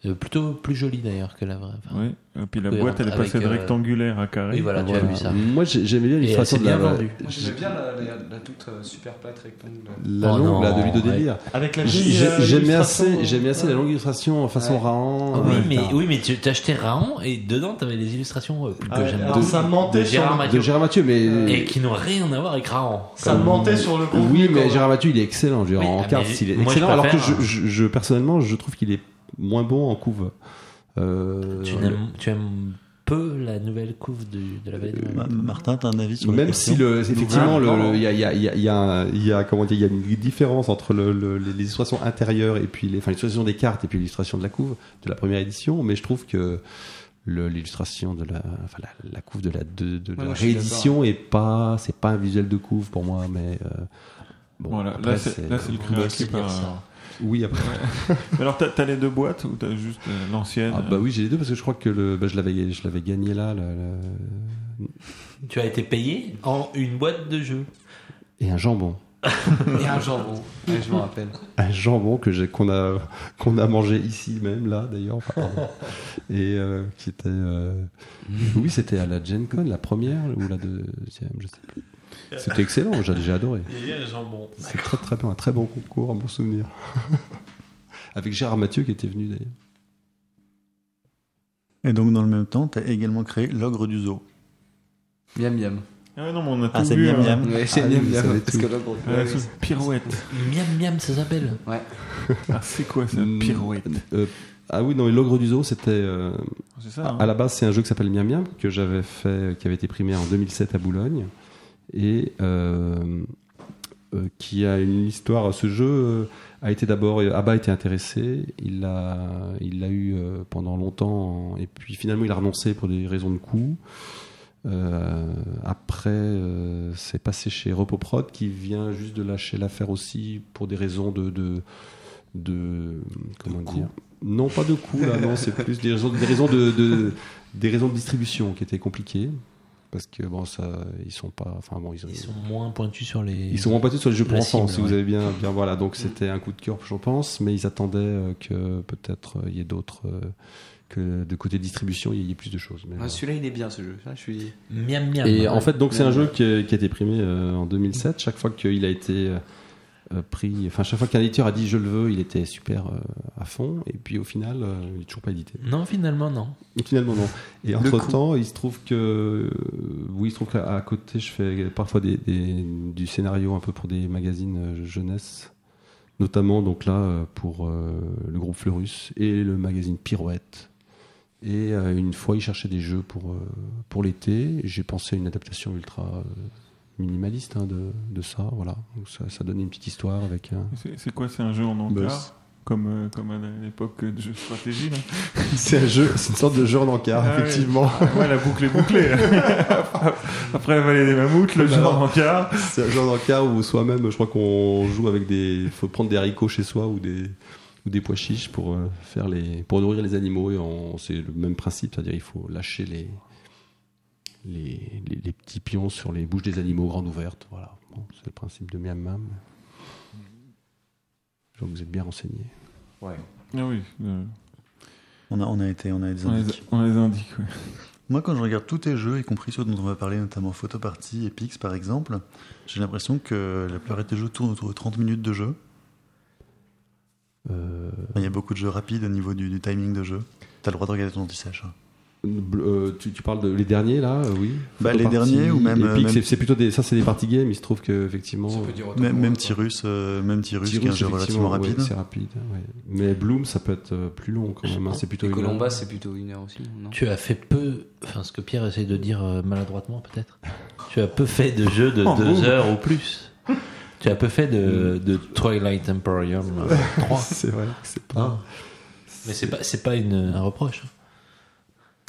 S5: Euh, plutôt plus jolie d'ailleurs que la vraie. Enfin,
S7: Ouais. Et puis la
S5: Ah. Oui,
S7: boîte, elle est
S5: avec,
S7: passée de
S5: euh,
S7: rectangulaire à carré. Ah,
S5: Oui, voilà, tu as vu ça.
S1: Moi, j'ai- j'aimais bien
S5: Et elle
S1: l'illustration
S5: s'est
S1: de la,
S5: bien vendue.
S8: Moi, j'aimais bien la, la, la toute euh, super plate rectangle.
S1: la
S5: Oh
S1: longue,
S5: non,
S1: là, de Ludo
S5: ouais.
S1: Délire.
S6: Avec la
S1: J'ai-
S6: vieille, euh,
S1: j'ai- J'aimais assez,
S6: illustration,
S1: j'aimais assez
S6: euh,
S1: la longue illustration en façon
S8: Ouais.
S1: Raon.
S5: Ah Oui,
S1: euh,
S5: mais,
S1: putain.
S5: oui, mais tu t'achetais Raon et dedans t'avais les illustrations euh, plus que
S6: Ah ouais,
S5: j'aime
S6: alors
S5: beaucoup,
S6: ça mentait
S5: de
S6: sur
S5: Gérard
S6: le-
S5: Mathieu
S1: de Gérard Mathieu,
S5: Euh, et
S1: mais.
S5: qui n'ont rien à voir avec Raon.
S6: Ça me mentait sur le contenu.
S1: Oui,
S6: quand
S1: mais
S6: même.
S1: Gérard Mathieu, il est excellent. Je veux dire,
S5: Oui,
S1: en
S5: ah,
S1: carte,
S5: mais
S1: il est
S5: moi, je
S1: excellent. Alors que
S5: préfère- hein.
S1: je, je- je- personnellement, je trouve qu'il est moins bon en couve. Euh,
S5: Tu, n'aimes- tu aimes peu la nouvelle couve du- de la vallée de
S4: Ma- Martin, t'as un avis sur la
S1: Même
S4: question
S1: si le, effectivement,
S8: Ah,
S1: le-
S8: pardon.
S1: le- il y a, il y a- il y a- il y a un- il y a, comment dire, il y a une différence entre le- le- les, les illustrations intérieures et puis les, enfin, l'illustration des cartes et puis l'illustration de la couve de la première édition, mais je trouve que le- l'illustration de la, enfin, la, la couve de la, de, de la
S8: moi, je suis
S1: réédition est pas, c'est pas un visuel de couve pour moi, mais euh, bon,
S7: Voilà,
S1: après,
S7: là, c'est là, c'est le créa qui
S5: c'est bien
S7: part.
S5: ça.
S7: alors.
S1: oui, après,
S7: Alors, t'as t'as les deux boîtes ou t'as juste euh, l'ancienne
S1: ah, bah oui, j'ai les deux parce que je crois que le, bah, je l'avais, je l'avais gagné là, là, là.
S5: Tu as été payé en une boîte de jeu.
S1: et un jambon.
S8: Et un jambon. Ouais, je m'en rappelle.
S1: un jambon que j'ai qu'on a qu'on a mangé ici même là d'ailleurs enfin, pardon. et euh, qui était euh, oui c'était à la Gen Con la première ou la deuxième je sais plus c'était excellent j'ai j'ai adoré c'est très très bien un très bon concours un bon souvenir avec Gérard Mathieu qui était venu d'ailleurs
S4: Et donc dans le même temps, t'as également créé l'ogre du zoo.
S8: Miam miam.
S7: Ah ouais, non, mais on a
S4: Ah,
S7: tout
S4: c'est
S7: vu.
S4: miam
S7: hein.
S4: miam.
S8: Ouais, c'est
S1: Ah oui,
S8: miam
S1: vous savez
S8: miam. Parce
S1: tout.
S8: que là, bon,
S7: Ah,
S8: ouais,
S7: sous-
S8: oui.
S7: pirouette.
S5: Miam Miam, ça s'appelle.
S8: Ouais.
S7: Ah, c'est quoi ça Pirouette.
S1: Euh, ah oui non et l'ogre du zoo c'était euh,
S7: C'est ça. hein.
S1: À la base, c'est un jeu qui s'appelle Miam Miam que j'avais fait, qui avait été primé en 2007 à Boulogne et euh, euh, qui a une histoire. Ce jeu euh, a été d'abord euh, Abba était intéressé, il l'a, il l'a eu euh, pendant longtemps et puis finalement il a renoncé pour des raisons de coût. Euh, après, euh, c'est passé chez Repoprod qui vient juste de lâcher l'affaire aussi pour des raisons de de, de- comment dire non pas de coût là non c'est plus des raisons, des raisons de, de- des raisons de distribution qui étaient compliquées parce que bon ça ils sont pas enfin bon ils, ont-
S5: Ils sont moins pointus sur les.
S1: ils sont rembattus sur les jeux pour
S5: La
S1: enfants,
S5: cible,
S1: si
S5: ouais.
S1: vous avez bien, bien voilà. Donc c'était un coup de cœur, je pense, mais ils attendaient euh, que peut-être euh, il y ait d'autres, euh, que de côté distribution, il y ait plus de choses. mais euh,
S8: Ah,
S1: voilà.
S8: Celui-là, il est bien ce jeu. Ça, je suis.
S5: Miam Miam.
S1: Et en fait, donc c'est un jeu qui, a- qui a été primé euh, en 2007. Chaque fois qu'il a été euh, pris, enfin chaque fois qu'un éditeur a dit je le veux, il était super euh, à fond. Et puis au final, euh, il est toujours pas édité.
S5: Non, finalement, non.
S1: Et Finalement non. Et entre temps, il se trouve que euh, oui, il se trouve qu'à à côté, je fais parfois des, des- du scénario un peu pour des magazines euh, jeunesse, notamment donc là euh, pour euh, le groupe Fleurus et le magazine Pirouette. Et euh, une fois, il cherchait des jeux pour euh, pour l'été. J'ai pensé à une adaptation ultra euh, minimaliste hein, de, de ça. Voilà, donc ça, ça donnait une petite histoire avec un.
S7: C'est c'est quoi C'est un jeu en encart comme, euh, comme à l'époque de jeu de stratégie, là.
S1: C'est un jeu, c'est une sorte de jeu en encart,
S7: Ah oui. Ouais, la boucle est bouclée. Après la vallée des mammouths, le jeu en encart.
S1: C'est un genre dans le cas où soi-même, je crois qu'on joue avec des. faut prendre des haricots chez soi ou des, ou des pois chiches pour, euh, faire les, pour nourrir les animaux. Et on- c'est le même principe, c'est-à-dire il faut lâcher les, les, les, les petits pions sur les bouches des animaux grandes ouvertes. Voilà, Bon, c'est le principe de Miam Mam. Je vois que vous êtes bien renseigné.
S7: Ah oui. euh,
S4: On a, on a été, on a des
S7: On les,
S4: indices.
S7: on les indique, ouais.
S4: Moi, quand je regarde tous tes jeux, y compris ceux dont on va parler, notamment Photoparty et Pix par exemple, j'ai l'impression que la plupart des jeux tournent autour de 30 minutes de jeu.
S1: Euh,
S4: Il y a beaucoup de jeux rapides au niveau du, du timing de jeu. T'as le droit de regarder ton anti-sèche. hein.
S1: bl- euh, tu, tu parles de les derniers là, euh, oui.
S4: Bah, les
S1: Photoparty,
S4: derniers ou même,
S1: et
S4: euh,
S1: Pic,
S4: même-
S1: c'est- C'est plutôt des, ça c'est des party games. Il se trouve que effectivement.
S9: Ça
S1: euh,
S9: peut durer autant
S4: Même,
S9: que moi,
S4: même
S9: quoi.
S4: Tyrus, euh, même Tyrus, qui est un jeu
S1: Tyrus,
S4: relativement
S1: effectivement, ouais,
S4: rapide.
S1: c'est rapide. ouais. Mais Bloom, ça peut être euh, plus long quand même. hein, C'est plutôt.
S8: Et
S1: une heure.
S8: Colomba, c'est plutôt une heure aussi, non
S5: Tu as fait peu, enfin ce que Pierre essaie de dire euh, maladroitement peut-être, tu as peu fait de jeux de
S4: Oh,
S5: deux
S4: oh.
S5: heures ou plus. Tu as peu fait
S1: Hmm.
S5: de, de Twilight Emporium euh, 3.
S1: C'est vrai. que C'est pas.
S5: hein. Mais c'est pas, c'est pas une, un reproche. hein.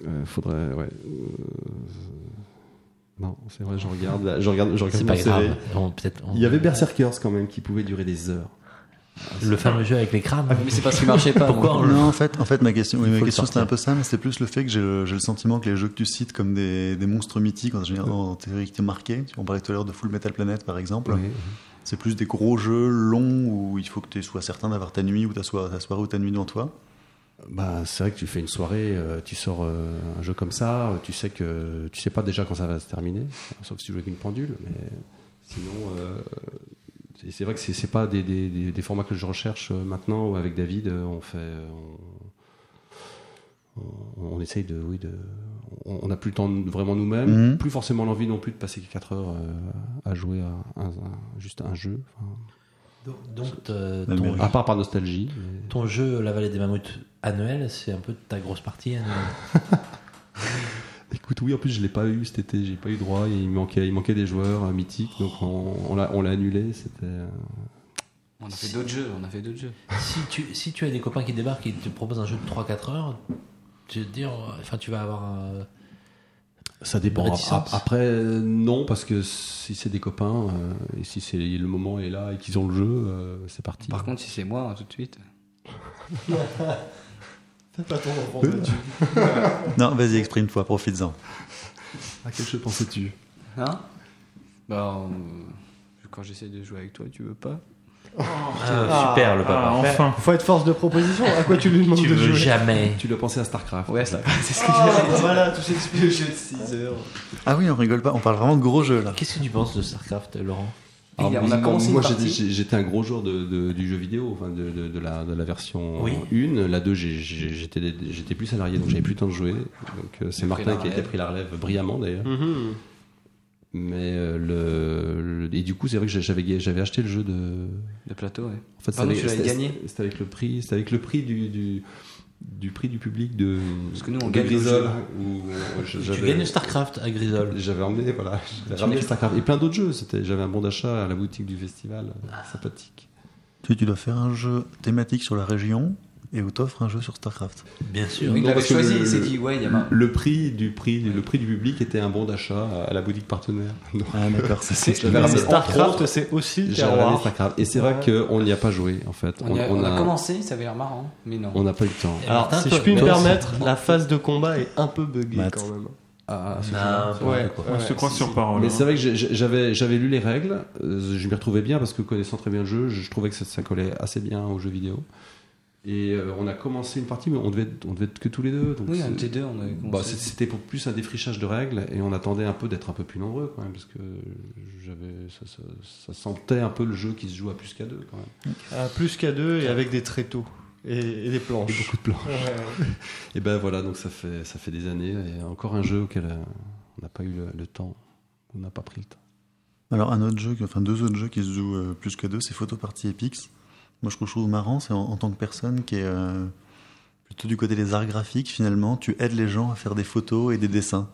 S1: Euh, faudrait. Ouais. euh, Non, c'est vrai. Je regarde. là, Je regarde. Je regarde
S5: C'est
S1: mon
S5: pas
S1: CV.
S5: grave. On- peut-être, on-
S1: Il y avait Berserkers quand même qui pouvait durer des heures.
S5: Le fameux jeu avec les crânes.
S1: Ah
S8: Mais c'est parce qu'il marchait pas.
S5: Pourquoi on
S8: moi.
S5: le-
S4: Non, en fait, en fait ma question, oui,
S5: Il
S4: ma
S5: faut le
S4: question c'était
S5: sortir.
S4: un peu ça, mais c'est plus le fait que j'ai le, j'ai le sentiment que les jeux que tu cites comme des, des monstres mythiques, en général, en théorie, qui t'ont marqué, on parlait tout à l'heure de Full Metal Planet par exemple,
S1: Ouais.
S4: c'est plus des gros jeux longs où il faut que tu sois certain d'avoir ta nuit ou ta soirée, ta soirée ou ta nuit devant toi.
S1: Bah, c'est vrai que tu fais une soirée, euh, tu sors euh, un jeu comme ça, euh, tu sais que tu sais pas déjà quand ça va se terminer, sauf si tu joues avec une pendule, mais sinon, euh, c'est- c'est vrai que c'est- c'est pas des, des- des- des formats que je recherche euh, maintenant ou avec David, euh, on fait, euh, on, on- on essaye de, oui, de, on on n'a plus le temps de- vraiment nous-mêmes,
S4: Mhm.
S1: plus forcément l'envie non plus de passer 4 heures euh, à jouer à, un- un- juste à un jeu, enfin,
S5: Donc, donc, euh,
S4: La
S5: ton,
S4: mairie.
S1: à part par nostalgie. mais-
S5: ton jeu La Vallée des Mammouths annuel, c'est un peu ta grosse partie hein. annuelle.
S1: Écoute, oui, en plus je l'ai pas eu cet été, j'ai pas eu droit. et Il manquait, il manquait des joueurs euh, mythiques, donc on, on l'a, on l'a annulé. C'était. euh,
S8: On a fait d'autres jeux, on a fait d'autres jeux.
S5: si, tu, si tu as des copains qui débarquent et te proposent un jeu de 3-4 heures, tu vas te dire, enfin tu vas avoir un...
S1: Ça dépend.
S5: Réticence.
S1: Ap- Après, euh, non, parce que si c'est des copains euh, et si c'est le moment est là et qu'ils ont le jeu, euh, c'est parti.
S8: Par contre, si c'est moi, hein, tout de suite.
S6: Fais pas ton enfant,
S1: Oui.
S6: tu-
S4: Non, vas-y, exprime-toi, profites-en.
S1: à quel jeu pensais-tu
S8: Hein Bah, euh, quand j'essaie de jouer avec toi, tu veux pas
S5: super le
S7: Ah, enfin
S6: Faut être force de proposition, à quoi tu lui demandes
S5: Tu
S6: de
S5: veux
S6: jouer
S5: jamais.
S1: Tu l'as pensé à Starcraft.
S8: Ouais, ça, c'est
S1: Oh.
S8: ce que
S6: Ah,
S8: j'allais dire.
S6: Voilà, tout s'explique, le jeu de 6 heures.
S4: Ah oui, on rigole pas, on parle vraiment de gros jeux là.
S5: Qu'est-ce que tu penses de StarCraft, Laurent
S1: Alors,
S8: Il a- on a
S1: moi,
S8: commencé une
S1: Ah, moi,
S8: partie.
S1: j'étais- j'ai- j'étais un gros joueur de, de- du jeu vidéo, enfin, de, de- de la, de la version
S5: Oui.
S1: 1. La 2, j'ai- j'ai- j'étais j'étais plus salarié, donc j'avais plus le temps de jouer. Donc euh, c'est
S8: Il a pris la
S1: Martin qui a- qui a
S8: relève. Mm-hmm.
S1: pris la relève brillamment d'ailleurs. Mais euh, le, le- et du coup, c'est vrai que j'avais j'avais acheté le jeu de.
S8: De plateau, ouais.
S1: En fait, c'est
S8: Pardon,
S1: avec-
S8: tu l'avais
S1: c'est-
S8: gagné
S1: c'est- C'est avec le prix, c'est avec le prix du, du du prix du public de.
S8: Parce que nous, on
S1: de
S8: gagne le
S1: Grisol,
S8: jeu.
S1: où, euh, je-
S5: Tu
S1: j'avais-
S5: gagnes le StarCraft à Grisol.
S1: J'avais emmené voilà. J'avais
S8: Tu
S1: ramené
S8: gagnes.
S1: Starcraft et plein d'autres jeux. C'était j'avais un bon d'achat à la boutique du festival, sympathique.
S4: Tu, tu dois faire un jeu thématique sur la région et on t'offre un jeu sur StarCraft.
S5: Bien sûr.
S1: Non,
S8: Il l'avait
S1: parce que
S8: choisi,
S1: le-
S8: il s'est
S1: le-
S8: dit, ouais, il y a marre.
S1: Le prix du prix, le prix du public était un bon d'achat à la boutique partenaire. Donc,
S4: Ah d'accord, ça c'est
S6: C'est-
S1: l'avais
S6: mais
S1: ramené. Entre
S6: Starcraft,
S1: autres,
S6: c'est aussi
S1: J'ai ramené
S6: terroir.
S1: Starcraft et c'est vrai qu'on n'y a pas joué en fait.
S8: On, y a, on a commencé, ça avait l'air marrant, hein. mais non.
S1: on n'a pas eu le temps.
S6: Alors,
S5: Martin,
S6: si
S5: toi-
S6: je puis me
S5: toi,
S6: permettre,
S5: c'est-
S6: la phase de combat est un peu buggée
S4: Matt.
S6: quand même.
S8: Ah,
S5: Non,
S6: Ouais,
S7: On se croit
S6: si,
S7: sur
S6: si.
S7: parole.
S1: Ah, Mais
S7: hein.
S1: c'est vrai que j'ai- j'ai- j'avais j'avais lu les règles, euh, je m'y retrouvais bien parce que connaissant très bien le jeu, je, je trouvais que ça, ça collait assez bien aux jeux vidéo. Et euh, on a commencé une partie, mais on devait être- on devait être que tous les deux. Donc
S8: Oui,
S1: c'est-
S8: on était deux, on avait
S1: bah,
S8: commencé.
S1: c'est- c'était pour plus un défrichage de règles et on attendait un peu d'être un peu plus nombreux quand même parce que j'avais ça, ça- ça sentait un peu le jeu qui se joue à plus qu'à deux quand même.
S6: Ah, plus qu'à deux et avec des tréteaux et, et des planches.
S1: beaucoup de plans.
S6: Ouais.
S1: Et ben voilà, donc ça fait ça fait des années et encore un jeu auquel euh, on n'a pas eu le, le temps, on n'a pas pris le temps.
S4: Alors un autre jeu, que- enfin deux autres jeux qui se jouent euh, plus que deux, c'est Photoparty et Pix. Moi je trouve- je trouve marrant, c'est en, en tant que personne qui est euh, plutôt du côté des arts graphiques finalement, tu aides les gens à faire des photos et des dessins.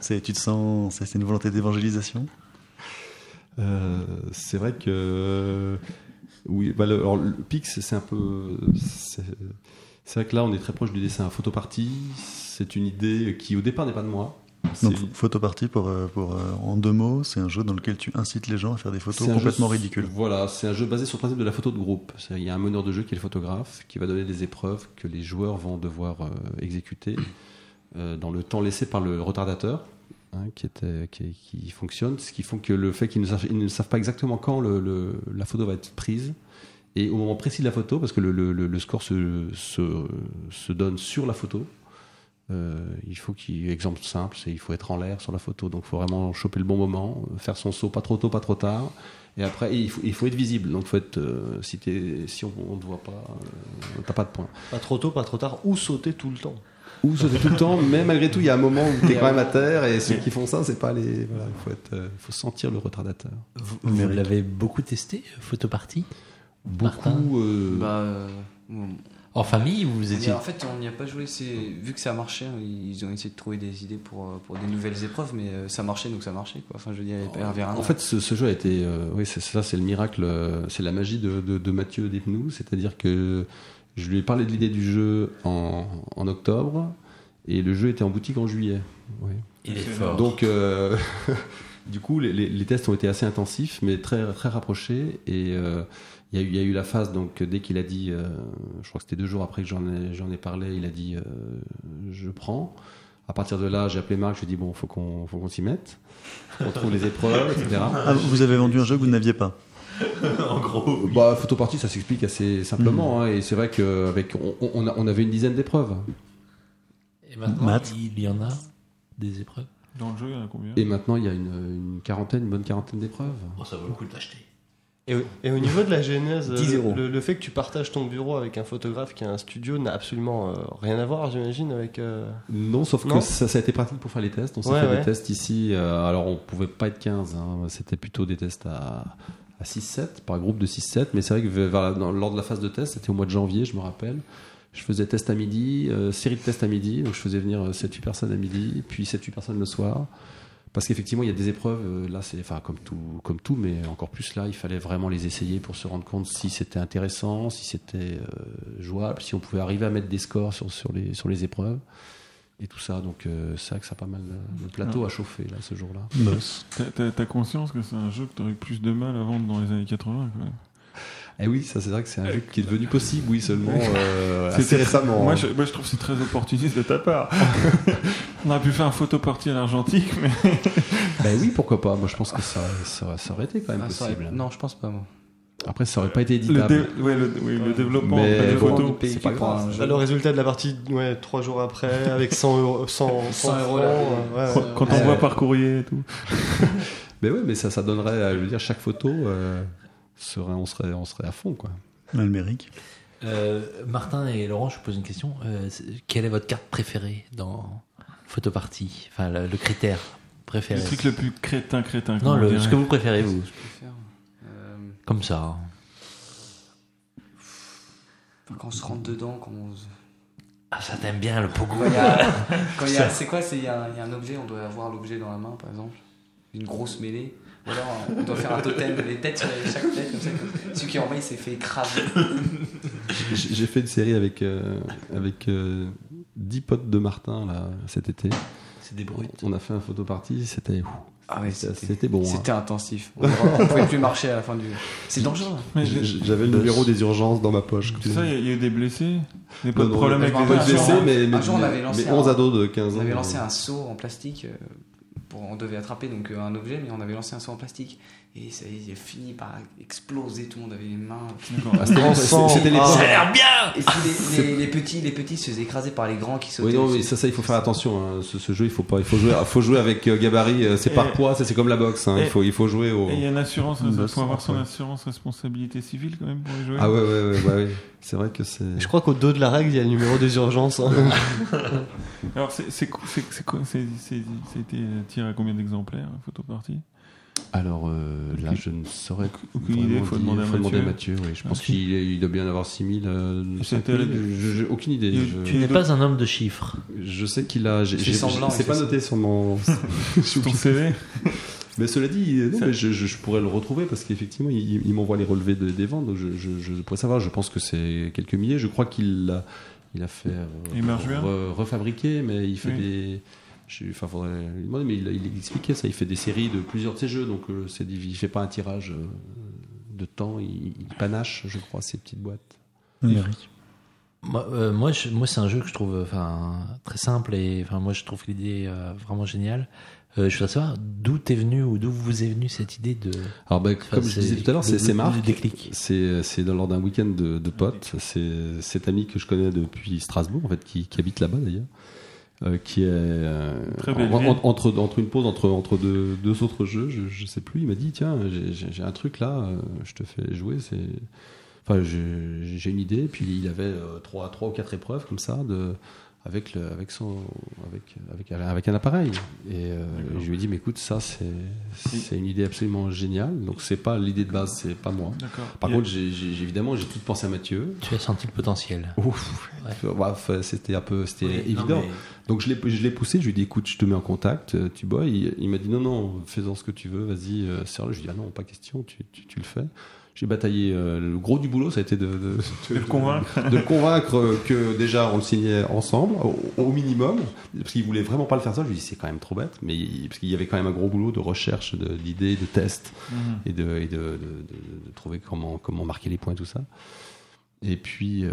S4: C'est, tu te sens, c'est c'est une volonté d'évangélisation.
S1: Euh, c'est vrai que euh, oui, bah le, alors, le Pix, c'est un peu, c'est c'est vrai que là, on est très proche du dessin. Photoparty, c'est une idée qui au départ n'est pas de moi. C'est-
S4: Donc Photoparty, pour, euh, pour, euh, en deux mots, c'est un jeu dans lequel tu incites les gens à faire des photos
S1: c'est un
S4: complètement
S1: jeu-
S4: ridicules.
S1: Voilà, c'est un jeu basé sur le principe de la photo de groupe. C'est-à-dire, Il y a un meneur de jeu qui est le photographe, qui va donner des épreuves que les joueurs vont devoir euh, exécuter euh, dans le temps laissé par le retardateur. hein, qui, était, qui, qui fonctionne, ce qui font que le fait qu'ils ne savent, ils ne savent pas exactement quand le- le- la photo va être prise, Et au moment précis de la photo, parce que le, le- le- le score se, se, se donne sur la photo, euh, il faut qu'il. Exemple simple, c'est il faut être en l'air sur la photo. Donc il faut vraiment choper le bon moment, euh, faire son saut pas trop tôt, pas trop tard. Et après, il faut, il faut être visible. Donc faut être. euh, si, t'es- si on ne te voit pas, euh, t'as pas de points.
S6: Pas trop tôt, pas trop tard, ou sauter tout le temps.
S1: Ou sauter tout le temps, mais malgré tout, il y a un moment où t'es quand même à terre. Et ceux qui font ça, c'est pas les. Voilà, il faut, être, euh, faut sentir le retardateur.
S5: Vous, vous l'avez beaucoup testé, euh, Photoparty Martin
S1: Beaucoup. euh,
S8: Bah, euh, bon.
S5: En famille, vous
S8: Mais
S5: étiez.
S8: en fait, on n'y a pas joué. C'est vu que ça marchait, ils ont essayé de trouver des idées pour, euh, pour des nouvelles épreuves, mais euh, ça marchait donc ça marchait quoi. Enfin, je veux dire, il y avait pas- il y avait rien
S1: En
S8: à-
S1: fait, ce, ce jeu a été. euh, oui, c'est ça, c'est le miracle, euh, c'est la magie de, de- de Mathieu Despenou. C'est-à-dire que je lui ai parlé de l'idée du jeu en, en octobre et le jeu était en boutique en juillet. Oui.
S5: Il
S7: est fort.
S1: Donc, euh, du coup, les, les- les tests ont été assez intensifs, mais très, très rapprochés. Et euh, il y, a eu- il y a eu la phase, donc dès qu'il a dit, euh, je crois que c'était deux jours après que j'en ai, j'en ai parlé, il a dit euh, je prends. À partir de là, j'ai appelé Marc, je lui ai dit bon, faut qu'on faut qu'on s'y mette, on trouve les épreuves, etc.
S4: Ah, vous avez vendu un jeu que vous n'aviez pas.
S1: Bah, photopartie, ça s'explique assez simplement. hein, et c'est vrai qu'avec. On, on, a- on avait une dizaine d'épreuves.
S5: Et maintenant,
S4: Maths.
S5: il y en a des épreuves.
S7: Dans le jeu, il y en a combien
S1: Et maintenant, il y a une, une quarantaine, une bonne quarantaine d'épreuves.
S5: Bon, Oh, ça vaut le coup de l'acheter.
S6: Et, au- et au niveau de la genèse, euh,
S8: 10 euros.
S6: le, le fait que tu partages ton bureau avec un photographe qui a un studio n'a absolument euh, rien à voir, j'imagine, avec. euh,
S1: Non, sauf
S6: Non.
S1: que ça, ça a été pratique pour faire les tests. On s'est
S6: Ouais,
S1: fait
S6: ouais.
S1: des tests ici. euh, alors, on pouvait pas être 15. hein, C'était plutôt des tests à, à 6-7, par groupe de 6-7. Mais c'est vrai que vers la- dans- lors de la phase de test, c'était au mois de janvier, je me rappelle. Je faisais test à midi, euh, série de tests à midi. Donc, je faisais venir 7-8 personnes à midi, puis 7-8 personnes le soir. Parce qu'effectivement, il y a des épreuves. euh, Là, c'est enfin comme tout, comme tout, mais encore plus là, il fallait vraiment les essayer pour se rendre compte si c'était intéressant, si c'était euh, jouable, si on pouvait arriver à mettre des scores sur, sur les sur les épreuves et tout ça. Donc euh, c'est vrai que ça a pas mal euh, le plateau a chauffé là ce jour-là.
S7: T'as- T'as t'as conscience que c'est un jeu que t'aurais eu plus de mal à vendre dans les années 80 quoi.
S1: Bah, Et Eh oui, ça c'est vrai que c'est un jeu qui est devenu possible, oui seulement euh,
S7: C'est-
S1: assez récemment.
S7: Moi,
S1: hein.
S7: je, moi, je trouve que c'est très opportuniste de ta part. On aurait pu faire un photoparty à l'argentique, mais
S1: Ben oui, pourquoi pas. Moi je pense que ça ça, ça aurait été quand même
S8: Ah, ça aurait-
S1: possible.
S8: Non, je pense pas moi.
S1: Après ça aurait pas été
S7: le,
S1: éditable.
S7: dé- ouais, le- oui, le développement
S1: Mais
S7: de la
S1: bon,
S7: photo.
S8: C'est pas grave. un
S6: bah,
S8: jeu.
S6: le résultat de la partie, ouais, 3 jours après, avec 100 euros. 100,
S8: 100 euros,
S6: francs,
S8: là,
S6: euh, ouais,
S7: Quand,
S6: ouais.
S7: quand on
S1: Ouais.
S7: voit par courrier et tout.
S1: Mais ouais, Ben mais ça ça donnerait, euh, je veux dire, chaque photo euh, serait on serait on serait à fond quoi.
S4: Malméric.
S5: Euh, Martin et Laurent, je vous pose une question. Euh, c'est- quelle est votre carte préférée dans Photoparty Enfin, le, le critère préféré.
S7: Le truc le plus crétin, crétin.
S5: Non,
S7: comme on
S5: le-
S7: dirait.
S5: ce que vous préférez, vous.
S8: Je peux faire. Euh,
S5: Comme ça. hein.
S8: enfin, quand on se rentre dedans, quand on. se-
S5: Ah, ça t'aime bien, le pogo.
S8: Quand il y a- quand il y a- c'est quoi C'est il y, a un- il y a un objet, on doit avoir l'objet dans la main, par exemple. Une grosse mêlée. Ou alors, on doit faire un totem, les têtes sur les- chaque tête, comme ça. comme- Celui qui est en bas, il s'est fait écraser.
S1: J'ai j'ai fait une série avec euh, avec euh, dix potes de Martin là cet été.
S5: C'est des
S1: On a fait un photoparty, c'était ouh,
S8: Ah ouais, c'était
S1: c'était bon. hein.
S8: c'était intensif. On ne pouvait plus marcher à la fin du. C'est dangereux. hein.
S7: Mais
S1: J-
S7: je-
S1: j- J'avais le numéro des urgences dans ma poche.
S7: C'est ça, il y a- il y, a eu des blessés, des pas
S1: Non,
S7: de
S1: non,
S7: problème
S1: je
S7: avec
S8: me
S7: les
S1: Pas de
S8: rappelle,
S7: blessés.
S1: blessés,
S8: un jour,
S1: mais, mais,
S8: un jour, on avait lancé
S1: mais 11
S8: un-
S1: ados de 15 ans.
S8: On avait lancé un seau en plastique. euh, Pour, on devait attraper donc euh, un objet, mais on avait lancé un seau en plastique. Et ça y est, il a fini par exploser. Tout le monde avait les mains.
S7: D'accord.
S1: Ah, c'était-
S6: Bon sang.
S1: C'était les
S6: Ah.
S8: Et puis les, les- les petits, les petits se faisaient écraser par les grands qui sautaient.
S1: Oui, non, mais
S8: aussi.
S1: ça, ça, il faut faire attention. hein. Ce, ce jeu, il faut pas, il faut jouer, faut jouer avec euh, gabarit. euh, c'est
S7: Et-
S1: par poids, ça, c'est comme la boxe. hein.
S7: Et-
S1: Il faut, il faut jouer au.
S7: Et il y a une assurance,
S4: Une
S7: il
S4: bosse,
S7: faut avoir son
S4: ouais.
S7: assurance responsabilité civile quand même pour les jouer.
S1: Ah ouais, ouais, ouais, ouais, ouais. C'est vrai que c'est.
S6: Je crois qu'au dos de la règle, il y a le numéro des urgences. hein.
S7: Alors, c'est- c'est quoi- c'est- c'est quoi- c'est- c'est- c'était tiré à combien d'exemplaires, photoparty
S1: Alors euh, là, je ne saurais.
S7: Aucune
S1: vraiment
S7: idée, faut
S1: dire-
S7: demander à
S1: faut
S7: Mathieu.
S1: Mathieu. oui. Je pense
S7: Ok.
S1: qu'il est- il doit bien avoir 6000. euh,
S7: C'était à la-
S1: 5000, je- j'ai aucune idée.
S7: Il-
S1: je-
S5: Tu n'es pas un homme de chiffres.
S1: Je sais qu'il a. j'ai-
S8: Il fait
S1: j'ai-
S8: semblant,
S1: C'est
S8: il
S1: pas
S8: fait
S1: noté sur mon.
S7: Sur ton CV
S1: mais cela dit, euh, non,
S7: Ça-
S1: mais je, je- je pourrais le retrouver parce qu'effectivement, il, il m'envoie les relevés de- des ventes. Donc je, je- je pourrais savoir. Je pense que c'est quelques milliers. Je crois qu'il a, il a fait. euh,
S7: Il marche bien
S1: re- refabriquer, mais il fait
S7: Oui.
S1: des. je- Enfin, faudrait lui demander, mais il, il expliquait ça. Il fait des séries de plusieurs de ses jeux. Donc euh, c'est divi- il fait pas un tirage euh, de temps. Il, il panache, je crois, ces petites boîtes.
S4: Malméric.
S5: Moi, euh, moi, je- moi, c'est un jeu que je trouve enfin, très simple et enfin, moi, je trouve l'idée euh, vraiment géniale. Euh, je voudrais savoir d'où t'es venu ou d'où vous est venue cette idée de.
S1: Alors, bah,
S5: Enfin,
S1: comme je
S5: c'est-
S1: disais tout à l'heure,
S5: le-
S1: c'est c'est
S5: le-
S1: Marc.
S5: le déclic.
S1: C'est c'est dans- lors d'un week-end de, de potes. C'est cet ami que je connais depuis Strasbourg, en fait, qui, qui habite là-bas d'ailleurs. euh, qui est euh,
S7: Très belle
S1: en-
S7: ville.
S1: en- entre, entre une pause entre, entre deux, deux autres jeux je, je sais plus il m'a dit tiens j'ai- j'ai j'ai un truc là euh, je te fais jouer c'est enfin j'ai j'ai une idée puis il avait euh, trois trois ou quatre épreuves comme ça de avec le, avec son avec avec avec un appareil et euh,
S7: D'accord.
S1: je lui ai dit mais écoute ça c'est c'est une idée absolument géniale donc c'est pas l'idée de base c'est pas moi
S7: D'accord.
S1: par
S7: Il y a-
S1: contre j'ai j'ai- évidemment j'ai tout pensé à Mathieu
S5: Tu as senti le potentiel.
S1: Ouf. Bref, c'était un peu c'était
S5: Oui, non,
S1: évident
S5: mais-
S1: donc je l'ai je l'ai poussé je lui ai dit écoute je te mets en contact euh, tu bois il, il m'a dit non non fais-en ce que tu veux vas-y euh, sers-le je lui ai dit ah non pas question tu, tu, tu le fais j'ai bataillé euh, le gros du boulot ça a été de, de,
S7: de le convaincre.
S1: de le convaincre euh, que déjà on le signait ensemble au, au minimum parce qu'il voulait vraiment pas le faire ça je lui ai dit c'est quand même trop bête mais il- parce qu'il y avait quand même un gros boulot de recherche de- d'idées de tests
S7: Mhm.
S1: et de, et de, de- de- de trouver comment, comment marquer les points, tout ça. Et puis, euh,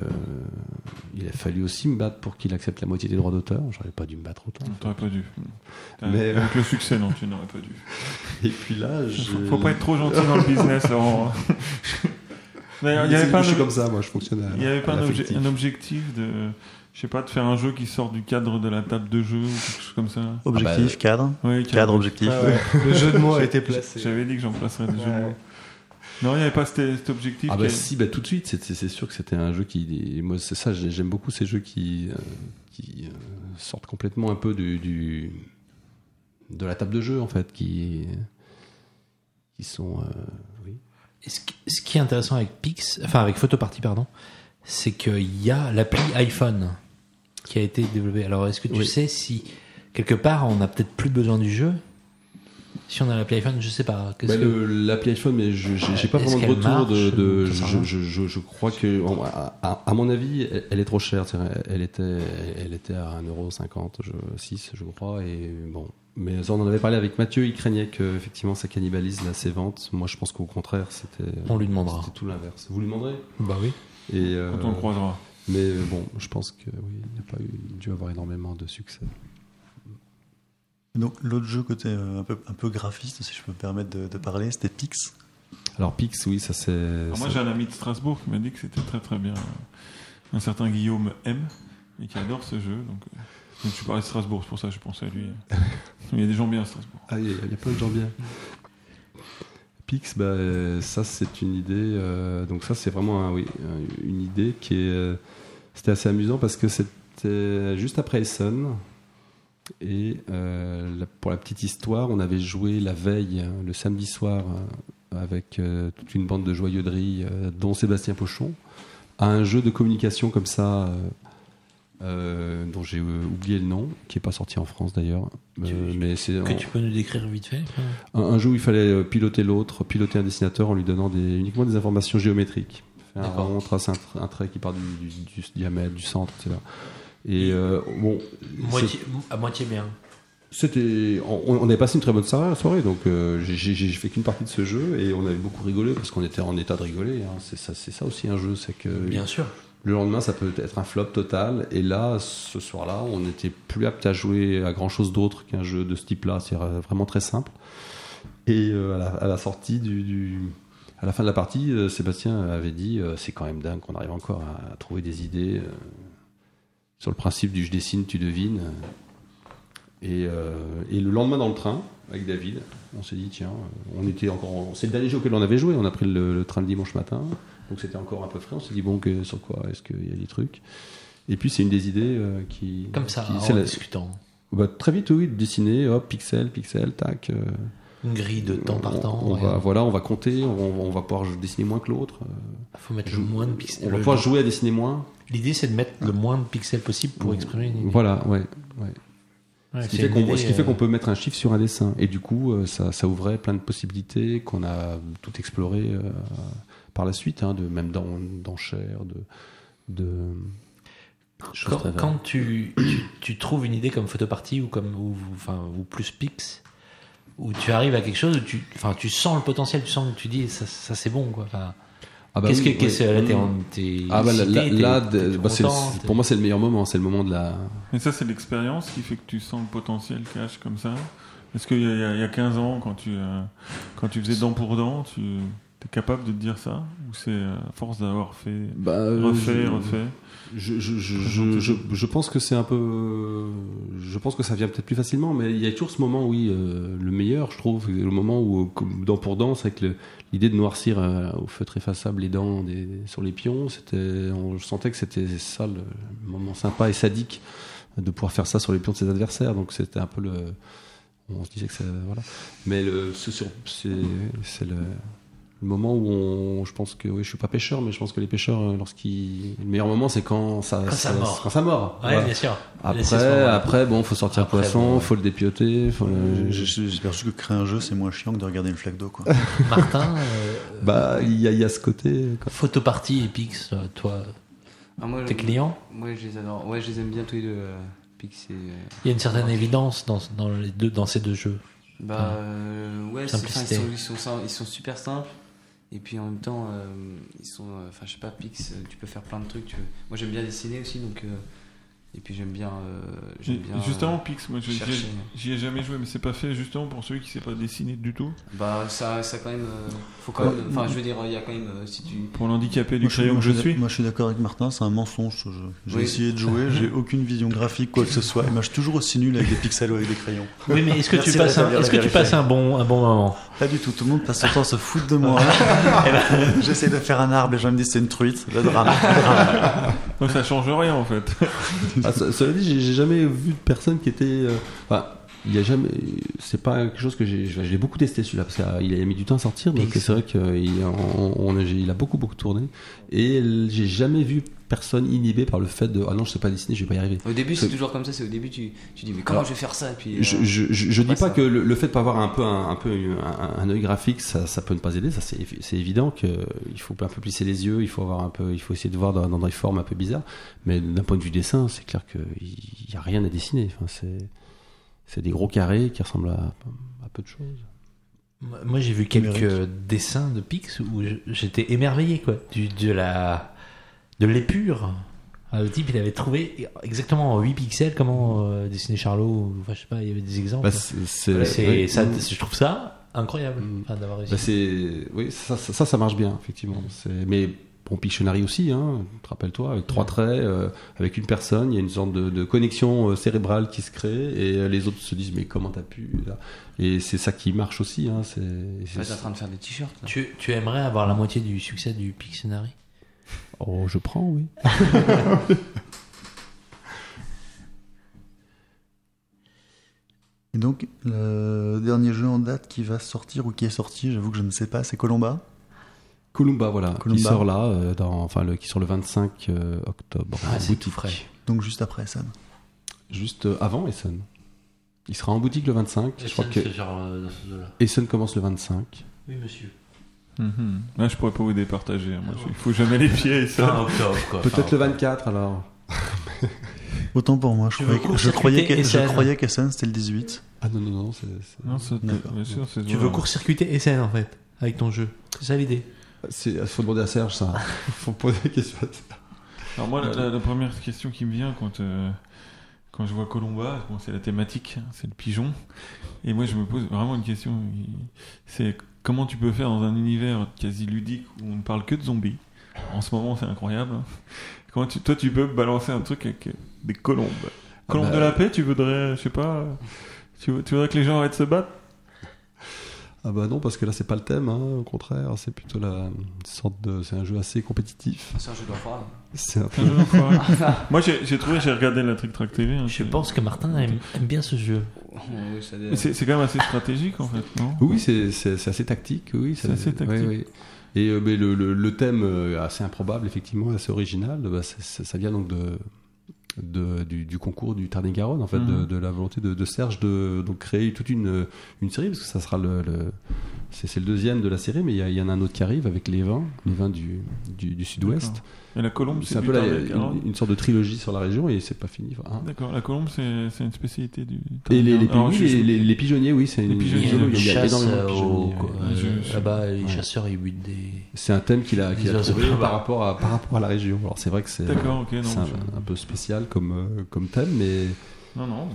S1: il a fallu aussi me battre pour qu'il accepte la moitié des droits d'auteur. J'aurais pas dû me battre autant.
S7: Non, hum. T'aurais pas dû. T'as-
S1: Mais, euh,
S7: Avec le succès, non, tu n'aurais pas dû.
S1: Et puis là, je.
S7: Faut pas être trop gentil dans le business, Laurent. D'ailleurs, il y avait pas
S1: je suis
S7: un-
S1: comme ça, moi, je fonctionne. à-
S7: Il n'y avait pas
S1: à
S7: un, obje-
S1: l'affectif.
S7: un objectif de, je sais pas, de faire un jeu qui sort du cadre de la table de jeu ou quelque chose comme ça.
S1: Ah,
S4: Objectif,
S1: bah,
S4: cadre.
S7: Ouais,
S4: Cadre, objectif.
S6: Le jeu de mots a été
S7: J-
S6: placé.
S7: J'avais dit que j'en placerais des jeux de
S6: Ouais.
S7: mots. Non, il n'y avait pas cet, cet objectif.
S1: Ah
S7: qui
S1: bah
S7: est-
S1: si, bah tout de suite, c'est- c'est c'est sûr que c'était un jeu qui... Moi, c'est ça, j'ai- j'aime beaucoup ces jeux qui, euh, qui euh, sortent complètement un peu du, du- de la table de jeu, en fait, qui, qui sont... euh, oui.
S5: Et Ce, qui- ce qui est intéressant avec Pix, enfin avec Photoparty, pardon, c'est qu'il y a l'appli iPhone qui a été développée. Alors est-ce que tu
S1: Oui.
S5: sais si quelque part on n'a peut-être plus besoin du jeu si on a l'appli iPhone Je sais pas. Qu'est-ce
S1: Bah,
S5: que-
S1: le- L'appli iPhone, mais je j'ai- j'ai pas
S5: Est-ce
S1: vraiment de
S5: qu'elle
S1: retour de.
S5: marche
S1: de-
S5: Ça sert à
S1: je,
S5: rien.
S1: je- je- je crois que, en- à, à- à mon avis, elle, elle est trop chère. C'est-à-dire, Elle était, elle était à 1,50€, je, 6, je crois. Et bon. Mais ça, on en avait parlé avec Mathieu. Il craignait que effectivement ça cannibalise là, ses ventes. Moi, je pense qu'au contraire, c'était.
S5: On lui demandera.
S1: C'était tout l'inverse. Vous lui demanderez.
S5: Bah oui.
S1: Et, euh,
S7: Quand on le croisera.
S1: mais euh, bon, je pense que oui, il n'y a pas eu, dû avoir énormément de succès.
S4: Donc l'autre jeu côté euh, un peu, un peu graphiste, si je peux me permettre de, de parler, c'était Pix.
S1: Alors Pix, oui, ça c'est.
S7: Alors moi,
S1: ça-
S7: j'ai un ami de Strasbourg qui m'a dit que c'était très très bien. Un certain Guillaume M. et qui adore ce jeu. Donc, euh, donc je parlais de Strasbourg, c'est pour ça que je pensais à lui. Il y a des gens bien à Strasbourg.
S1: Ah, il y, a- il y a plein de gens bien. Pix, bah, euh, ça c'est une idée. euh, donc ça c'est vraiment un- oui, un- une idée qui est. euh, c'était assez amusant parce que c'était euh, juste après Essen. Et euh, la- pour la petite histoire, on avait joué la veille, hein, le samedi soir, hein, avec euh, toute une bande de joyeux de riz, euh, dont Sébastien Pochon, à un jeu de communication comme ça, euh, euh, dont j'ai euh, oublié le nom, qui n'est pas sorti en France d'ailleurs. Euh, mais c'est
S5: Que
S1: on-
S5: tu peux nous décrire vite fait
S1: un, un jeu où il fallait euh, piloter l'autre, piloter un dessinateur en lui donnant des, uniquement des informations géométriques. Faire un
S5: D'accord.
S1: rond, tracer un, tra- un trait qui part du, du- du diamètre, du centre, etc. Et euh, bon, c'est-
S5: à moitié bien.
S1: c'était, on, on avait passé une très bonne soirée, soirée, donc euh, j'ai- j'ai j'ai fait qu'une partie de ce jeu et on avait beaucoup rigolé parce qu'on était en état de rigoler. hein. C'est ça, c'est ça aussi un jeu, c'est que
S5: Bien sûr.
S1: le lendemain, ça peut être un flop total. Et là, ce soir-là, on n'était plus apte à jouer à grand-chose d'autre qu'un jeu de ce type-là. C'est vraiment très simple. Et euh, à, la, à la sortie du, du- À la fin de la partie, euh, Sébastien avait dit euh, c'est quand même dingue qu'on arrive encore à, à trouver des idées euh, sur le principe du je dessine, tu devines. Et, euh, et le lendemain, dans le train, avec David, on s'est dit tiens, euh, on était encore. en- C'est le dernier jeu auquel on avait joué. On a pris le- le train le dimanche matin. Donc c'était encore un peu frais. On s'est dit, bon, que, sur quoi est-ce qu'il y a des trucs Et puis c'est une des idées euh, qui.
S5: Comme ça,
S1: qui- c'est
S5: en
S1: la-
S5: discutant.
S1: bah, très vite, oui, de dessiner, hop, pixel, pixel, tac. euh,
S5: Une grille de temps par
S1: on-
S5: temps.
S1: On
S5: ouais.
S1: va, voilà, on va compter, on, on va pouvoir dessiner moins que l'autre. euh,
S5: faut mettre
S1: jou-
S5: le moins de pixels.
S1: On va
S5: Le-
S1: pouvoir jouer à dessiner moins.
S5: L'idée, c'est de mettre le moins de pixels possible pour exprimer une idée.
S1: Voilà, ouais. ouais.
S5: Ouais,
S1: ce qui
S5: c'est
S1: Mmh. fait
S5: une
S1: qu'on
S5: idée,
S1: ce qui fait
S5: euh,
S1: qu'on peut mettre un chiffre sur un dessin. Et du coup, euh, ça, ça ouvrait plein de possibilités qu'on a tout exploré euh, par la suite, hein, de, même d'en- d'enchères, de. de choses
S5: Quand,
S1: très variées.
S5: quand tu, tu, tu trouves une idée comme Photoparty ou comme ou, ou- enfin, ou plus Pix, où tu arrives à quelque chose, où tu, enfin, tu sens le potentiel, tu sens que tu dis ça, ça c'est bon quoi. Enfin,
S1: Ah bah
S5: qu'est-ce que
S1: oui,
S5: qu'est-ce que là
S1: ouais.
S5: t'es en- t'es
S1: Ah bah là,
S5: excité,
S1: là-
S5: t'es-
S1: là,
S5: t'es
S1: de- bah, c'est le-
S5: content, t'es-
S1: pour moi c'est le meilleur moment, c'est le moment de la.
S7: Mais ça, c'est l'expérience qui fait que tu sens le potentiel cache comme ça. Est-ce qu'il y, a- il y a- il y a 15 ans, quand tu, euh, quand tu faisais dent pour dent, tu es capable de te dire ça Ou c'est euh, à force d'avoir fait,
S1: Bah, euh,
S7: refait,
S1: je-
S7: refait
S1: Je, je, je, je, je, je pense que c'est un peu. euh, Je pense que ça vient peut-être plus facilement, mais il y a toujours ce moment, oui, euh, le meilleur, je trouve, c'est le moment où, euh, comme dent pour dent, c'est avec le- l'idée de noircir euh, au feutre effaçable les dents des- sur les pions, c'était, on sentait que c'était ça le moment sympa et sadique de pouvoir faire ça sur les pions de ses adversaires. Donc c'était un peu le. On se disait que ça. Voilà. Mais le, ce sur- c'est c'est le le moment où on, je pense que oui, je suis pas pêcheur, mais je pense que les pêcheurs, euh, lorsqu'ils, le meilleur moment, c'est quand ça,
S5: Quand ça mord.
S1: quand ça mord.
S5: Ouais,
S1: Voilà.
S5: bien sûr. Laissez ce
S1: Après,
S5: moment-là.
S1: après, bon, faut sortir
S5: Après,
S1: le poisson,
S5: bon, ouais. Mmh.
S1: faut le dépioter, faut le-
S4: J'ai- Euh, j'ai- J'espère juste que créer un jeu, c'est moins chiant que de regarder une flaque d'eau. quoi.
S5: Martin, euh,
S1: Bah, il y, a- il y a ce côté. quoi.
S5: Photopartie et Pix, euh, toi,
S8: Ah, moi,
S5: tes
S8: je-
S5: clients,
S8: Moi, je les adore. Ouais, je les aime bien tous les deux. euh, Pix et. euh,
S5: il y a une certaine évidence dans, dans les deux, dans ces deux jeux.
S1: Ah.
S8: Bah euh, ouais, c'est- enfin,
S5: Simplicité.
S8: ils, sont, ils, sont, sim- ils sont super simples. Et puis en même temps, euh, ils sont. euh, Enfin, je sais pas, Pix, euh, tu peux faire plein de trucs. tu veux. Moi, j'aime bien dessiner aussi, donc. euh, et puis j'aime bien. euh,
S7: J'ai-
S8: j'aime
S1: Mm,
S8: bien
S7: Justement, Pix, moi, je-
S8: chercher.
S7: j'y j'y ai jamais joué, mais c'est pas fait justement pour celui qui sait pas dessiner du tout.
S8: euh, Bah, ça, ça quand même. euh, faut quand même. Enfin, je veux dire, il y a quand même. euh, si tu.
S7: Pour l'handicapé du
S4: Moi,
S7: crayon que je suis.
S4: Moi, je suis d'accord avec Martin, c'est un mensonge ce jeu. J'ai
S8: Oui.
S4: essayé de jouer, j'ai aucune vision graphique, quoi que ce soit. Et moi, je suis toujours aussi nul avec des pixelos avec des crayons.
S5: Oui, mais est-ce que
S4: Merci
S5: tu
S4: de
S5: passes, un,
S4: rétablir
S5: est-ce
S4: la
S5: que tu
S4: vérité.
S5: passes un bon, un bon moment
S4: Pas du tout, tout le monde passe son temps à se foutre de moi. Et là, J'essaie de faire un arbre, les gens me disent c'est une truite, le drame.
S7: Moi, ça change rien en fait.
S1: Ah, ce- cela dit, j'ai- j'ai jamais vu de personne qui était. euh, Enfin, il y a jamais. C'est pas quelque chose que j'ai. je- Je l'ai beaucoup testé celui-là parce qu'il a mis du temps à sortir. Donc
S5: Pix.
S1: c'est vrai qu'il a, on- on a- j'ai- il a beaucoup beaucoup tourné et l- j'ai jamais vu personne inhibé par le fait de ah non je sais pas dessiner, je vais pas y arriver.
S8: Au début, c'est
S1: C'est-
S8: toujours comme ça. C'est au début, tu, tu dis, mais comment
S1: Alors,
S8: je vais faire ça Et puis. euh,
S1: Je, je, je, je dis
S8: Ouais,
S1: pas
S8: ça.
S1: que le, le fait de pas avoir un peu un, un peu un, un- un œil graphique, ça, ça peut ne pas aider. Ça c'est évi- c'est évident que euh, il faut un peu plisser les yeux, il faut avoir un peu, il faut essayer de voir dans, dans des formes un peu bizarres. Mais d'un point de vue dessin, c'est clair que il y a rien à dessiner. Enfin, c'est c'est des gros carrés qui ressemblent à, à peu de choses.
S5: Moi, moi, j'ai vu quelques dessins de Pix où je- j'étais émerveillé, quoi, du, de la, de l'épure. Ah, le type, il avait trouvé exactement en 8 pixels comment euh, dessiner Charlot. ou- Enfin, je sais pas, il y avait des exemples.
S1: Bah, c'est c'est-
S5: C'est-
S1: ouais.
S5: ça, je trouve ça incroyable
S1: Mm.
S5: enfin, d'avoir réussi.
S1: Bah, c'est oui ça ça, ça ça marche bien effectivement. C'est- Mais bon Pictionary aussi hein, te rappelle-toi avec trois traits euh, avec une personne il y a une sorte de, de connexion euh, cérébrale qui se crée et euh, les autres se disent mais comment t'as pu là et c'est ça qui marche aussi hein. C'est c'est-
S8: Ouais, t'es en train de faire des t-shirts. là.
S5: tu, tu aimerais avoir la moitié du succès du Pictionary
S1: Ah, oh je prends oui.
S4: Et donc, le dernier jeu en date qui va sortir ou qui est sorti, j'avoue que je ne sais pas, c'est Colomba.
S1: Columba voilà
S4: Columba.
S1: qui sort là euh, dans enfin le qui sort le 25 euh, octobre
S5: Ah,
S1: en
S5: c'est
S1: boutique.
S5: tout frais.
S4: Donc juste après Sam.
S1: juste euh, avant Essen. Il sera en boutique le 25 je crois que
S5: euh,
S1: Essen commence le 25.
S5: Oui, monsieur.
S7: Mhm. Là, je pourrais pas vous départager. hein. Moi, je- il faut jamais les pieds et ça.
S5: octobre, quoi.
S1: Peut-être le 24 alors.
S4: Autant pour moi,
S5: Tu
S4: je
S5: veux
S4: croyais, que- je croyais que- je
S5: court-circuiter
S4: croyais qu'Essen c'était le 18.
S1: Ah non non non c'est c'est-
S7: Non, c'est-
S4: D'accord.
S7: bien sûr, c'est
S5: Tu veux court-circuiter SN, en fait, avec ton jeu. C'est ça l'idée.
S1: C'est, faut demander à Serge ça. faut poser la question à Serge.
S7: Alors moi,
S5: Euh,
S7: la, la- la première question qui me vient quand, euh, quand je vois Colomba, bon, c'est la thématique, hein, c'est le pigeon. Et moi, je me pose vraiment une question. C'est comment tu peux faire dans un univers quasi ludique où on ne parle que de zombies En ce moment, c'est incroyable. hein. Comment tu, toi, tu peux balancer un truc avec euh, des colombes
S1: Ah
S7: Colombe
S1: bah,
S7: de la paix, tu voudrais, je sais pas, euh, tu, veux- tu voudrais que les gens arrêtent de se battre
S1: Ah bah non, parce que là, c'est pas le thème, hein, au contraire, c'est plutôt la une sorte de. C'est un jeu assez compétitif.
S8: C'est un jeu d'enfoiré.
S1: C'est un
S7: C'est
S1: peu-
S7: un jeu d'enfoiré. Moi, j'ai j'ai trouvé, j'ai regardé la Trick Track TV. hein,
S5: Je
S7: c'est-
S5: pense que Martin aime, aime bien ce jeu.
S8: Ouais, ça dé-
S7: C'est c'est quand même assez stratégique en fait, non
S1: Oui, c'est, c'est, c'est assez tactique, oui.
S7: C'est assez tactique.
S1: oui, oui. Et euh, mais le, le- le thème euh, assez improbable, effectivement, assez original, bah, c'est- c'est- ça vient donc de, de- du, du concours du Tarn-et-Garonne, en fait,
S7: Mhm.
S1: de, de la volonté de, de Serge de donc, créer toute une, une série, parce que ça sera le. le- c'est, c'est le deuxième de la série, mais il y, a- il y en a un autre qui arrive avec les vins, les vins du, du, du sud-ouest.
S7: D'accord. Et la Colombe,
S1: C'est un
S7: du
S1: peu la-
S7: Tarn-et-Garonne.
S1: une, une sorte de trilogie sur la région et c'est pas fini. enfin, hein.
S7: D'accord, la colombe, c'est c'est une spécialité du.
S1: Et les, les,
S7: Alors,
S1: oui,
S7: je-
S1: les, les- les pigeonniers, oui, c'est
S7: Les
S1: une
S7: pigeonniers,
S1: il y a-
S7: le
S1: il y a
S5: chasse
S1: énormément de
S5: au-
S1: pigeonniers,
S5: quoi,
S1: ouais.
S7: ouais,
S5: euh,
S7: je-
S5: Là-bas, les
S1: ouais.
S5: chasseurs, ils butent des.
S1: C'est un thème qu'il a, qu'il
S5: Des
S1: a
S5: oiseaux.
S1: trouvé par rapport à par rapport à la région. Alors c'est vrai que c'est
S7: D'accord, ok, non.
S1: c'est un,
S7: je-
S1: un peu spécial comme euh, comme thème, mais
S7: Non, non.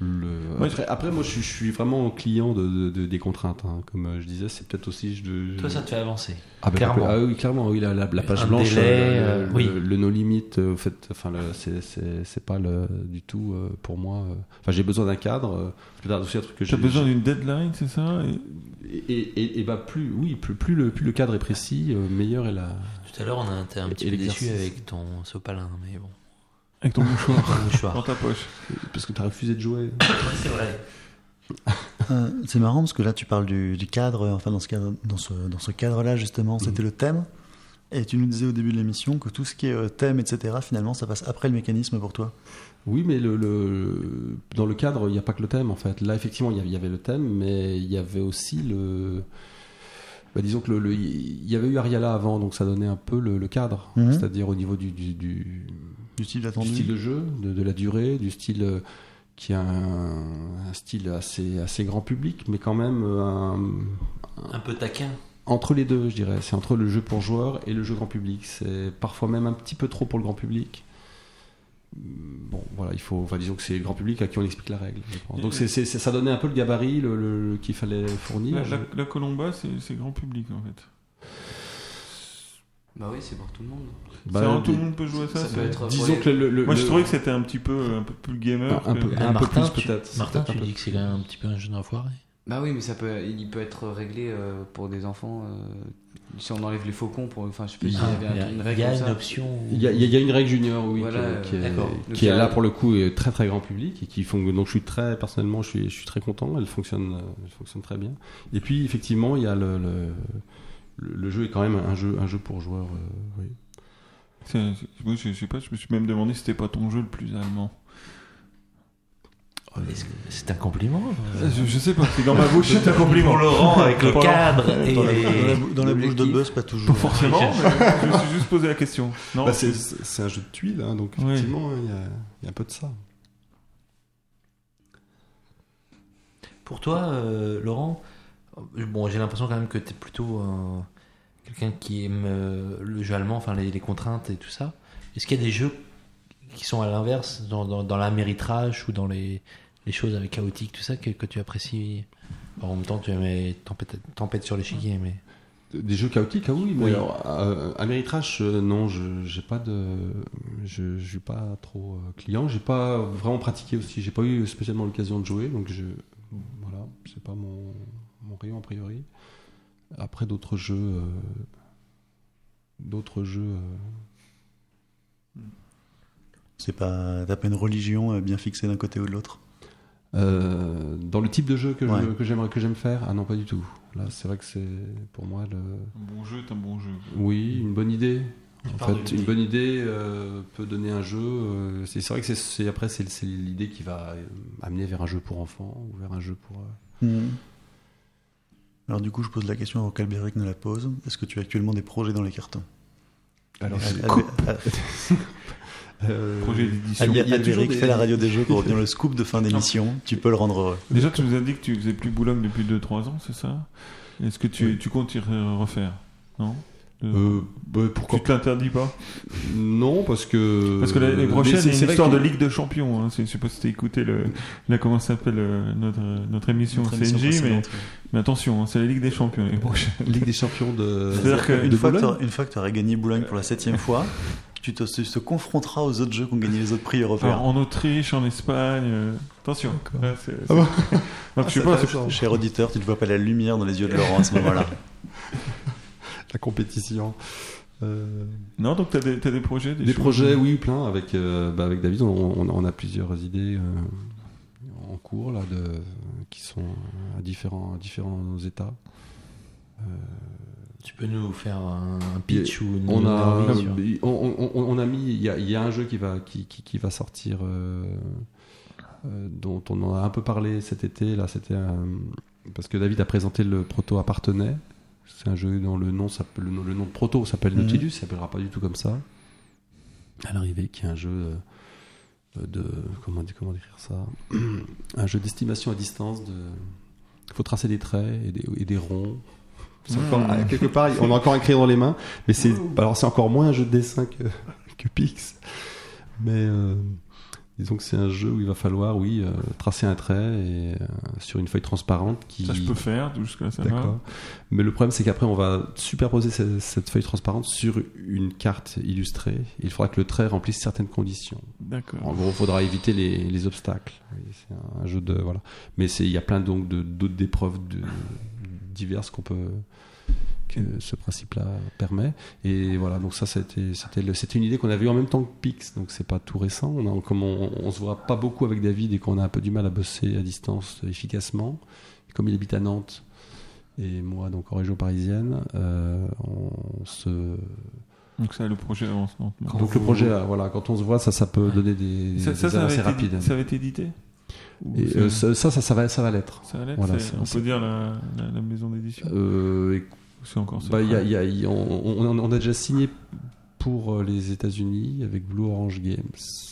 S1: le-
S7: Ouais,
S1: après, après, moi, je, suis- je suis vraiment client de, de- de- des contraintes. hein. Comme euh, je disais, c'est peut-être aussi. Je,
S5: Toi, ça te fait avancer.
S1: Ah, bah,
S5: clairement.
S1: ah oui, clairement, oui, la, la- la page
S5: Un
S1: blanche,
S5: délai,
S1: euh,
S5: euh,
S1: le,
S5: oui.
S1: le- le no limit, euh, au fait, enfin, le- c'est- c'est c'est pas le, du tout euh, pour moi. euh. Enfin, j'ai besoin d'un cadre. euh, C'est peut-être aussi un truc que
S7: T'as
S1: j'ai
S7: besoin d'une deadline, c'est ça Et-
S1: Et, et- et bah plus, oui, plus, plus, le, plus le cadre est précis, euh, meilleur est la.
S5: Tout à l'heure, on a été un
S1: Et-
S5: petit
S1: et
S5: peu déçu
S1: l'exercice.
S5: avec ton sopalin, mais bon.
S7: Avec
S1: Ah,
S7: ton mouchoir
S5: Ton
S1: bah.
S7: dans
S5: mouchoir.
S7: ta poche.
S1: Parce que t'as refusé de jouer.
S5: c'est vrai.
S4: Euh, c'est marrant parce que là tu parles du, du cadre, euh, enfin dans ce cadre, dans ce, dans ce cadre-là justement, c'était
S1: Mhm.
S4: le thème. Et tu nous disais au début de l'émission que tout ce qui est euh, thème, etc., finalement, ça passe après le mécanisme pour toi.
S1: Oui, mais le, le- dans le cadre, il n'y a pas que le thème en fait. Là, effectivement, il y avait- il y avait le thème, mais il y avait aussi le. bah, disons que le- le- il y avait eu Ariala avant, donc ça donnait un peu le, le cadre,
S4: Mhm.
S1: c'est-à-dire au niveau du, du, du-
S4: Du style
S1: du
S4: attendu.
S1: style de jeu, de, de la durée, du style euh, qui a un, un style assez, assez grand public, mais quand même euh, un,
S5: Un peu taquin.
S1: entre les deux, je dirais. C'est entre le jeu pour joueur et le jeu grand public. C'est parfois même un petit peu trop pour le grand public. Hum, Bon, voilà, il faut. Enfin, disons que c'est le grand public à qui on explique la règle. je pense. Donc, c'est, c'est- c'est- ça donnait un peu le gabarit le, le- le- qu'il fallait fournir. Bah,
S7: La, la, la Colomba, c'est c'est grand public en fait.
S8: Bah oui, c'est pour tout le monde.
S1: Bah,
S7: Ça, tout le monde peut jouer à ça.
S8: Ça
S7: c'est-
S8: peut être. euh,
S1: disons que le. le-
S7: Moi, je
S1: le-
S7: trouvais que c'était un petit peu, un peu plus gamer.
S1: Un
S7: que-
S1: peu.
S5: Ah,
S1: Un peu
S5: Martin,
S1: plus,
S5: tu-
S1: peut-être.
S5: Martin,
S1: Peut-être
S5: tu
S1: un peu
S5: dis que c'est quand même un petit peu un jeu d'enfoiré.
S8: Bah oui, mais ça peut, il peut être réglé euh, pour des enfants. euh, si on enlève les faucons, pour, enfin, je sais pas s'il y avait un- une
S5: Ah, Il
S8: règle
S5: y a
S8: comme
S5: une
S8: ça.
S5: option. où-
S1: Il y, a, il y a- il y a une règle junior, oui,
S8: Voilà,
S1: qui- qui,
S8: euh,
S1: est,
S5: d'accord.
S8: Donc,
S1: qui est
S8: euh,
S1: là pour le coup est très très grand public et qui font donc je suis très personnellement je suis je suis très content. Elle fonctionne, euh, elle fonctionne très bien. Et puis effectivement il y a le le, le- le jeu est quand même un jeu un jeu pour joueurs. euh, oui.
S7: C'est- c'est- moi, je, je sais pas, je me suis même demandé si c'était pas ton jeu le plus allemand.
S5: Est-ce que- C'est un compliment.
S7: Euh, Je, je sais pas, c'est dans ma bouche, c'est un compliment.
S5: Laurent avec
S7: le
S5: cadre et
S4: Dans la, dans la bou- dans la bouche de
S8: L'objectif.
S4: Buzz, pas
S7: Pas
S4: toujours.
S7: forcément, mais je me suis juste posé la question. Non,
S1: Bah, c'est c'est un jeu de tuiles hein, donc
S7: Oui.
S1: effectivement il y, a, il y a un peu de ça.
S5: Pour toi, euh, Laurent, euh, bon, j'ai l'impression quand même que tu es plutôt un- quelqu'un qui aime euh, le jeu allemand, enfin les, les contraintes et tout ça. Est-ce qu'il y a des jeux qui sont à l'inverse, dans, dans, dans l'améritrage ou dans les, les choses avec chaotique, tout ça, que, que tu apprécies Alors, En même temps, tu aimais Tempête, Tempête sur l'échiquier, mais.
S1: Des jeux chaotiques, ah oui, mais
S5: Oui.
S1: alors, euh, Ameritrash, euh, non, je j'ai pas de, je, je suis pas trop euh, client, j'ai pas vraiment pratiqué aussi, j'ai pas eu spécialement l'occasion de jouer, donc je, voilà, c'est pas mon, mon rayon a priori. Après d'autres jeux, euh, d'autres jeux, euh,
S4: C'est pas, t'as pas une religion euh, bien fixée d'un côté ou de l'autre.
S1: euh, dans le type de jeu que je-
S4: Ouais.
S1: que j'aimerais que j'aime faire, ah non pas du tout. Là, c'est vrai que c'est pour moi le,
S7: Un bon jeu est un bon jeu.
S1: Oui, une bonne idée. En
S5: part de
S1: fait,
S5: l'idée.
S1: une bonne idée euh, peut donner un jeu. euh, c'est c'est vrai que c'est- c'est après c'est c'est l'idée qui va euh, amener vers un jeu pour enfants ou vers un jeu pour. euh,
S4: Alors du coup, je pose la question avant qu'Albéric ne la pose. Est-ce que tu as actuellement des projets dans les cartons
S1: Alors,
S4: Al- Al-
S1: euh,
S7: Projet d'édition.
S1: il y a- il
S4: Albéric
S1: y a toujours des-
S4: fait la radio des jeux pour revenir le scoop de fin d'émission. Tu peux le rendre heureux.
S7: Déjà, tu nous as dit que tu faisais plus Boulogne depuis 2-3 ans, c'est ça Est-ce que tu, tu comptes y re- refaire Non
S1: euh, bah,
S7: Tu
S1: pourquoi
S7: te l'interdis pas
S1: Non, parce que
S7: Parce que les, les
S1: Mais
S7: prochaines,
S1: c'est-
S7: Euh, c'est
S1: c'est
S7: une
S1: vrai
S7: histoire
S1: que-
S7: de Ligue de Champions. Hein. C'est- Je sais pas si t'as écouté le, là, comment ça s'appelle euh, notre, notre émission
S4: Notre émission
S7: CNJ, mais,
S4: précédente.
S7: mais attention, hein, c'est la Ligue des Champions. les prochaines.
S1: Ligue des Champions de.
S7: C'est-à-dire que-
S4: Une
S1: de
S4: fois, que
S1: Boulogne
S4: t'auras- une fois que tu auras gagné Boulogne pour la septième fois, tu te, tu te confronteras aux autres jeux qu'ont gagné les autres prix
S7: Enfin,
S1: Ah.
S4: européens.
S7: en Autriche, en Espagne. euh, Attention. Ouais, c'est- c'est-
S1: Ah bon
S7: Non, je sais pas, c'est-
S4: Cher auditeur, tu ne vois pas la lumière dans les yeux de Laurent à ce moment-là.
S1: la compétition. Euh,
S7: non, donc t'as des, t'as des projets
S1: Des
S7: choses-
S1: projets, oui, plein. Avec, euh, bah, avec David, on, on- on a plusieurs idées euh, en cours là, de, qui sont à différents, à différents états.
S5: Tu peux nous faire un, un pitch ou une.
S1: On
S5: une
S1: a,
S5: envie, sur-
S1: on, on- on- on a mis, il y a, il y a un jeu qui va, qui, qui, qui va sortir, euh, euh, dont on en a un peu parlé cet été. Là, c'était un- parce que David a présenté le proto appartenait. C'est un jeu dont le nom s'appelle, le, nom- le nom de proto s'appelle
S4: Mhm.
S1: Nautilus, ça s'appellera pas du tout comme ça. À l'arrivée, qui est un jeu euh, de, comment dit- comment décrire ça, un jeu d'estimation à distance. De, faut tracer des traits et des, et des ronds. C'est encore- ah, quelque part, on a encore un crayon dans les mains, mais c'est alors c'est encore moins un jeu de dessin que, que Pix. Mais euh, Disons que c'est un jeu où il va falloir, oui, euh, tracer un trait et, euh, sur une feuille transparente qui.
S7: Ça, je peux faire, jusque-là, ça hein. va.
S1: D'accord. Mais le problème, c'est qu'après, on va superposer ce- cette feuille transparente sur une carte illustrée. Il faudra que le trait remplisse certaines conditions. En
S7: D'accord.
S1: gros, il faudra éviter les, les obstacles. Oui, C'est un jeu de voilà. Mais c'est- il y a plein donc de- d'autres épreuves de- diverses qu'on peut que
S7: Mm.
S1: ce principe-là permet. Et voilà, donc ça, c'était c'était le- c'était une idée qu'on avait eu en même temps que Pix. Donc c'est pas tout récent. On a, comme on, on se voit pas beaucoup avec David et qu'on a un peu du mal à bosser à distance efficacement, comme il habite à Nantes et moi donc en région parisienne, euh, on se
S7: Donc, ça, le projet avance lentement.
S1: donc le projet, là, voilà, quand on se voit, ça, ça peut donner des,
S7: Ça,
S1: des
S7: ça, ça,
S1: assez
S7: va, être,
S1: rapides.
S7: édi- ça va être édité Ou
S1: Et,
S7: c'est-
S1: euh, ça, ça, ça, ça va, ça va l'être.
S7: ça va l'être,
S1: voilà,
S7: c'est-
S1: ça-
S7: On
S1: ça-
S7: peut dire la, la- la maison d'édition
S1: Euh, et-
S7: Ou c'est encore
S1: bah,
S7: secret
S1: il y a- il y a- il y a- on, on- on a déjà signé pour euh, les États-Unis avec Blue Orange Games.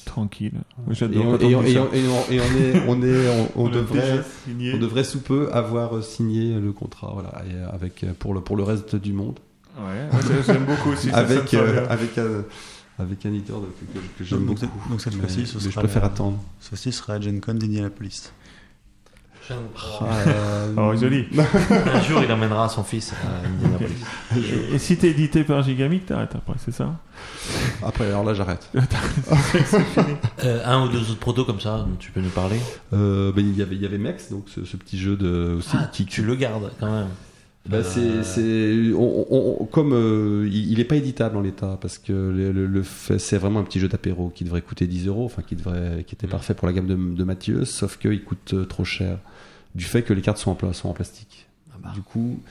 S7: Tranquille. Moi,
S1: Et
S7: J'adore.
S1: on,
S7: quand
S1: et
S7: on
S1: on-
S7: dit
S1: et
S7: ça.
S1: on- et on- et on est, on est, on- on
S7: On a
S1: devrait,
S7: déjà signé.
S1: on devrait sous peu avoir euh, signé le contrat, voilà, et euh, avec euh, pour le pour le reste du monde,
S7: Ouais, ouais, ça, j'aime beaucoup aussi. ça, ça me
S1: avec
S7: parle
S1: euh,
S7: bien.
S1: avec un, avec un éditeur de- que, que- que j'aime
S4: Donc,
S1: beaucoup.
S4: donc cette
S1: Mais-
S4: fois-ci, ce
S1: mais
S4: sera
S1: je préfère
S4: la-
S1: attendre.
S4: Ceci sera à Gen Con d'Indianapolis.
S5: Ah,
S1: Ah, euh,
S7: Oh, joli.
S5: Un jour, il emmènera son fils à Indianapolis.
S7: Et, et si t'es édité par Gigamic, t'arrêtes après, c'est ça
S1: Après, alors là, j'arrête.
S5: Euh, un ou deux autres protos comme ça, dont tu peux nous parler
S1: Euh, ben, il y avait il y avait Mex donc ce, ce petit jeu de aussi
S5: Ah,
S1: qui,
S5: tu, tu le gardes quand même.
S1: Bah,
S5: Euh,
S1: c'est, c'est- on- on- on- comme euh, il n'est pas éditable en l'état parce que le, le- le fait- c'est vraiment un petit jeu d'apéro qui devrait coûter 10 euros, enfin qui devrait, qui était
S4: Mm.
S5: Mhm.
S1: parfait pour la gamme de, de Mathieu, sauf qu'il coûte euh, trop cher du fait que les cartes sont en, pla- sont en plastique.
S4: Ah, bah.
S1: Du coup,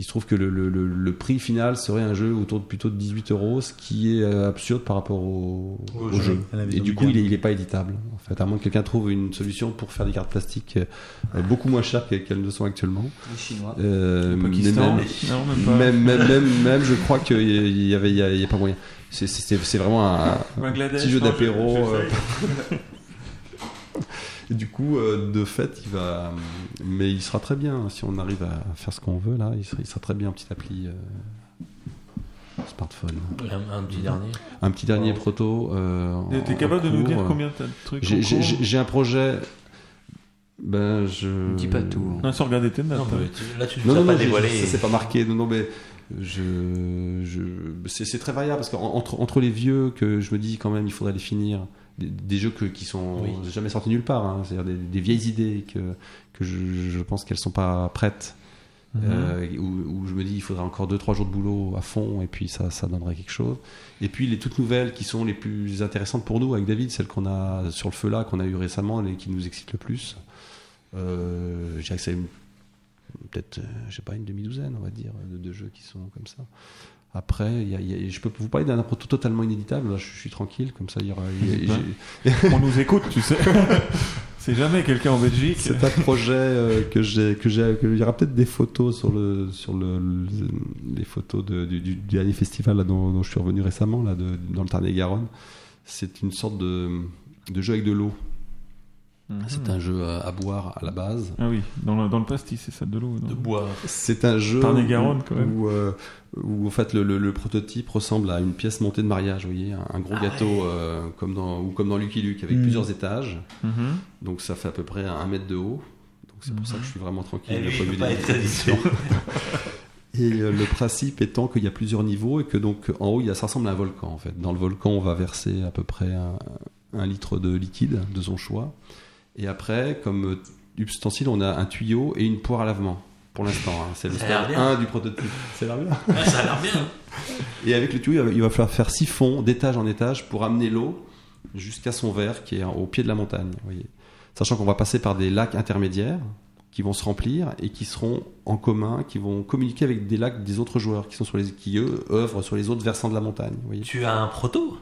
S1: il se trouve que le, le- le- le prix final serait un jeu autour de plutôt de 18 euros, ce qui est euh, absurde par rapport au,
S5: Au
S1: au
S5: jeu,
S1: jeu.
S4: à la
S1: Et
S4: vision
S1: du
S4: du
S1: coup,
S4: gars.
S1: il est, il est pas éditable. En fait, à moins que quelqu'un trouve une solution pour faire des cartes plastiques euh, beaucoup moins chères qu'elles qu'elles ne sont actuellement.
S8: Les Chinois.
S1: Euh,
S7: Au
S1: mais
S7: Pakistan
S1: même-
S7: Non, même pas.
S1: même, même, même, même, je crois qu'il y, y avait, il y, a- il y a pas moyen. C'est- C'est c'est- c'est vraiment un,
S7: Bangladesh,
S1: petit jeu
S7: non, je-
S1: d'apéro. euh,
S7: j'essaye.
S1: et du coup, euh, de fait, il va, mais il sera très bien hein, si on arrive à faire ce qu'on veut là. Il sera, il sera très bien, petite appli euh, smartphone.
S5: Un, un petit dernier.
S1: Un petit dernier proto. euh, en-
S7: T'es- T'es
S1: en
S7: capable de nous
S1: cours. euh,
S7: dire combien t'as de trucs en
S1: J'ai- J'ai
S7: cours
S1: j'ai- j'ai un projet. Ben, je.
S8: Dis pas tout. hein.
S7: Non, sans regarder tes notes.
S5: Non,
S7: hein.
S5: mais tu- là, tu ne
S1: Non,
S5: l'as
S1: non,
S5: pas
S1: non, j'ai-
S5: dévoilé.
S1: ça, c'est pas marqué. Non, non, mais je, je, c'est c'est très variable parce qu'entre entre les vieux que je me dis quand même, il faudrait les finir. Des, des jeux que, qui sont
S5: Oui.
S1: jamais sortis nulle part, hein. c'est-à-dire des, des vieilles idées que, que je, je pense qu'elles sont pas prêtes,
S5: Mhm.
S1: euh, où, où je me dis il faudrait encore 2-3 jours de boulot à fond et puis ça, ça donnerait quelque chose. Et puis les toutes nouvelles qui sont les plus intéressantes pour nous avec David, celles qu'on a sur le feu là, qu'on a eu récemment et qui nous excitent le plus. Euh, je dirais que c'est une- peut-être, euh, je sais pas, une demi-douzaine, on va dire, de, de jeux qui sont comme ça. Après, il y a- il y a- je peux vous parler d'un proto totalement inéditable. Là, je, suis tranquille, comme ça, il y aura. il y a-
S7: N'hésite pas.
S1: j'ai-
S7: On nous écoute, tu sais. c'est jamais quelqu'un en Belgique.
S1: C'est un projet euh, que j'ai que j'ai que- il y aura peut-être des photos sur le sur le, le- les photos de- du, du dernier festival là, dont, dont je suis revenu récemment là de- dans le Tarn-et-Garonne. C'est une sorte de de jeu avec de l'eau.
S7: Mhm.
S1: Ah, C'est un jeu à, à boire à la base.
S7: Ah oui, dans le, dans le pastis, c'est ça de l'eau. non
S5: De bois.
S1: C'est un jeu
S7: Tarn-et-Garonne,
S1: où-
S7: quand même.
S1: où, euh, où, en fait le, le- le prototype ressemble à une pièce montée de mariage, vous voyez, un, un gros
S5: Ah
S1: gâteau euh, comme dans ou comme dans Lucky Luke avec
S4: Mm.
S1: plusieurs étages.
S7: Mhm.
S1: Donc ça fait à peu près un mètre de haut. Donc c'est pour
S7: Mm-hmm.
S1: ça que je suis vraiment tranquille.
S5: Eh
S1: d'un
S5: oui,
S1: point de
S5: il
S1: vue
S5: peut pas
S1: des-
S5: être édité.
S1: Et euh, le principe étant qu'il y a plusieurs niveaux et que donc en haut, il y a, ça ressemble à un volcan en fait. Dans le volcan, on va verser à peu près un, un litre de liquide de son choix. Et après, comme euh, ustensile, on a un tuyau et une poire à lavement. Pour l'instant, hein. c'est le
S5: Ça a l'air
S1: stade
S5: bien.
S1: 1 du prototype. C'est la
S5: Ah, ça a l'air bien.
S1: Et avec le tuyau, il va- il va falloir faire siphon d'étage en étage pour amener l'eau jusqu'à son verre qui est au pied de la montagne. vous voyez. Sachant qu'on va passer par des lacs intermédiaires qui vont se remplir et qui seront en commun, qui vont communiquer avec des lacs des autres joueurs qui sont sur les qui eux œuvrent sur les autres versants de la montagne. vous voyez.
S5: Tu as un proto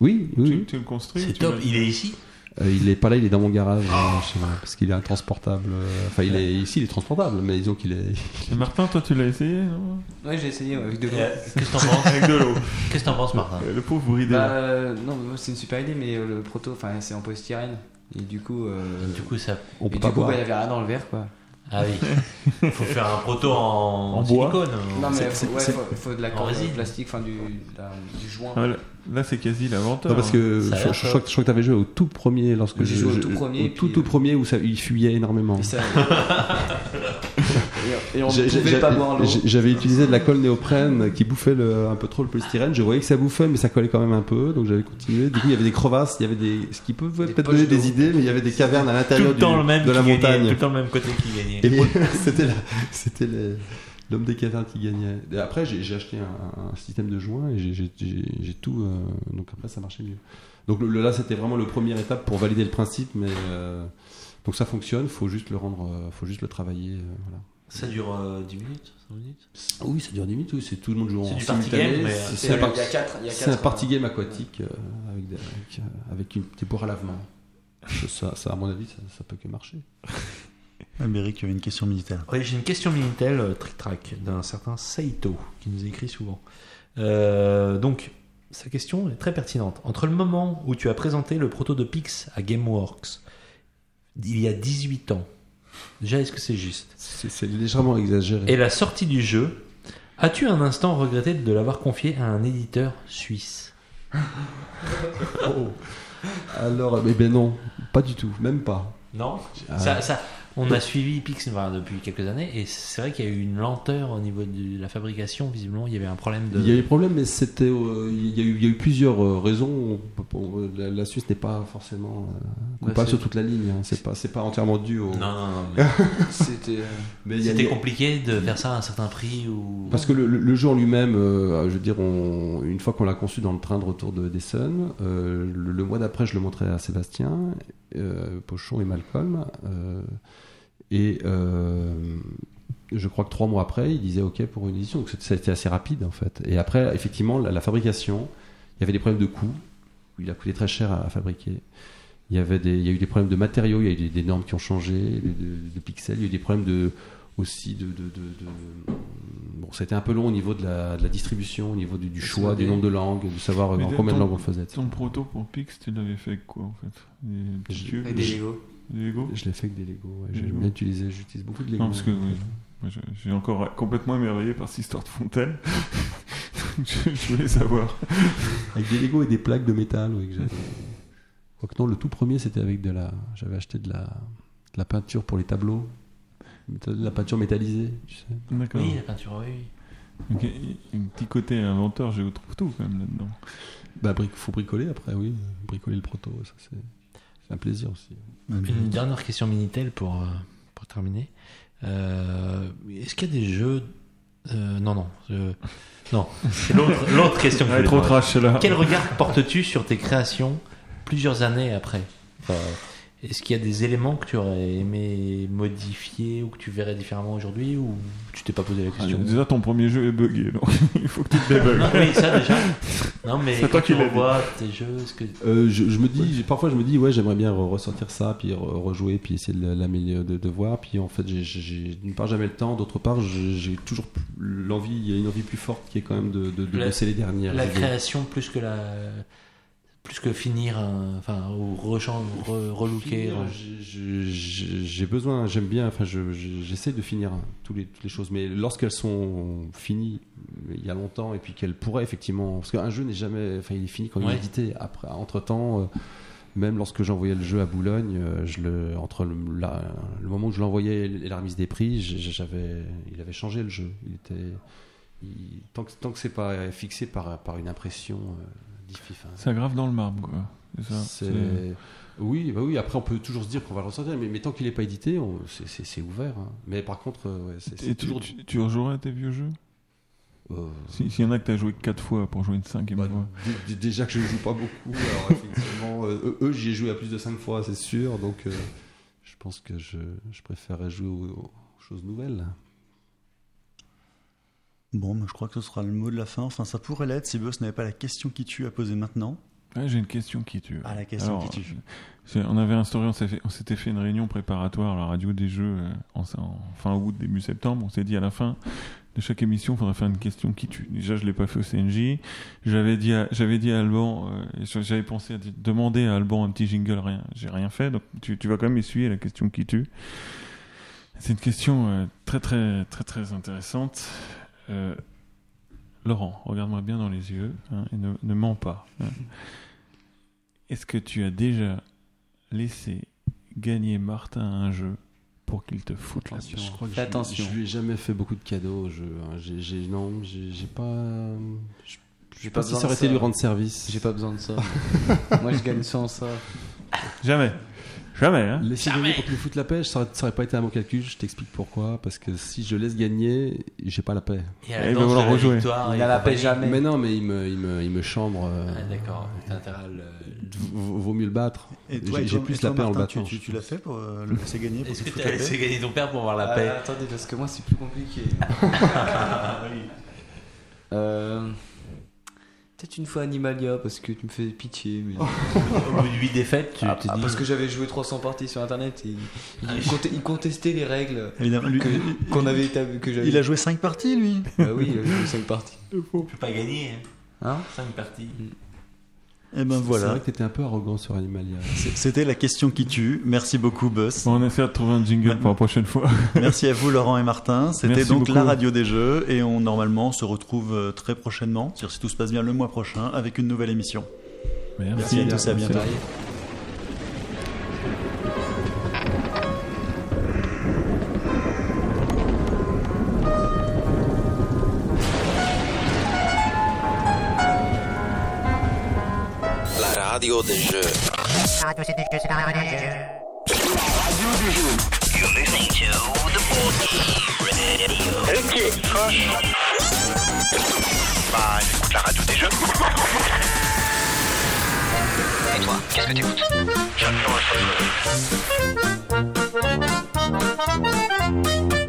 S1: Oui, oui.
S7: Tu,
S1: oui.
S7: tu le construis
S5: C'est
S7: tu
S5: top.
S7: l'as-
S5: Il est ici
S1: Euh, il est pas là, il est dans mon garage euh, chez moi, parce qu'il est intransportable. euh, Enfin, il est ici, il est transportable, mais disons qu'il est.
S7: Et Martin, toi, tu l'as essayé non
S8: Ouais, j'ai essayé ouais, avec de l'eau.
S5: Euh, Qu'est-ce que t'en penses Euh,
S7: Avec de l'eau.
S5: Qu'est-ce que t'en penses, Martin
S7: Le pauvre bridé.
S5: hein.
S8: Bah, euh, non, mais moi, c'est une super idée, mais euh, le proto, enfin, c'est en polystyrène. Et du coup, euh,
S5: Du coup, ça.
S1: On
S8: et
S1: peut
S8: du
S1: pas
S8: coup,
S1: boire.
S8: bah, il y avait rien dans le verre, quoi.
S5: Ah oui. Faut faire un proto en,
S7: En bois.
S5: silicone.
S8: Non, mais
S4: c'est-
S8: faut, ouais,
S4: c'est-
S8: faut, faut de la
S5: en
S8: corde euh,
S5: résine.
S8: plastique, enfin, du, de la- du joint.
S7: Ah, le- Là, c'est quasi hein. l'inventeur.
S1: Non, parce que
S5: Ça a
S1: je,
S5: l'air
S1: je-
S5: ça.
S1: je crois que je crois que t'avais joué au tout premier lorsque
S8: J'ai
S1: je-
S8: joué au
S1: je-
S8: tout premier,
S1: tout,
S8: puis,
S1: tout
S8: euh,
S1: premier où ça, il fuyait énormément.
S8: Et, ça- Et- et on
S1: J'ai-
S8: ne
S1: j'ai-
S8: pouvait pas boire l'eau.
S1: j'ai- J'avais utilisé de la colle néoprène qui bouffait le- un peu trop le polystyrène. Je voyais que ça bouffait, mais ça collait quand même un peu, donc j'avais continué. Du coup, il y avait des crevasses, il y avait des. Ce qui peut
S8: Des
S1: peut-être
S8: poches
S1: donner
S8: d'eau.
S1: des idées, mais il y avait des cavernes à
S5: Tout
S1: l'intérieur
S5: le
S1: du-
S5: temps le même
S1: de la
S5: qui gagnait, Tout
S1: montagne.
S5: le temps le même côté qui gagnait.
S1: Et c'était la- c'était le- l'homme des cavernes qui gagnait. Et après, j'ai j'ai acheté un, un système de joint et j'ai- j'ai- j'ai j'ai tout. euh, donc après, ça marchait mieux. Donc le- le- là, c'était vraiment le première étape pour valider le principe, mais. euh, donc ça fonctionne, faut juste le rendre, euh, faut juste le travailler. euh, voilà.
S5: Ça dure euh, 10 minutes 5 minutes
S1: Ah Oui, ça dure 10 minutes, oui, c'est tout le monde joue en
S5: C'est du party
S1: simultané.
S5: game, mais,
S1: C'est-
S5: euh,
S1: C'est un, par-
S8: Il y a quatre. il y a
S1: c'est un
S8: quatre,
S1: party
S8: euh,
S1: game aquatique euh, avec, des, avec, euh, avec une, des poires à lavement. Je- Ça, ça, à mon avis, ça, ça peut que marcher.
S4: Amérique, il y avait une question militaire.
S5: Oui, j'ai une question Minitel euh, Trick Track d'un certain Saito qui nous écrit souvent. Euh, donc, sa question est très pertinente. Entre le moment où tu as présenté le proto de Pix à Gameworks, il y a 18 ans, déjà est-ce que c'est juste
S1: C'est c'est légèrement exagéré.
S5: Et la sortie du jeu, as-tu un instant regretté de l'avoir confié à un éditeur suisse
S1: Oh. Alors, mais ben non, pas du tout, même pas.
S5: Non
S1: Ah.
S5: Ça- ça- on a suivi Pix enfin, depuis quelques années et c'est vrai qu'il y a eu une lenteur au niveau de la fabrication. Visiblement, il y avait un problème de.
S1: Il y a eu des problèmes, mais c'était, euh, il, y a eu, il y a eu plusieurs euh, raisons. On peut- on- la, la Suisse n'est pas forcément euh, coupable
S8: Bah, c'est-
S1: sur toute la ligne. hein. C'est pas, c'est pas entièrement dû au.
S5: Non, non, non, mais-
S8: C'était. euh,
S1: Mais il y a- il
S5: C'était
S1: y a-
S5: compliqué de faire ça à un certain prix ou.
S1: Parce que le, le- le jeu en lui-même, euh, je veux dire, on- une fois qu'on l'a conçu dans le train de retour de d'Essen, euh, le, le mois d'après, je le montrais à Sébastien, euh, Pochon et Malcolm. euh, et euh, je crois que trois mois après, il disait OK pour une édition. Donc c'est- ça a été assez rapide, en fait. Et après, effectivement, la, la fabrication, il y avait des problèmes de coût. Il a coûté très cher à, à fabriquer. Il y, avait des, il y a eu des problèmes de matériaux, il y a eu des, des normes qui ont changé, de, de- de pixels, il y a eu des problèmes de, aussi de, de- de- de- Bon, ça a été un peu long au niveau de la, de la distribution, au niveau du, du choix, du nombre de langues, de savoir
S7: Mais
S1: en
S7: de-
S1: combien de
S7: ton-
S1: langues on le faisait.
S7: Ton proto pour Pix, tu l'avais fait avec quoi en fait Des petits
S1: Je-
S7: cubes
S8: Avec des Lego.
S7: Des Lego
S1: Je l'ai fait avec des Lego, ouais.
S7: Des
S1: j'aime
S7: Lego.
S1: bien utiliser, j'utilise beaucoup de Lego.
S7: Non, parce que oui, moi, je, je suis encore complètement émerveillé par cette histoire de fontaine. Donc, je, je voulais savoir.
S1: Avec des Lego et des plaques de métal, oui, que j'avais. Quoique non, le tout premier, c'était avec de la... J'avais acheté de la... de la peinture pour les tableaux, de la peinture métallisée, tu sais.
S7: D'accord.
S5: Oui, la peinture, oui, oui.
S7: Donc, il y a un petit côté inventeur, je trouve tout quand même là-dedans.
S1: Bah, bric- faut bricoler après, oui. Bricoler le proto, ça c'est c'est un plaisir aussi.
S5: Une dernière question Minitel pour, euh, pour terminer. Euh, Est-ce qu'il y a des jeux. euh, non, non. euh, non, c'est l'autre l'autre question. que je
S7: Ah,
S5: voulais
S7: trop
S5: te poser.
S7: trash là.
S5: Quel regard portes-tu sur tes créations plusieurs années après Enfin, Est-ce qu'il y a des éléments que tu aurais aimé modifier ou que tu verrais différemment aujourd'hui ou tu t'es pas posé la
S7: Ah,
S5: question
S7: Déjà, ton premier jeu est buggé, donc il faut que tu te
S5: Non,
S7: débugges.
S5: oui, ça déjà. Non, mais
S7: C'est toi
S5: quand tu
S7: qui l'as dit.
S5: revois tes jeux, est-ce que
S1: Euh, je, je me dis, j'ai- parfois je me dis, ouais, j'aimerais bien re- ressortir ça, puis re- rejouer, puis essayer de l'améliorer, de, de voir. Puis en fait, j'ai- j'ai j'ai d'une part jamais le temps, d'autre part, j'ai j'ai toujours plus- l'envie, il y a une envie plus forte qui est quand même de, de, de
S5: La-
S1: bosser les dernières.
S5: La
S1: idées.
S5: création plus que la plus que finir un- enfin ou rechan- re- relooker. euh.
S1: Finir,
S5: re-
S1: j'ai- j'ai j'ai besoin, j'aime bien, enfin, je- je- j'essaie de finir toutes les, toutes les choses, mais lorsqu'elles sont finies euh, il y a longtemps et puis qu'elles pourraient effectivement, parce qu'un jeu n'est jamais, enfin, il est fini quand il
S5: Ouais.
S1: est édité. Après, entre temps, même lorsque j'envoyais le jeu à Boulogne, euh, je le, entre le, la- le moment où je l'envoyais et la remise des prix, j'ai- j'avais, il avait changé le jeu. Il était, il- tant que tant que c'est pas fixé par par une impression. euh, diffi- enfin,
S7: Ça grave dans le marbre, quoi. C'est ça.
S1: c'est...
S7: C'est-
S1: Oui, bah oui, après on peut toujours se dire qu'on va le ressortir, mais, mais tant qu'il n'est pas édité, on- c'est- c'est c'est ouvert. hein. Mais par contre, euh, ouais, c'est c'est
S7: Et tu,
S1: toujours.
S7: tu, tu rejouerais à tes vieux jeux
S1: euh,
S7: Si- S'il y en a que t'as joué 4 fois pour jouer une cinquième
S1: bah,
S7: fois.
S1: d- d- déjà que je ne joue pas beaucoup, alors effectivement, euh, eux, eux, j'y ai joué à plus de 5 fois, c'est sûr, donc euh, je pense que je, je préférerais jouer aux, aux choses nouvelles.
S4: Bon, mais je crois que ce sera le mot de la fin. Enfin, ça pourrait l'être si Boss n'avait pas la question qui tue à poser maintenant.
S7: Ah, J'ai une question qui tue.
S4: Ah, la question
S7: Alors, euh,
S4: qui tue.
S7: C'est- On avait instauré, on s'est fait- on s'était fait, une réunion préparatoire à la radio des jeux euh, en, en fin août, début septembre. On s'est dit à la fin de chaque émission, il faudrait faire une question qui tue. Déjà, je l'ai pas fait au CNJ. J'avais dit, à- j'avais dit à Alban, euh, et je- j'avais pensé à di- demander à Alban un petit jingle, rien. J'ai rien fait, donc tu, tu vas quand même essuyer la question qui tue. C'est une question euh, très très très très intéressante. Euh, Laurent, regarde-moi bien dans les yeux hein, et ne, ne mens pas. hein. Est-ce que tu as déjà laissé gagner Martin à un jeu pour qu'il te foute la
S1: Je
S7: sueur
S1: crois que
S8: Fais
S1: je-
S8: attention.
S1: Je lui ai jamais fait beaucoup de cadeaux au jeu. hein. J'ai- j'ai- non, j'ai j'ai pas. Je je sais
S8: pas
S1: pas si
S8: besoin
S1: ça aurait
S8: de
S1: été
S8: ça.
S1: lui rendre service.
S8: J'ai pas besoin de ça. Moi, je gagne sans ça.
S7: Jamais. Jamais, hein
S1: Laisser gagner pour qu'il me foute la paix, ça aurait, ça aurait pas été à mon calcul. Je t'explique pourquoi. Parce que si je laisse gagner, j'ai pas la paix.
S9: Et
S7: Eh, il va vouloir rejouer.
S9: victoire.
S8: Ah, Il
S9: et
S8: a la paix
S9: compagnie.
S8: jamais.
S1: Mais non, mais il me, il me, il me chambre. euh,
S9: Ah, D'accord, t'as intérêt à le-
S1: v- Vaut mieux le battre.
S4: Et toi,
S1: J'ai-
S4: et
S1: j'ai
S4: toi-
S1: plus
S4: et toi,
S1: la paix en le
S4: Martin, tu-
S1: battant.
S4: Tu, tu l'as fait pour euh, le laisser gagner pour
S9: Est-ce
S4: qu'il
S9: que
S4: foute
S9: t'as
S4: la
S9: laissé
S4: paix
S9: gagner ton père pour avoir la
S8: Ah,
S9: paix
S8: attendez, parce que moi, c'est plus compliqué. Ah, Euh, Peut-être une fois Animalia, parce que tu me faisais pitié. Mais...
S9: Au bout de 8 défaites, tu
S8: Ah,
S9: t'es
S8: ah,
S9: dit.
S8: parce que j'avais joué 300 parties sur internet et il, il conte- il contestait les règles
S4: Évidemment, lui- lui-
S8: que- qu'on avait établies. Que j'avais...
S4: il a joué 5 parties, lui.
S8: Bah oui, il a joué 5 parties.
S9: Tu peux pas gagner,
S8: Hein
S9: 5 parties.
S4: Et ben
S1: C'est
S4: voilà.
S1: vrai que t'étais un peu arrogant sur Animalia.
S4: C'est- C'était la question qui tue. Merci beaucoup, Buzz.
S7: Bon, on essaie de trouver un jingle pour la prochaine fois.
S4: Merci à vous, Laurent et Martin. C'était
S7: Merci
S4: donc
S7: beaucoup.
S4: la radio des jeux. Et on, normalement, se retrouve euh, très prochainement, c'est-à-dire si tout se passe bien le mois prochain, avec une nouvelle émission. Merci à tous et à bientôt.
S3: La radio des jeux.
S2: Radio CD, c'est la radio des jeux.
S3: Ok, coche. Bah, écoute la radio des jeux. Et toi, qu'est-ce que t'écoutes J'adore le